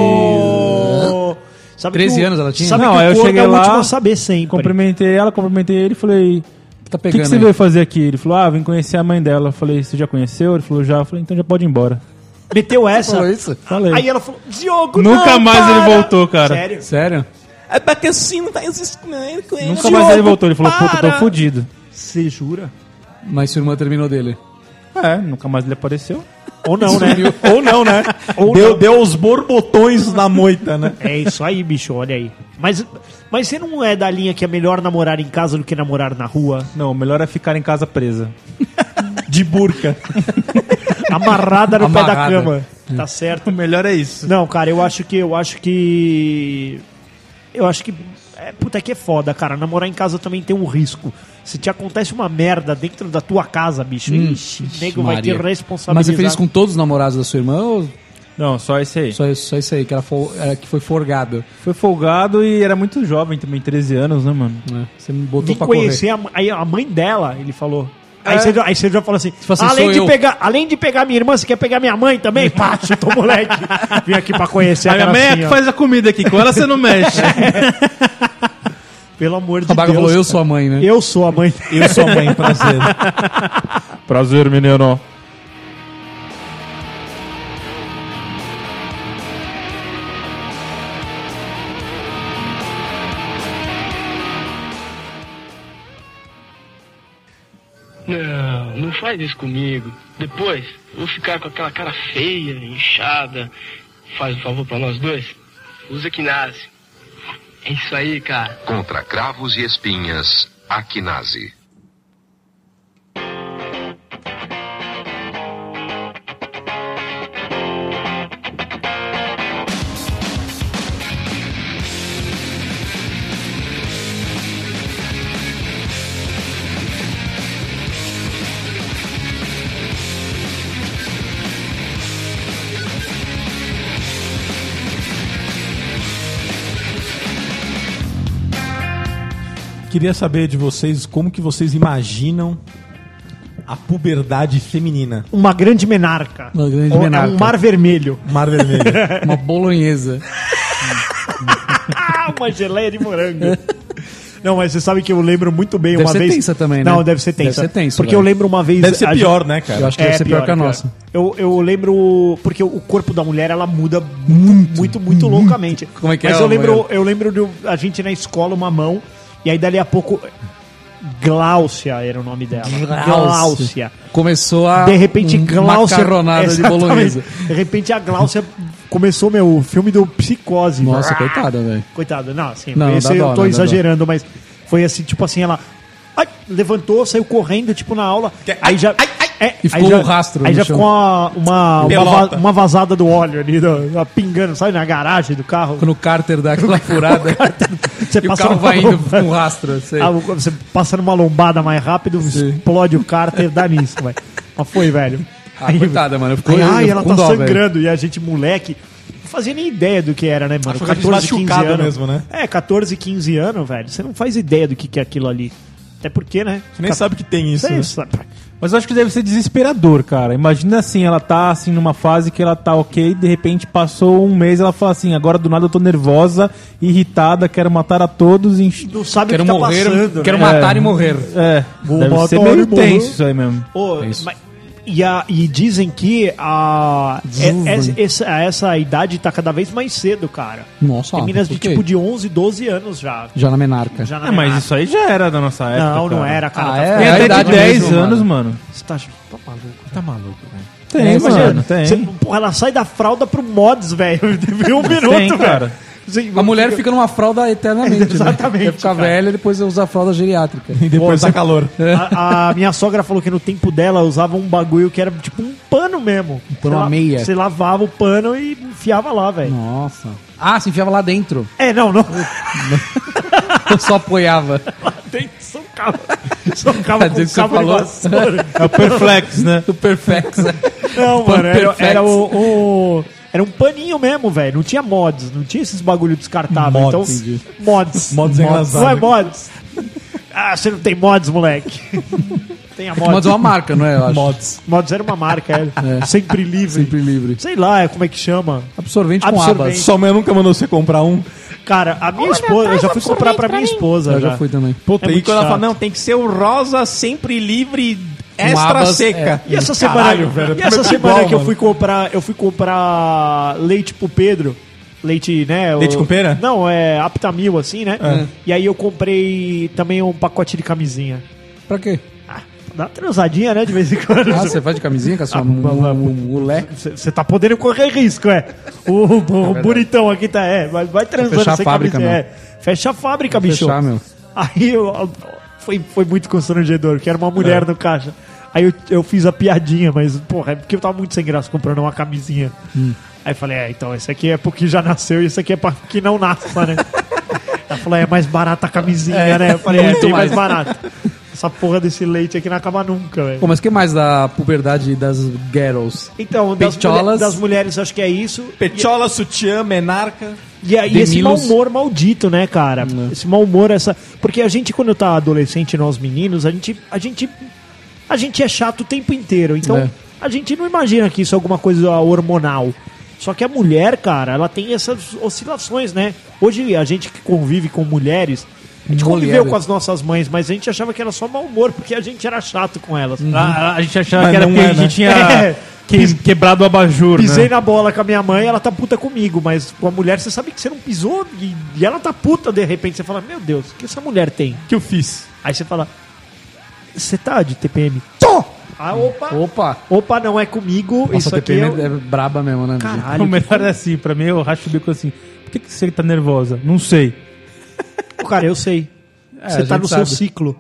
[SPEAKER 3] No! Sabe
[SPEAKER 2] 13
[SPEAKER 3] que o-
[SPEAKER 2] anos ela tinha?
[SPEAKER 3] Sabe
[SPEAKER 4] Não,
[SPEAKER 3] que
[SPEAKER 4] aí eu
[SPEAKER 3] o corno
[SPEAKER 4] cheguei
[SPEAKER 3] é o
[SPEAKER 4] lá,
[SPEAKER 3] último a saber sempre.
[SPEAKER 4] Cumprimentei ela, cumprimentei ele e falei:
[SPEAKER 2] ele? Que Tá
[SPEAKER 4] O que,
[SPEAKER 2] pegando
[SPEAKER 4] que você
[SPEAKER 2] aí?
[SPEAKER 4] veio fazer aqui? Ele falou: Ah, vim conhecer a mãe dela. Eu falei: Você já conheceu? Ele falou: Já. Eu falei: Então já pode ir embora.
[SPEAKER 3] Meteu essa.
[SPEAKER 2] Falou isso?
[SPEAKER 4] Falei.
[SPEAKER 3] Aí ela falou, Diogo,
[SPEAKER 4] Nunca
[SPEAKER 3] não,
[SPEAKER 4] mais
[SPEAKER 3] para!
[SPEAKER 4] ele voltou, cara.
[SPEAKER 3] Sério?
[SPEAKER 2] Sério?
[SPEAKER 1] É porque assim não tá existindo com ele.
[SPEAKER 4] Nunca mais ele voltou. Ele falou: Puta, tô
[SPEAKER 3] para!
[SPEAKER 4] fudido.
[SPEAKER 3] Você jura?
[SPEAKER 2] Mas sua irmã terminou dele.
[SPEAKER 4] É, nunca mais ele apareceu.
[SPEAKER 3] Ou não, né?
[SPEAKER 1] Ou não, né? deu, deu os borbotões na moita, né?
[SPEAKER 3] É isso aí, bicho, olha aí. Mas, mas você não é da linha que é melhor namorar em casa do que namorar na rua?
[SPEAKER 4] Não, o melhor é ficar em casa presa.
[SPEAKER 1] De burca.
[SPEAKER 3] Amarrada no pé da
[SPEAKER 2] Amarrada.
[SPEAKER 3] cama. Tá certo.
[SPEAKER 4] O melhor é isso.
[SPEAKER 3] Não, cara, eu acho que. Eu acho que. Eu acho que. É, puta que é foda, cara. Namorar em casa também tem um risco. Se te acontece uma merda dentro da tua casa, bicho, ixi, o nego vai
[SPEAKER 2] Hum. Maria.
[SPEAKER 3] ter
[SPEAKER 2] Mas
[SPEAKER 3] responsabilidade.
[SPEAKER 2] você fez isso com todos os namorados da sua irmã ou
[SPEAKER 4] Não, só esse aí.
[SPEAKER 2] só isso, só isso aí, que, ela fo- é, que foi forgado?
[SPEAKER 4] Foi folgado e era muito jovem também, 13 anos, né, mano?
[SPEAKER 2] né? Você me botou
[SPEAKER 3] Vim
[SPEAKER 2] pra correr.
[SPEAKER 3] conhecer a, aí a mãe dela, ele falou. Aí, você, já- aí você já falou assim,
[SPEAKER 2] Tipo assim,
[SPEAKER 3] além,
[SPEAKER 2] sou
[SPEAKER 3] de
[SPEAKER 2] eu."
[SPEAKER 3] pegar, além de pegar minha irmã, você quer pegar minha mãe também? Pá, chutou o moleque. Vim aqui pra conhecer a,
[SPEAKER 2] é
[SPEAKER 3] assim, gracinha.
[SPEAKER 4] a comida aqui, com ela você não mexe.
[SPEAKER 3] Pelo amor de
[SPEAKER 2] A Baga
[SPEAKER 3] Deus.
[SPEAKER 2] falou, eu sou a mãe, né?
[SPEAKER 3] Eu sou a mãe.
[SPEAKER 1] Eu sou mãe, prazer.
[SPEAKER 4] Prazer, menino.
[SPEAKER 7] Não, não faz isso comigo. Depois, eu vou ficar com aquela cara feia, inchada. Faz um favor pra nós dois. Usa quinase. É isso aí, cara.
[SPEAKER 8] Contra cravos e espinhas, Aquinase.
[SPEAKER 1] queria saber de vocês como que vocês imaginam a puberdade feminina.
[SPEAKER 3] Uma grande menarca.
[SPEAKER 2] Uma grande
[SPEAKER 3] Ou-
[SPEAKER 2] menarca.
[SPEAKER 3] É um mar vermelho.
[SPEAKER 1] Mar vermelho.
[SPEAKER 2] Uma bolonhesa.
[SPEAKER 3] Ah, uma geleia de morango. Não, mas você sabe que eu lembro muito bem
[SPEAKER 2] Deve
[SPEAKER 3] uma
[SPEAKER 2] ser
[SPEAKER 3] vez.
[SPEAKER 2] tensa também, né?
[SPEAKER 3] Não, deve ser tensa.
[SPEAKER 2] Deve ser tenso,
[SPEAKER 3] Porque
[SPEAKER 2] velho.
[SPEAKER 3] eu lembro uma vez.
[SPEAKER 1] Deve ser
[SPEAKER 3] a
[SPEAKER 1] pior, né, cara?
[SPEAKER 2] Eu acho que deve ser pior que a nossa.
[SPEAKER 3] É, Eu, eu lembro. Porque o corpo da mulher, ela muda muito, muito, loucamente.
[SPEAKER 2] Como é que
[SPEAKER 3] Mas
[SPEAKER 2] é,
[SPEAKER 3] eu lembro,
[SPEAKER 2] mulher?
[SPEAKER 3] eu lembro de a gente na escola, uma mão, e aí dali a pouco. Gláucia era o nome dela. Gláucia.
[SPEAKER 2] Começou a. um
[SPEAKER 3] De repente, Gláucia.
[SPEAKER 2] Macarronada de
[SPEAKER 3] Exatamente.
[SPEAKER 2] bolonhesa.
[SPEAKER 3] De repente, a Gláucia começou, meu, o filme do Psicose.
[SPEAKER 2] Nossa,
[SPEAKER 3] Ah!
[SPEAKER 2] coitada, velho.
[SPEAKER 3] Coitado, não, assim,
[SPEAKER 2] Não, não
[SPEAKER 3] esse
[SPEAKER 2] dá
[SPEAKER 3] eu
[SPEAKER 2] dó,
[SPEAKER 3] tô
[SPEAKER 2] não dá
[SPEAKER 3] exagerando, mas foi assim, tipo assim, ela ai, levantou, saiu correndo, tipo, na aula. aí já. é,
[SPEAKER 2] E ficou
[SPEAKER 3] aí já-
[SPEAKER 2] um rastro
[SPEAKER 3] Aí
[SPEAKER 2] no
[SPEAKER 3] já
[SPEAKER 2] chão.
[SPEAKER 3] ficou uma, uma, uma,
[SPEAKER 1] Pelota.
[SPEAKER 3] va- uma vazada do óleo ali, do- ela pingando, sabe, na garagem do carro.
[SPEAKER 2] Quando o Carter dá aquela furada. e
[SPEAKER 3] Você
[SPEAKER 2] o
[SPEAKER 3] passa
[SPEAKER 2] carro
[SPEAKER 3] numa
[SPEAKER 2] vai indo
[SPEAKER 3] lombada.
[SPEAKER 2] com rastro. é. Sei.
[SPEAKER 3] Ah, Você passa numa lombada mais rápido, explode o cárter, dá nisso, velho. Mas foi, velho.
[SPEAKER 2] Ah, coitada, mano, ficou-
[SPEAKER 3] Aí, ai,
[SPEAKER 2] eu
[SPEAKER 3] ela
[SPEAKER 2] fico
[SPEAKER 3] tá
[SPEAKER 2] com dó,
[SPEAKER 3] sangrando e a gente, moleque, não fazia nem ideia do que era, né, mano?
[SPEAKER 1] Achou que a gente machucado mesmo, né?
[SPEAKER 3] É, 14, 15 anos, velho. Você não faz ideia do que, que é aquilo ali. Até porque, né?
[SPEAKER 1] Você nem sabe que tem isso.
[SPEAKER 3] Você
[SPEAKER 1] né?
[SPEAKER 3] sabe.
[SPEAKER 4] Mas eu acho que deve ser desesperador, cara. Imagina assim, ela tá assim numa fase que ela tá ok, de repente passou um mês, ela fala assim, agora do nada eu tô nervosa, irritada, quero matar a todos. E... enx-
[SPEAKER 3] Não sabe
[SPEAKER 2] Quero
[SPEAKER 3] o que
[SPEAKER 2] morrer.
[SPEAKER 3] tá passando.
[SPEAKER 2] quero
[SPEAKER 3] né?
[SPEAKER 2] matar e morrer.
[SPEAKER 4] É,
[SPEAKER 3] Vou
[SPEAKER 4] deve
[SPEAKER 3] matar
[SPEAKER 4] ser meio
[SPEAKER 3] ele, morreu.
[SPEAKER 4] tenso isso aí mesmo.
[SPEAKER 3] Ô,
[SPEAKER 2] É isso.
[SPEAKER 3] mas- e, a- e dizem que a, é-
[SPEAKER 2] Juvenil.
[SPEAKER 3] essa, essa- essa idade tá cada vez mais cedo, cara.
[SPEAKER 2] Nossa,
[SPEAKER 3] Tem minas de
[SPEAKER 2] Ah, por quê?
[SPEAKER 3] tipo de 11, 12 anos já.
[SPEAKER 2] Já na menarca.
[SPEAKER 3] já na
[SPEAKER 4] É, mas
[SPEAKER 3] menarca.
[SPEAKER 4] isso aí já era da nossa época.
[SPEAKER 3] Não, não
[SPEAKER 4] cara.
[SPEAKER 3] era, cara.
[SPEAKER 2] Ah,
[SPEAKER 3] tá
[SPEAKER 2] é?
[SPEAKER 3] ficando-
[SPEAKER 4] Tem
[SPEAKER 2] É a
[SPEAKER 4] até
[SPEAKER 2] idade
[SPEAKER 4] de 10
[SPEAKER 2] mesmo,
[SPEAKER 4] anos, mano.
[SPEAKER 3] Você tá, tá maluco.
[SPEAKER 4] Tá maluco, velho.
[SPEAKER 2] É,
[SPEAKER 4] Tem, mano,
[SPEAKER 2] imagina,
[SPEAKER 4] tem.
[SPEAKER 3] Você- porra, ela sai da fralda pro mods, velho. Teve um minuto, velho.
[SPEAKER 4] cara.
[SPEAKER 3] Assim,
[SPEAKER 2] A mulher fica numa fralda eternamente. né?
[SPEAKER 3] Exatamente,
[SPEAKER 2] Vai ficar
[SPEAKER 3] cara.
[SPEAKER 2] velha e depois usa a fralda geriátrica.
[SPEAKER 1] E depois dá calor.
[SPEAKER 4] é
[SPEAKER 3] A, a minha sogra falou que no tempo dela usava um bagulho que era tipo um pano mesmo. Um
[SPEAKER 2] pano, uma meia.
[SPEAKER 3] Você lavava o pano e enfiava lá, velho.
[SPEAKER 2] Nossa. Ah, se enfiava lá dentro.
[SPEAKER 3] É, não, não.
[SPEAKER 2] Eu só apoiava.
[SPEAKER 3] Tem socava. Socava com
[SPEAKER 2] Você
[SPEAKER 3] cabo de
[SPEAKER 2] falou?
[SPEAKER 3] vassoura.
[SPEAKER 4] É o Perflex, né?
[SPEAKER 2] O Perfex.
[SPEAKER 3] Não,
[SPEAKER 2] Pano
[SPEAKER 3] mano, era,
[SPEAKER 2] perfex.
[SPEAKER 3] era o, o- Era um paninho mesmo, velho. Não tinha mods, não tinha esses bagulho descartável.
[SPEAKER 1] Mods,
[SPEAKER 3] então,
[SPEAKER 1] entendi.
[SPEAKER 3] mods.
[SPEAKER 1] Mods é engraçado.
[SPEAKER 3] Não é mods. Ah, você não tem mods, moleque. tem a mods.
[SPEAKER 2] Mas é uma marca, não é? Eu acho.
[SPEAKER 1] Mods.
[SPEAKER 3] Mods era uma marca, é.
[SPEAKER 2] É.
[SPEAKER 3] Sempre livre.
[SPEAKER 2] Sempre livre.
[SPEAKER 3] Sei lá, é, como é que chama.
[SPEAKER 2] Absorvente, com
[SPEAKER 3] Absorvente.
[SPEAKER 2] abas.
[SPEAKER 1] Sua mãe nunca mandou você comprar um.
[SPEAKER 3] Cara, a minha esposa, eu já fui comprar pra minha esposa.
[SPEAKER 2] Eu já fui também.
[SPEAKER 1] Puta,
[SPEAKER 3] É
[SPEAKER 1] e
[SPEAKER 3] muito
[SPEAKER 1] quando ela fala,
[SPEAKER 3] chato.
[SPEAKER 1] não, tem que ser o rosa, sempre livre,
[SPEAKER 2] Com
[SPEAKER 1] extra
[SPEAKER 2] abas,
[SPEAKER 1] seca.
[SPEAKER 4] é.
[SPEAKER 3] E essa semana,
[SPEAKER 1] Caralho, velho,
[SPEAKER 3] e essa
[SPEAKER 1] tudo
[SPEAKER 3] semana
[SPEAKER 1] igual,
[SPEAKER 3] que eu
[SPEAKER 1] mano.
[SPEAKER 3] fui comprar, eu fui comprar leite pro Pedro. Leite, né?
[SPEAKER 1] Leite
[SPEAKER 3] o-
[SPEAKER 1] com pera? É.
[SPEAKER 3] Não, é Aptamil, assim, né? E aí eu comprei também um pacote de camisinha.
[SPEAKER 2] Pra quê?
[SPEAKER 3] Ah, dá uma transadinha, né, de vez em quando.
[SPEAKER 2] Ah, você faz de camisinha com a sua moleque?
[SPEAKER 3] Você tá podendo correr risco, é. O, o bonitão aqui tá, é, mas vai transando
[SPEAKER 2] Fechar a fábrica,
[SPEAKER 3] camisinha,
[SPEAKER 2] meu.
[SPEAKER 3] é. Fecha a fábrica, bicho.
[SPEAKER 2] Fechar, meu.
[SPEAKER 3] Aí eu, foi, foi muito constrangedor, que era uma mulher
[SPEAKER 2] É.
[SPEAKER 3] no caixa. Aí eu, eu fiz a piadinha, mas, porra, é porque eu tava muito sem graça comprando uma camisinha.
[SPEAKER 2] Hum.
[SPEAKER 3] Aí eu falei, é, então, esse aqui é pro que já nasceu e esse aqui é pra que não nasça, né? Ela falou, é mais barata a camisinha, né? Eu falei, é, bem mais barata. Essa porra desse leite aqui não acaba nunca, velho.
[SPEAKER 2] Pô, mas o que mais da puberdade das girls?
[SPEAKER 3] Então, das,
[SPEAKER 2] Pecholas.
[SPEAKER 3] mulher- das mulheres, acho que é isso.
[SPEAKER 1] Petiola, sutiã, menarca.
[SPEAKER 3] E, aí esse mau
[SPEAKER 2] Demilos. Hum.
[SPEAKER 3] humor maldito, né, cara? Esse mau humor, essa. Porque a gente, quando tá adolescente, nós meninos, a gente. A gente, a gente é chato o tempo inteiro. Então,
[SPEAKER 2] É.
[SPEAKER 3] a gente não imagina que isso é alguma coisa hormonal. Só que a mulher, cara, ela tem essas oscilações, né? Hoje, a gente que convive com mulheres. A gente
[SPEAKER 2] Mulheres.
[SPEAKER 3] conviveu com as nossas mães, mas a gente achava que era só mau humor, porque a gente era chato com elas.
[SPEAKER 2] Uhum.
[SPEAKER 4] A, a gente achava
[SPEAKER 1] Mas
[SPEAKER 4] que era
[SPEAKER 1] não
[SPEAKER 4] porque
[SPEAKER 1] é,
[SPEAKER 4] a
[SPEAKER 1] né?
[SPEAKER 4] gente tinha
[SPEAKER 3] É.
[SPEAKER 4] que- quebrado o abajur,
[SPEAKER 3] Pisei
[SPEAKER 4] né?
[SPEAKER 3] na bola com a minha mãe, ela tá puta comigo, mas com a mulher você sabe que você não pisou e, e ela tá puta de repente. Você fala, meu Deus, o que essa mulher tem?
[SPEAKER 1] que eu fiz?
[SPEAKER 3] Aí você fala, você tá de TPM? Ah, opa!
[SPEAKER 2] Opa!
[SPEAKER 3] Opa, não é comigo,
[SPEAKER 2] Nossa,
[SPEAKER 3] isso
[SPEAKER 2] a
[SPEAKER 3] aqui
[SPEAKER 2] TPM
[SPEAKER 3] é...
[SPEAKER 2] é... é braba mesmo, né? bicho?
[SPEAKER 4] O
[SPEAKER 3] Caralho,
[SPEAKER 4] melhor é assim, pra mim eu racho o bico assim. Por que, que você tá nervosa? Não sei.
[SPEAKER 3] cara, eu sei.
[SPEAKER 2] É, a
[SPEAKER 3] Você tá
[SPEAKER 2] gente
[SPEAKER 3] no seu
[SPEAKER 2] sabe.
[SPEAKER 3] ciclo.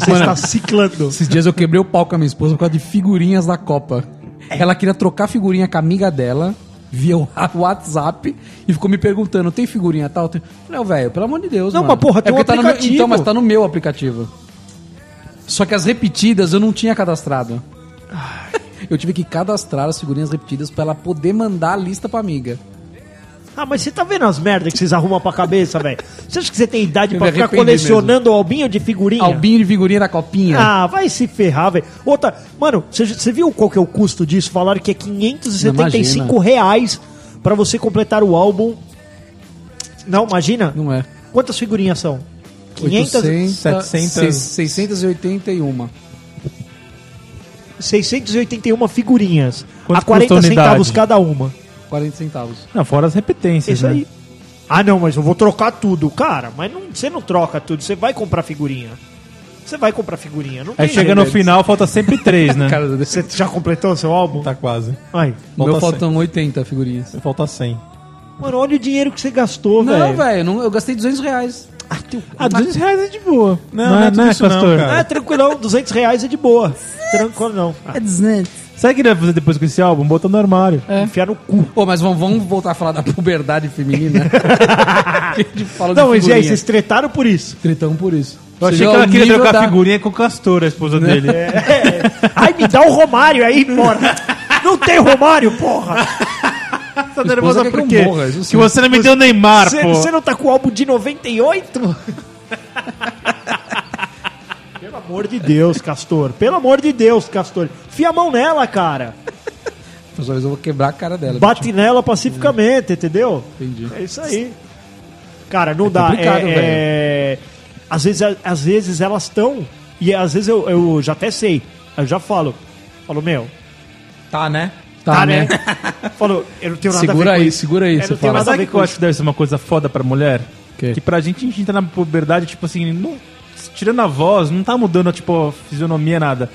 [SPEAKER 3] Você está ciclando.
[SPEAKER 2] Esses dias eu quebrei o pau com a minha esposa por causa de figurinhas da Copa. Ela queria trocar figurinha com a amiga dela via o WhatsApp e ficou me perguntando: tem figurinha tal? Tem... Falei, "Ô, velho, pelo amor de Deus.
[SPEAKER 3] Não,
[SPEAKER 2] mano."
[SPEAKER 3] mas porra, tem
[SPEAKER 2] É
[SPEAKER 3] um
[SPEAKER 2] porque tá no meu-
[SPEAKER 3] aplicativo.
[SPEAKER 2] Então, mas tá no meu aplicativo. Só que as repetidas eu não tinha cadastrado. Eu tive que cadastrar as figurinhas repetidas pra ela poder mandar a lista pra amiga.
[SPEAKER 3] Ah, mas você tá vendo as merdas que vocês arrumam pra cabeça, velho? Você acha que você tem idade
[SPEAKER 2] Eu
[SPEAKER 3] pra
[SPEAKER 2] me
[SPEAKER 3] ficar
[SPEAKER 2] arrependi
[SPEAKER 3] colecionando albinho de figurinha?
[SPEAKER 2] Albinho de figurinha da copinha.
[SPEAKER 3] Ah, vai se ferrar, velho. Outra, mano, você- você viu qual que é o custo disso? Falaram que é 575
[SPEAKER 2] Não,
[SPEAKER 3] reais pra você completar o álbum. Não, imagina?
[SPEAKER 2] Não é.
[SPEAKER 3] Quantas figurinhas são? 500,
[SPEAKER 2] 800,
[SPEAKER 1] 700.
[SPEAKER 2] 6- 681.
[SPEAKER 3] 681 figurinhas.
[SPEAKER 4] Quanto
[SPEAKER 3] a
[SPEAKER 4] custa
[SPEAKER 3] 40
[SPEAKER 4] a unidade?
[SPEAKER 3] centavos cada uma.
[SPEAKER 2] 40 centavos.
[SPEAKER 4] Não, fora as repetências,
[SPEAKER 3] Isso
[SPEAKER 4] né?
[SPEAKER 3] aí. Ah, não, mas eu vou trocar tudo. Cara, mas não- você não troca tudo. Você vai comprar figurinha. Você vai comprar figurinha. Não
[SPEAKER 4] Aí
[SPEAKER 3] tem
[SPEAKER 4] chega no
[SPEAKER 3] jeito.
[SPEAKER 4] final, falta sempre três, né?
[SPEAKER 2] Cara, desse...
[SPEAKER 3] Você já completou o seu álbum?
[SPEAKER 1] Tá quase.
[SPEAKER 3] Ai.
[SPEAKER 2] O meu
[SPEAKER 4] tá
[SPEAKER 1] Falta
[SPEAKER 2] faltam 80 figurinhas.
[SPEAKER 1] Falta 100.
[SPEAKER 3] Mano, olha o dinheiro que você gastou, velho.
[SPEAKER 2] Não, velho, não- eu gastei 200 reais.
[SPEAKER 4] Ah, 200 reais é de boa.
[SPEAKER 1] Não, não é tudo isso não, cara.
[SPEAKER 3] Ah, tranquilão, 200 reais é de boa. Tranquilo não. Ah,
[SPEAKER 4] Sabe o que ele vai fazer depois com esse álbum? Bota no armário.
[SPEAKER 3] Enfiar no cu.
[SPEAKER 2] Ô, mas vamos, vamos voltar a falar da puberdade feminina. A gente fala de
[SPEAKER 3] Não, mas e aí,
[SPEAKER 2] figurinha.
[SPEAKER 3] vocês tretaram por isso?
[SPEAKER 2] Tretão por isso.
[SPEAKER 4] Eu achei que ela queria trocar figurinha com o Castor, a esposa dele.
[SPEAKER 3] Ai, me dá o Romário aí, porra. Não tem Romário, porra.
[SPEAKER 4] Tá
[SPEAKER 2] nervosa por quê? Que
[SPEAKER 4] Que você não me deu Neymar, pô.
[SPEAKER 3] Você não tá com o álbum de 98? Pelo amor de Deus, Castor. Pelo amor de Deus, Castor. Fia a mão nela, cara.
[SPEAKER 2] Pessoal, eu vou quebrar a cara dela.
[SPEAKER 3] Bate nela pacificamente, entendeu?
[SPEAKER 2] Entendi.
[SPEAKER 3] É isso aí. Cara, não dá. É,
[SPEAKER 2] complicado,
[SPEAKER 3] é- Às, vezes, às vezes elas estão. E às vezes eu, eu já até sei. Eu já falo. Falo, meu.
[SPEAKER 1] Tá, né?
[SPEAKER 2] Tá, né?
[SPEAKER 3] falo, eu não tenho nada
[SPEAKER 2] Segura
[SPEAKER 3] a ver com
[SPEAKER 2] aí,
[SPEAKER 3] isso.
[SPEAKER 2] segura aí,
[SPEAKER 3] Eu
[SPEAKER 2] você
[SPEAKER 3] não tenho
[SPEAKER 2] fala.
[SPEAKER 4] Mas
[SPEAKER 3] nada a
[SPEAKER 4] sabe
[SPEAKER 3] ver
[SPEAKER 4] o que eu
[SPEAKER 3] com
[SPEAKER 4] acho
[SPEAKER 3] isso.
[SPEAKER 4] que deve ser uma coisa foda pra mulher?
[SPEAKER 2] Quê?
[SPEAKER 4] Que pra gente, a gente tá na puberdade, tipo assim, não- tirando a voz, não tá mudando, tipo, a fisionomia, nada.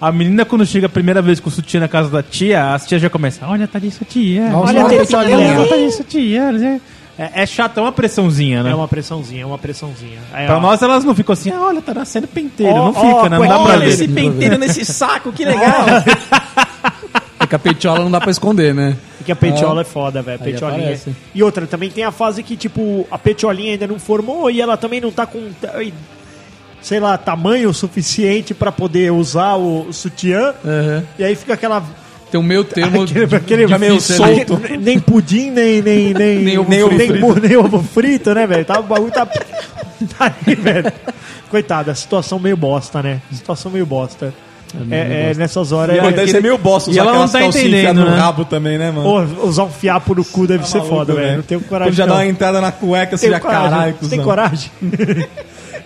[SPEAKER 4] A menina, quando chega a primeira vez com o sutiã na casa da tia, as tias já começam, olha, tá disso, tia.
[SPEAKER 2] Nossa,
[SPEAKER 4] olha,
[SPEAKER 3] olha
[SPEAKER 4] tá
[SPEAKER 3] a
[SPEAKER 4] disso,
[SPEAKER 3] tetinha
[SPEAKER 4] olha,
[SPEAKER 3] dela."
[SPEAKER 4] tá disso, tia. né? É, é chato, é uma pressãozinha, né?
[SPEAKER 3] É uma pressãozinha, é uma pressãozinha. É,
[SPEAKER 4] Pra
[SPEAKER 3] ó.
[SPEAKER 4] nós, elas não ficam assim, ah, olha, tá nascendo penteiro.
[SPEAKER 3] Ó,
[SPEAKER 4] não
[SPEAKER 3] ó,
[SPEAKER 4] fica, né? Não dá pra
[SPEAKER 1] Olha
[SPEAKER 4] ver.
[SPEAKER 1] esse penteiro nesse saco, que legal.
[SPEAKER 2] É que a peitiola não dá pra esconder, né?
[SPEAKER 3] Porque a petiola é foda, velho. a
[SPEAKER 2] Aí
[SPEAKER 3] Petiolinha.
[SPEAKER 2] aparece.
[SPEAKER 3] E outra, também tem a fase que, tipo, a petiolinha ainda não formou e ela também não tá com. ta- e- Sei lá, tamanho suficiente pra poder usar o, o sutiã.
[SPEAKER 2] Aham.
[SPEAKER 3] E aí fica aquela.
[SPEAKER 2] Tem o meu termo.
[SPEAKER 3] Aquele, aquele
[SPEAKER 2] difícil,
[SPEAKER 3] meio
[SPEAKER 2] né?
[SPEAKER 3] solto. Ne- Nem pudim, nem. Nem, nem,
[SPEAKER 2] Nem ovo
[SPEAKER 3] nem,
[SPEAKER 2] frito.
[SPEAKER 3] bu- nem ovo frito, né, velho? Tá, o bagulho tá. tá aí, velho. Coitado, a situação meio bosta, né? Situação meio bosta. É, é, nessas horas. é-
[SPEAKER 1] Pô, deve ser meio bosta
[SPEAKER 4] E
[SPEAKER 1] usar
[SPEAKER 4] ela não
[SPEAKER 1] aquelas
[SPEAKER 4] tá
[SPEAKER 1] calcinhas
[SPEAKER 4] entendendo,
[SPEAKER 1] enfiadas
[SPEAKER 4] né?
[SPEAKER 1] no rabo também, né, mano?
[SPEAKER 3] Pô, usar um fiapo no cu deve
[SPEAKER 1] Tá
[SPEAKER 3] ser
[SPEAKER 1] maluco,
[SPEAKER 3] foda, velho. Não tenho coragem.
[SPEAKER 1] Quando já
[SPEAKER 3] não.
[SPEAKER 1] dá uma entrada na cueca, você
[SPEAKER 3] Tenho
[SPEAKER 1] já caralho,
[SPEAKER 3] Você tem
[SPEAKER 1] cuzão.
[SPEAKER 3] coragem?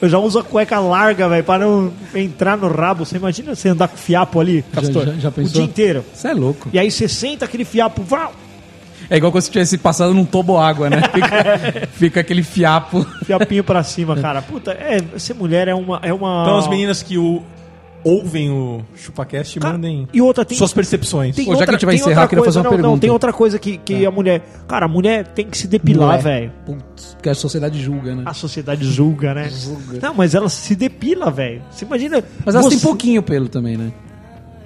[SPEAKER 3] Eu já uso a cueca larga, velho, pra não entrar no rabo. Você imagina você andar com fiapo ali, Castor?
[SPEAKER 2] já- já
[SPEAKER 3] O
[SPEAKER 2] pensou?
[SPEAKER 3] dia inteiro.
[SPEAKER 2] Você é louco.
[SPEAKER 3] E aí você senta aquele fiapo, vau, um
[SPEAKER 2] É igual quando você tivesse passado num tobo água, né? Fica, fica aquele fiapo.
[SPEAKER 3] fiapinho pra cima, cara. Puta, é, ser mulher é uma. É uma...
[SPEAKER 1] Então as meninas que o, ouvem o ChupaCast
[SPEAKER 3] Cara,
[SPEAKER 1] mandem
[SPEAKER 3] E outra tem.
[SPEAKER 1] suas percepções.
[SPEAKER 3] tem
[SPEAKER 2] Ô, já que a gente vai
[SPEAKER 3] tem
[SPEAKER 2] encerrar, eu
[SPEAKER 3] outra
[SPEAKER 2] queria
[SPEAKER 3] coisa,
[SPEAKER 2] fazer uma
[SPEAKER 3] não, não,
[SPEAKER 2] pergunta. É.
[SPEAKER 3] tem outra coisa que, que a mulher. Cara, a mulher tem que se depilar,
[SPEAKER 2] Mulher.
[SPEAKER 3] velho.
[SPEAKER 2] Putz, porque a sociedade julga, né?
[SPEAKER 3] A sociedade julga, né? Não, mas ela se depila, velho. Você imagina.
[SPEAKER 2] Mas elas têm
[SPEAKER 3] você-
[SPEAKER 2] pouquinho pelo também, né?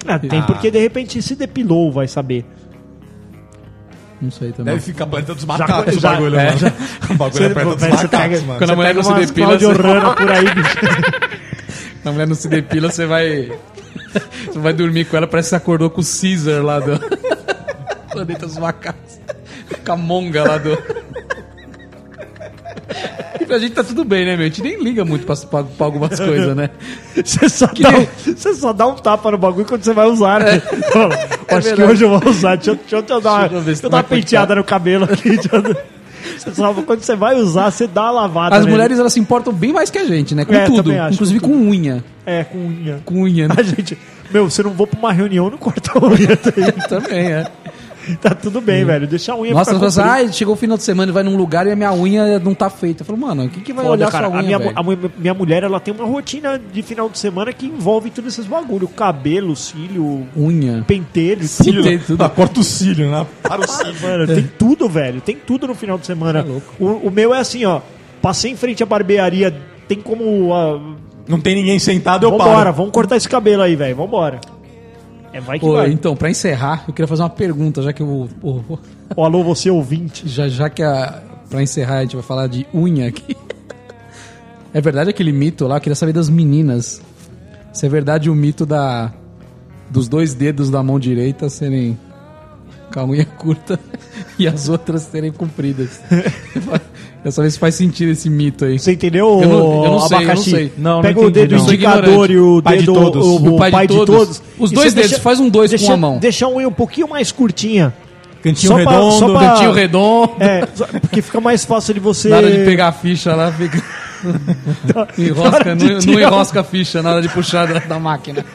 [SPEAKER 3] Ah, tem porque de repente se depilou, vai saber.
[SPEAKER 2] Não sei também.
[SPEAKER 1] Deve ficar apertando os
[SPEAKER 3] Já-
[SPEAKER 1] macaco esse
[SPEAKER 3] já-
[SPEAKER 1] bagulho,
[SPEAKER 3] é,
[SPEAKER 1] mano.
[SPEAKER 3] já-
[SPEAKER 1] O bagulho aperta os
[SPEAKER 3] Você
[SPEAKER 1] macacos,
[SPEAKER 3] pega-
[SPEAKER 1] mano.
[SPEAKER 2] Quando a mulher não se
[SPEAKER 3] umas
[SPEAKER 2] depila,
[SPEAKER 3] Claudio
[SPEAKER 2] você-
[SPEAKER 3] Rana por aí, bicho.
[SPEAKER 2] A mulher não se depila, você vai. Você vai dormir com ela, parece que você acordou com o Caesar lá do. Planeta dos macacos. Com a monga lá do. E pra gente tá tudo bem, né, meu? A gente nem liga muito pra, pra- pra algumas coisas, né?
[SPEAKER 3] Você só, dá um, você só dá um tapa no bagulho quando você vai usar, né? Fala, acho que
[SPEAKER 2] É. verdade.
[SPEAKER 3] hoje eu vou usar. Deixa, eu- deixa eu dar uma,
[SPEAKER 2] Deixa eu ver se é
[SPEAKER 3] deixa eu
[SPEAKER 2] não
[SPEAKER 3] dar uma
[SPEAKER 2] vai cortar.
[SPEAKER 3] penteada no cabelo aqui. deixa eu- Você só, quando você vai usar, você dá uma lavada.
[SPEAKER 2] As
[SPEAKER 3] nele.
[SPEAKER 2] mulheres, elas se importam bem mais que a gente, né? Com
[SPEAKER 3] É,
[SPEAKER 2] tudo.
[SPEAKER 3] também acho,
[SPEAKER 2] inclusive com unha.
[SPEAKER 3] É, com unha.
[SPEAKER 2] Com unha, né?
[SPEAKER 3] A gente. Meu, você não vou pra uma reunião, não corta a unha. Tá,
[SPEAKER 2] também, é.
[SPEAKER 3] tá tudo bem, velho. Deixa a unha
[SPEAKER 2] Nossa, as
[SPEAKER 3] ficar
[SPEAKER 2] pessoas
[SPEAKER 3] comprida.
[SPEAKER 2] ah, chegou o final de semana e vai num lugar e a minha unha não tá feita. Eu falo, mano, quem que vai
[SPEAKER 3] Foda,
[SPEAKER 2] olhar
[SPEAKER 3] cara.
[SPEAKER 2] sua unha,
[SPEAKER 3] a minha,
[SPEAKER 2] velho?
[SPEAKER 3] a mu- minha mulher, ela tem uma rotina de final de semana que envolve todos esses bagulhos. Cabelo, cílio,
[SPEAKER 2] Unha.
[SPEAKER 3] pentelho,
[SPEAKER 2] Cílio.
[SPEAKER 3] tudo.
[SPEAKER 2] Tem tudo.
[SPEAKER 1] Ah, corta o cílio, né? Para o cílio.
[SPEAKER 3] Mano, tem tudo, velho. Tem tudo no final de semana. o, o meu é assim, ó. Passei em frente à barbearia, tem como. ah,
[SPEAKER 1] Não tem ninguém sentado, eu
[SPEAKER 3] vambora,
[SPEAKER 1] paro.
[SPEAKER 3] vamos cortar esse cabelo aí, velho. Vambora. É, vai que
[SPEAKER 2] Ô,
[SPEAKER 3] vai.
[SPEAKER 2] então, pra encerrar, eu queria fazer uma pergunta, já que o, o- o-
[SPEAKER 3] Ô, alô, você ouvinte.
[SPEAKER 2] já, já que a pra encerrar a gente vai falar de unha aqui. É verdade aquele mito lá? Eu queria saber das meninas. Se é verdade o mito da dos dois dedos da mão direita serem com a unha curta e as outras serem cumpridas. Dessa vez faz sentido esse mito aí.
[SPEAKER 3] Você entendeu?
[SPEAKER 2] Eu não- eu não
[SPEAKER 3] o
[SPEAKER 2] sei, eu não
[SPEAKER 3] abacaxi?
[SPEAKER 2] sei.
[SPEAKER 4] Não, não
[SPEAKER 3] Pega o
[SPEAKER 4] entendi,
[SPEAKER 3] dedo
[SPEAKER 4] não.
[SPEAKER 3] indicador e o
[SPEAKER 1] Pai de
[SPEAKER 3] dedo
[SPEAKER 1] todos.
[SPEAKER 3] O, o pai, de, todos.
[SPEAKER 2] Os
[SPEAKER 3] E
[SPEAKER 2] dois
[SPEAKER 3] você
[SPEAKER 2] dedos, faz um dois com
[SPEAKER 3] deixa,
[SPEAKER 2] a mão.
[SPEAKER 3] Deixa um um pouquinho mais curtinha.
[SPEAKER 1] Cantinho
[SPEAKER 3] Só pra-
[SPEAKER 1] redondo.
[SPEAKER 3] só pra-
[SPEAKER 2] Cantinho Um redondo.
[SPEAKER 3] É, só- porque fica mais fácil de você.
[SPEAKER 2] Na hora de pegar a ficha lá, fica. enrosca,
[SPEAKER 3] hora de
[SPEAKER 2] não, não
[SPEAKER 3] tirar o-
[SPEAKER 2] enrosca a ficha na hora de puxar da, da máquina.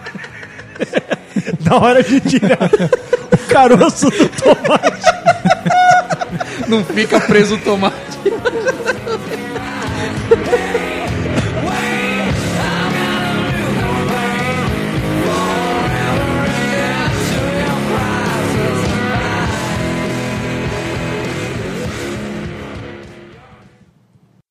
[SPEAKER 3] Na hora de tirar o caroço do tomate.
[SPEAKER 2] Não fica preso o tomate.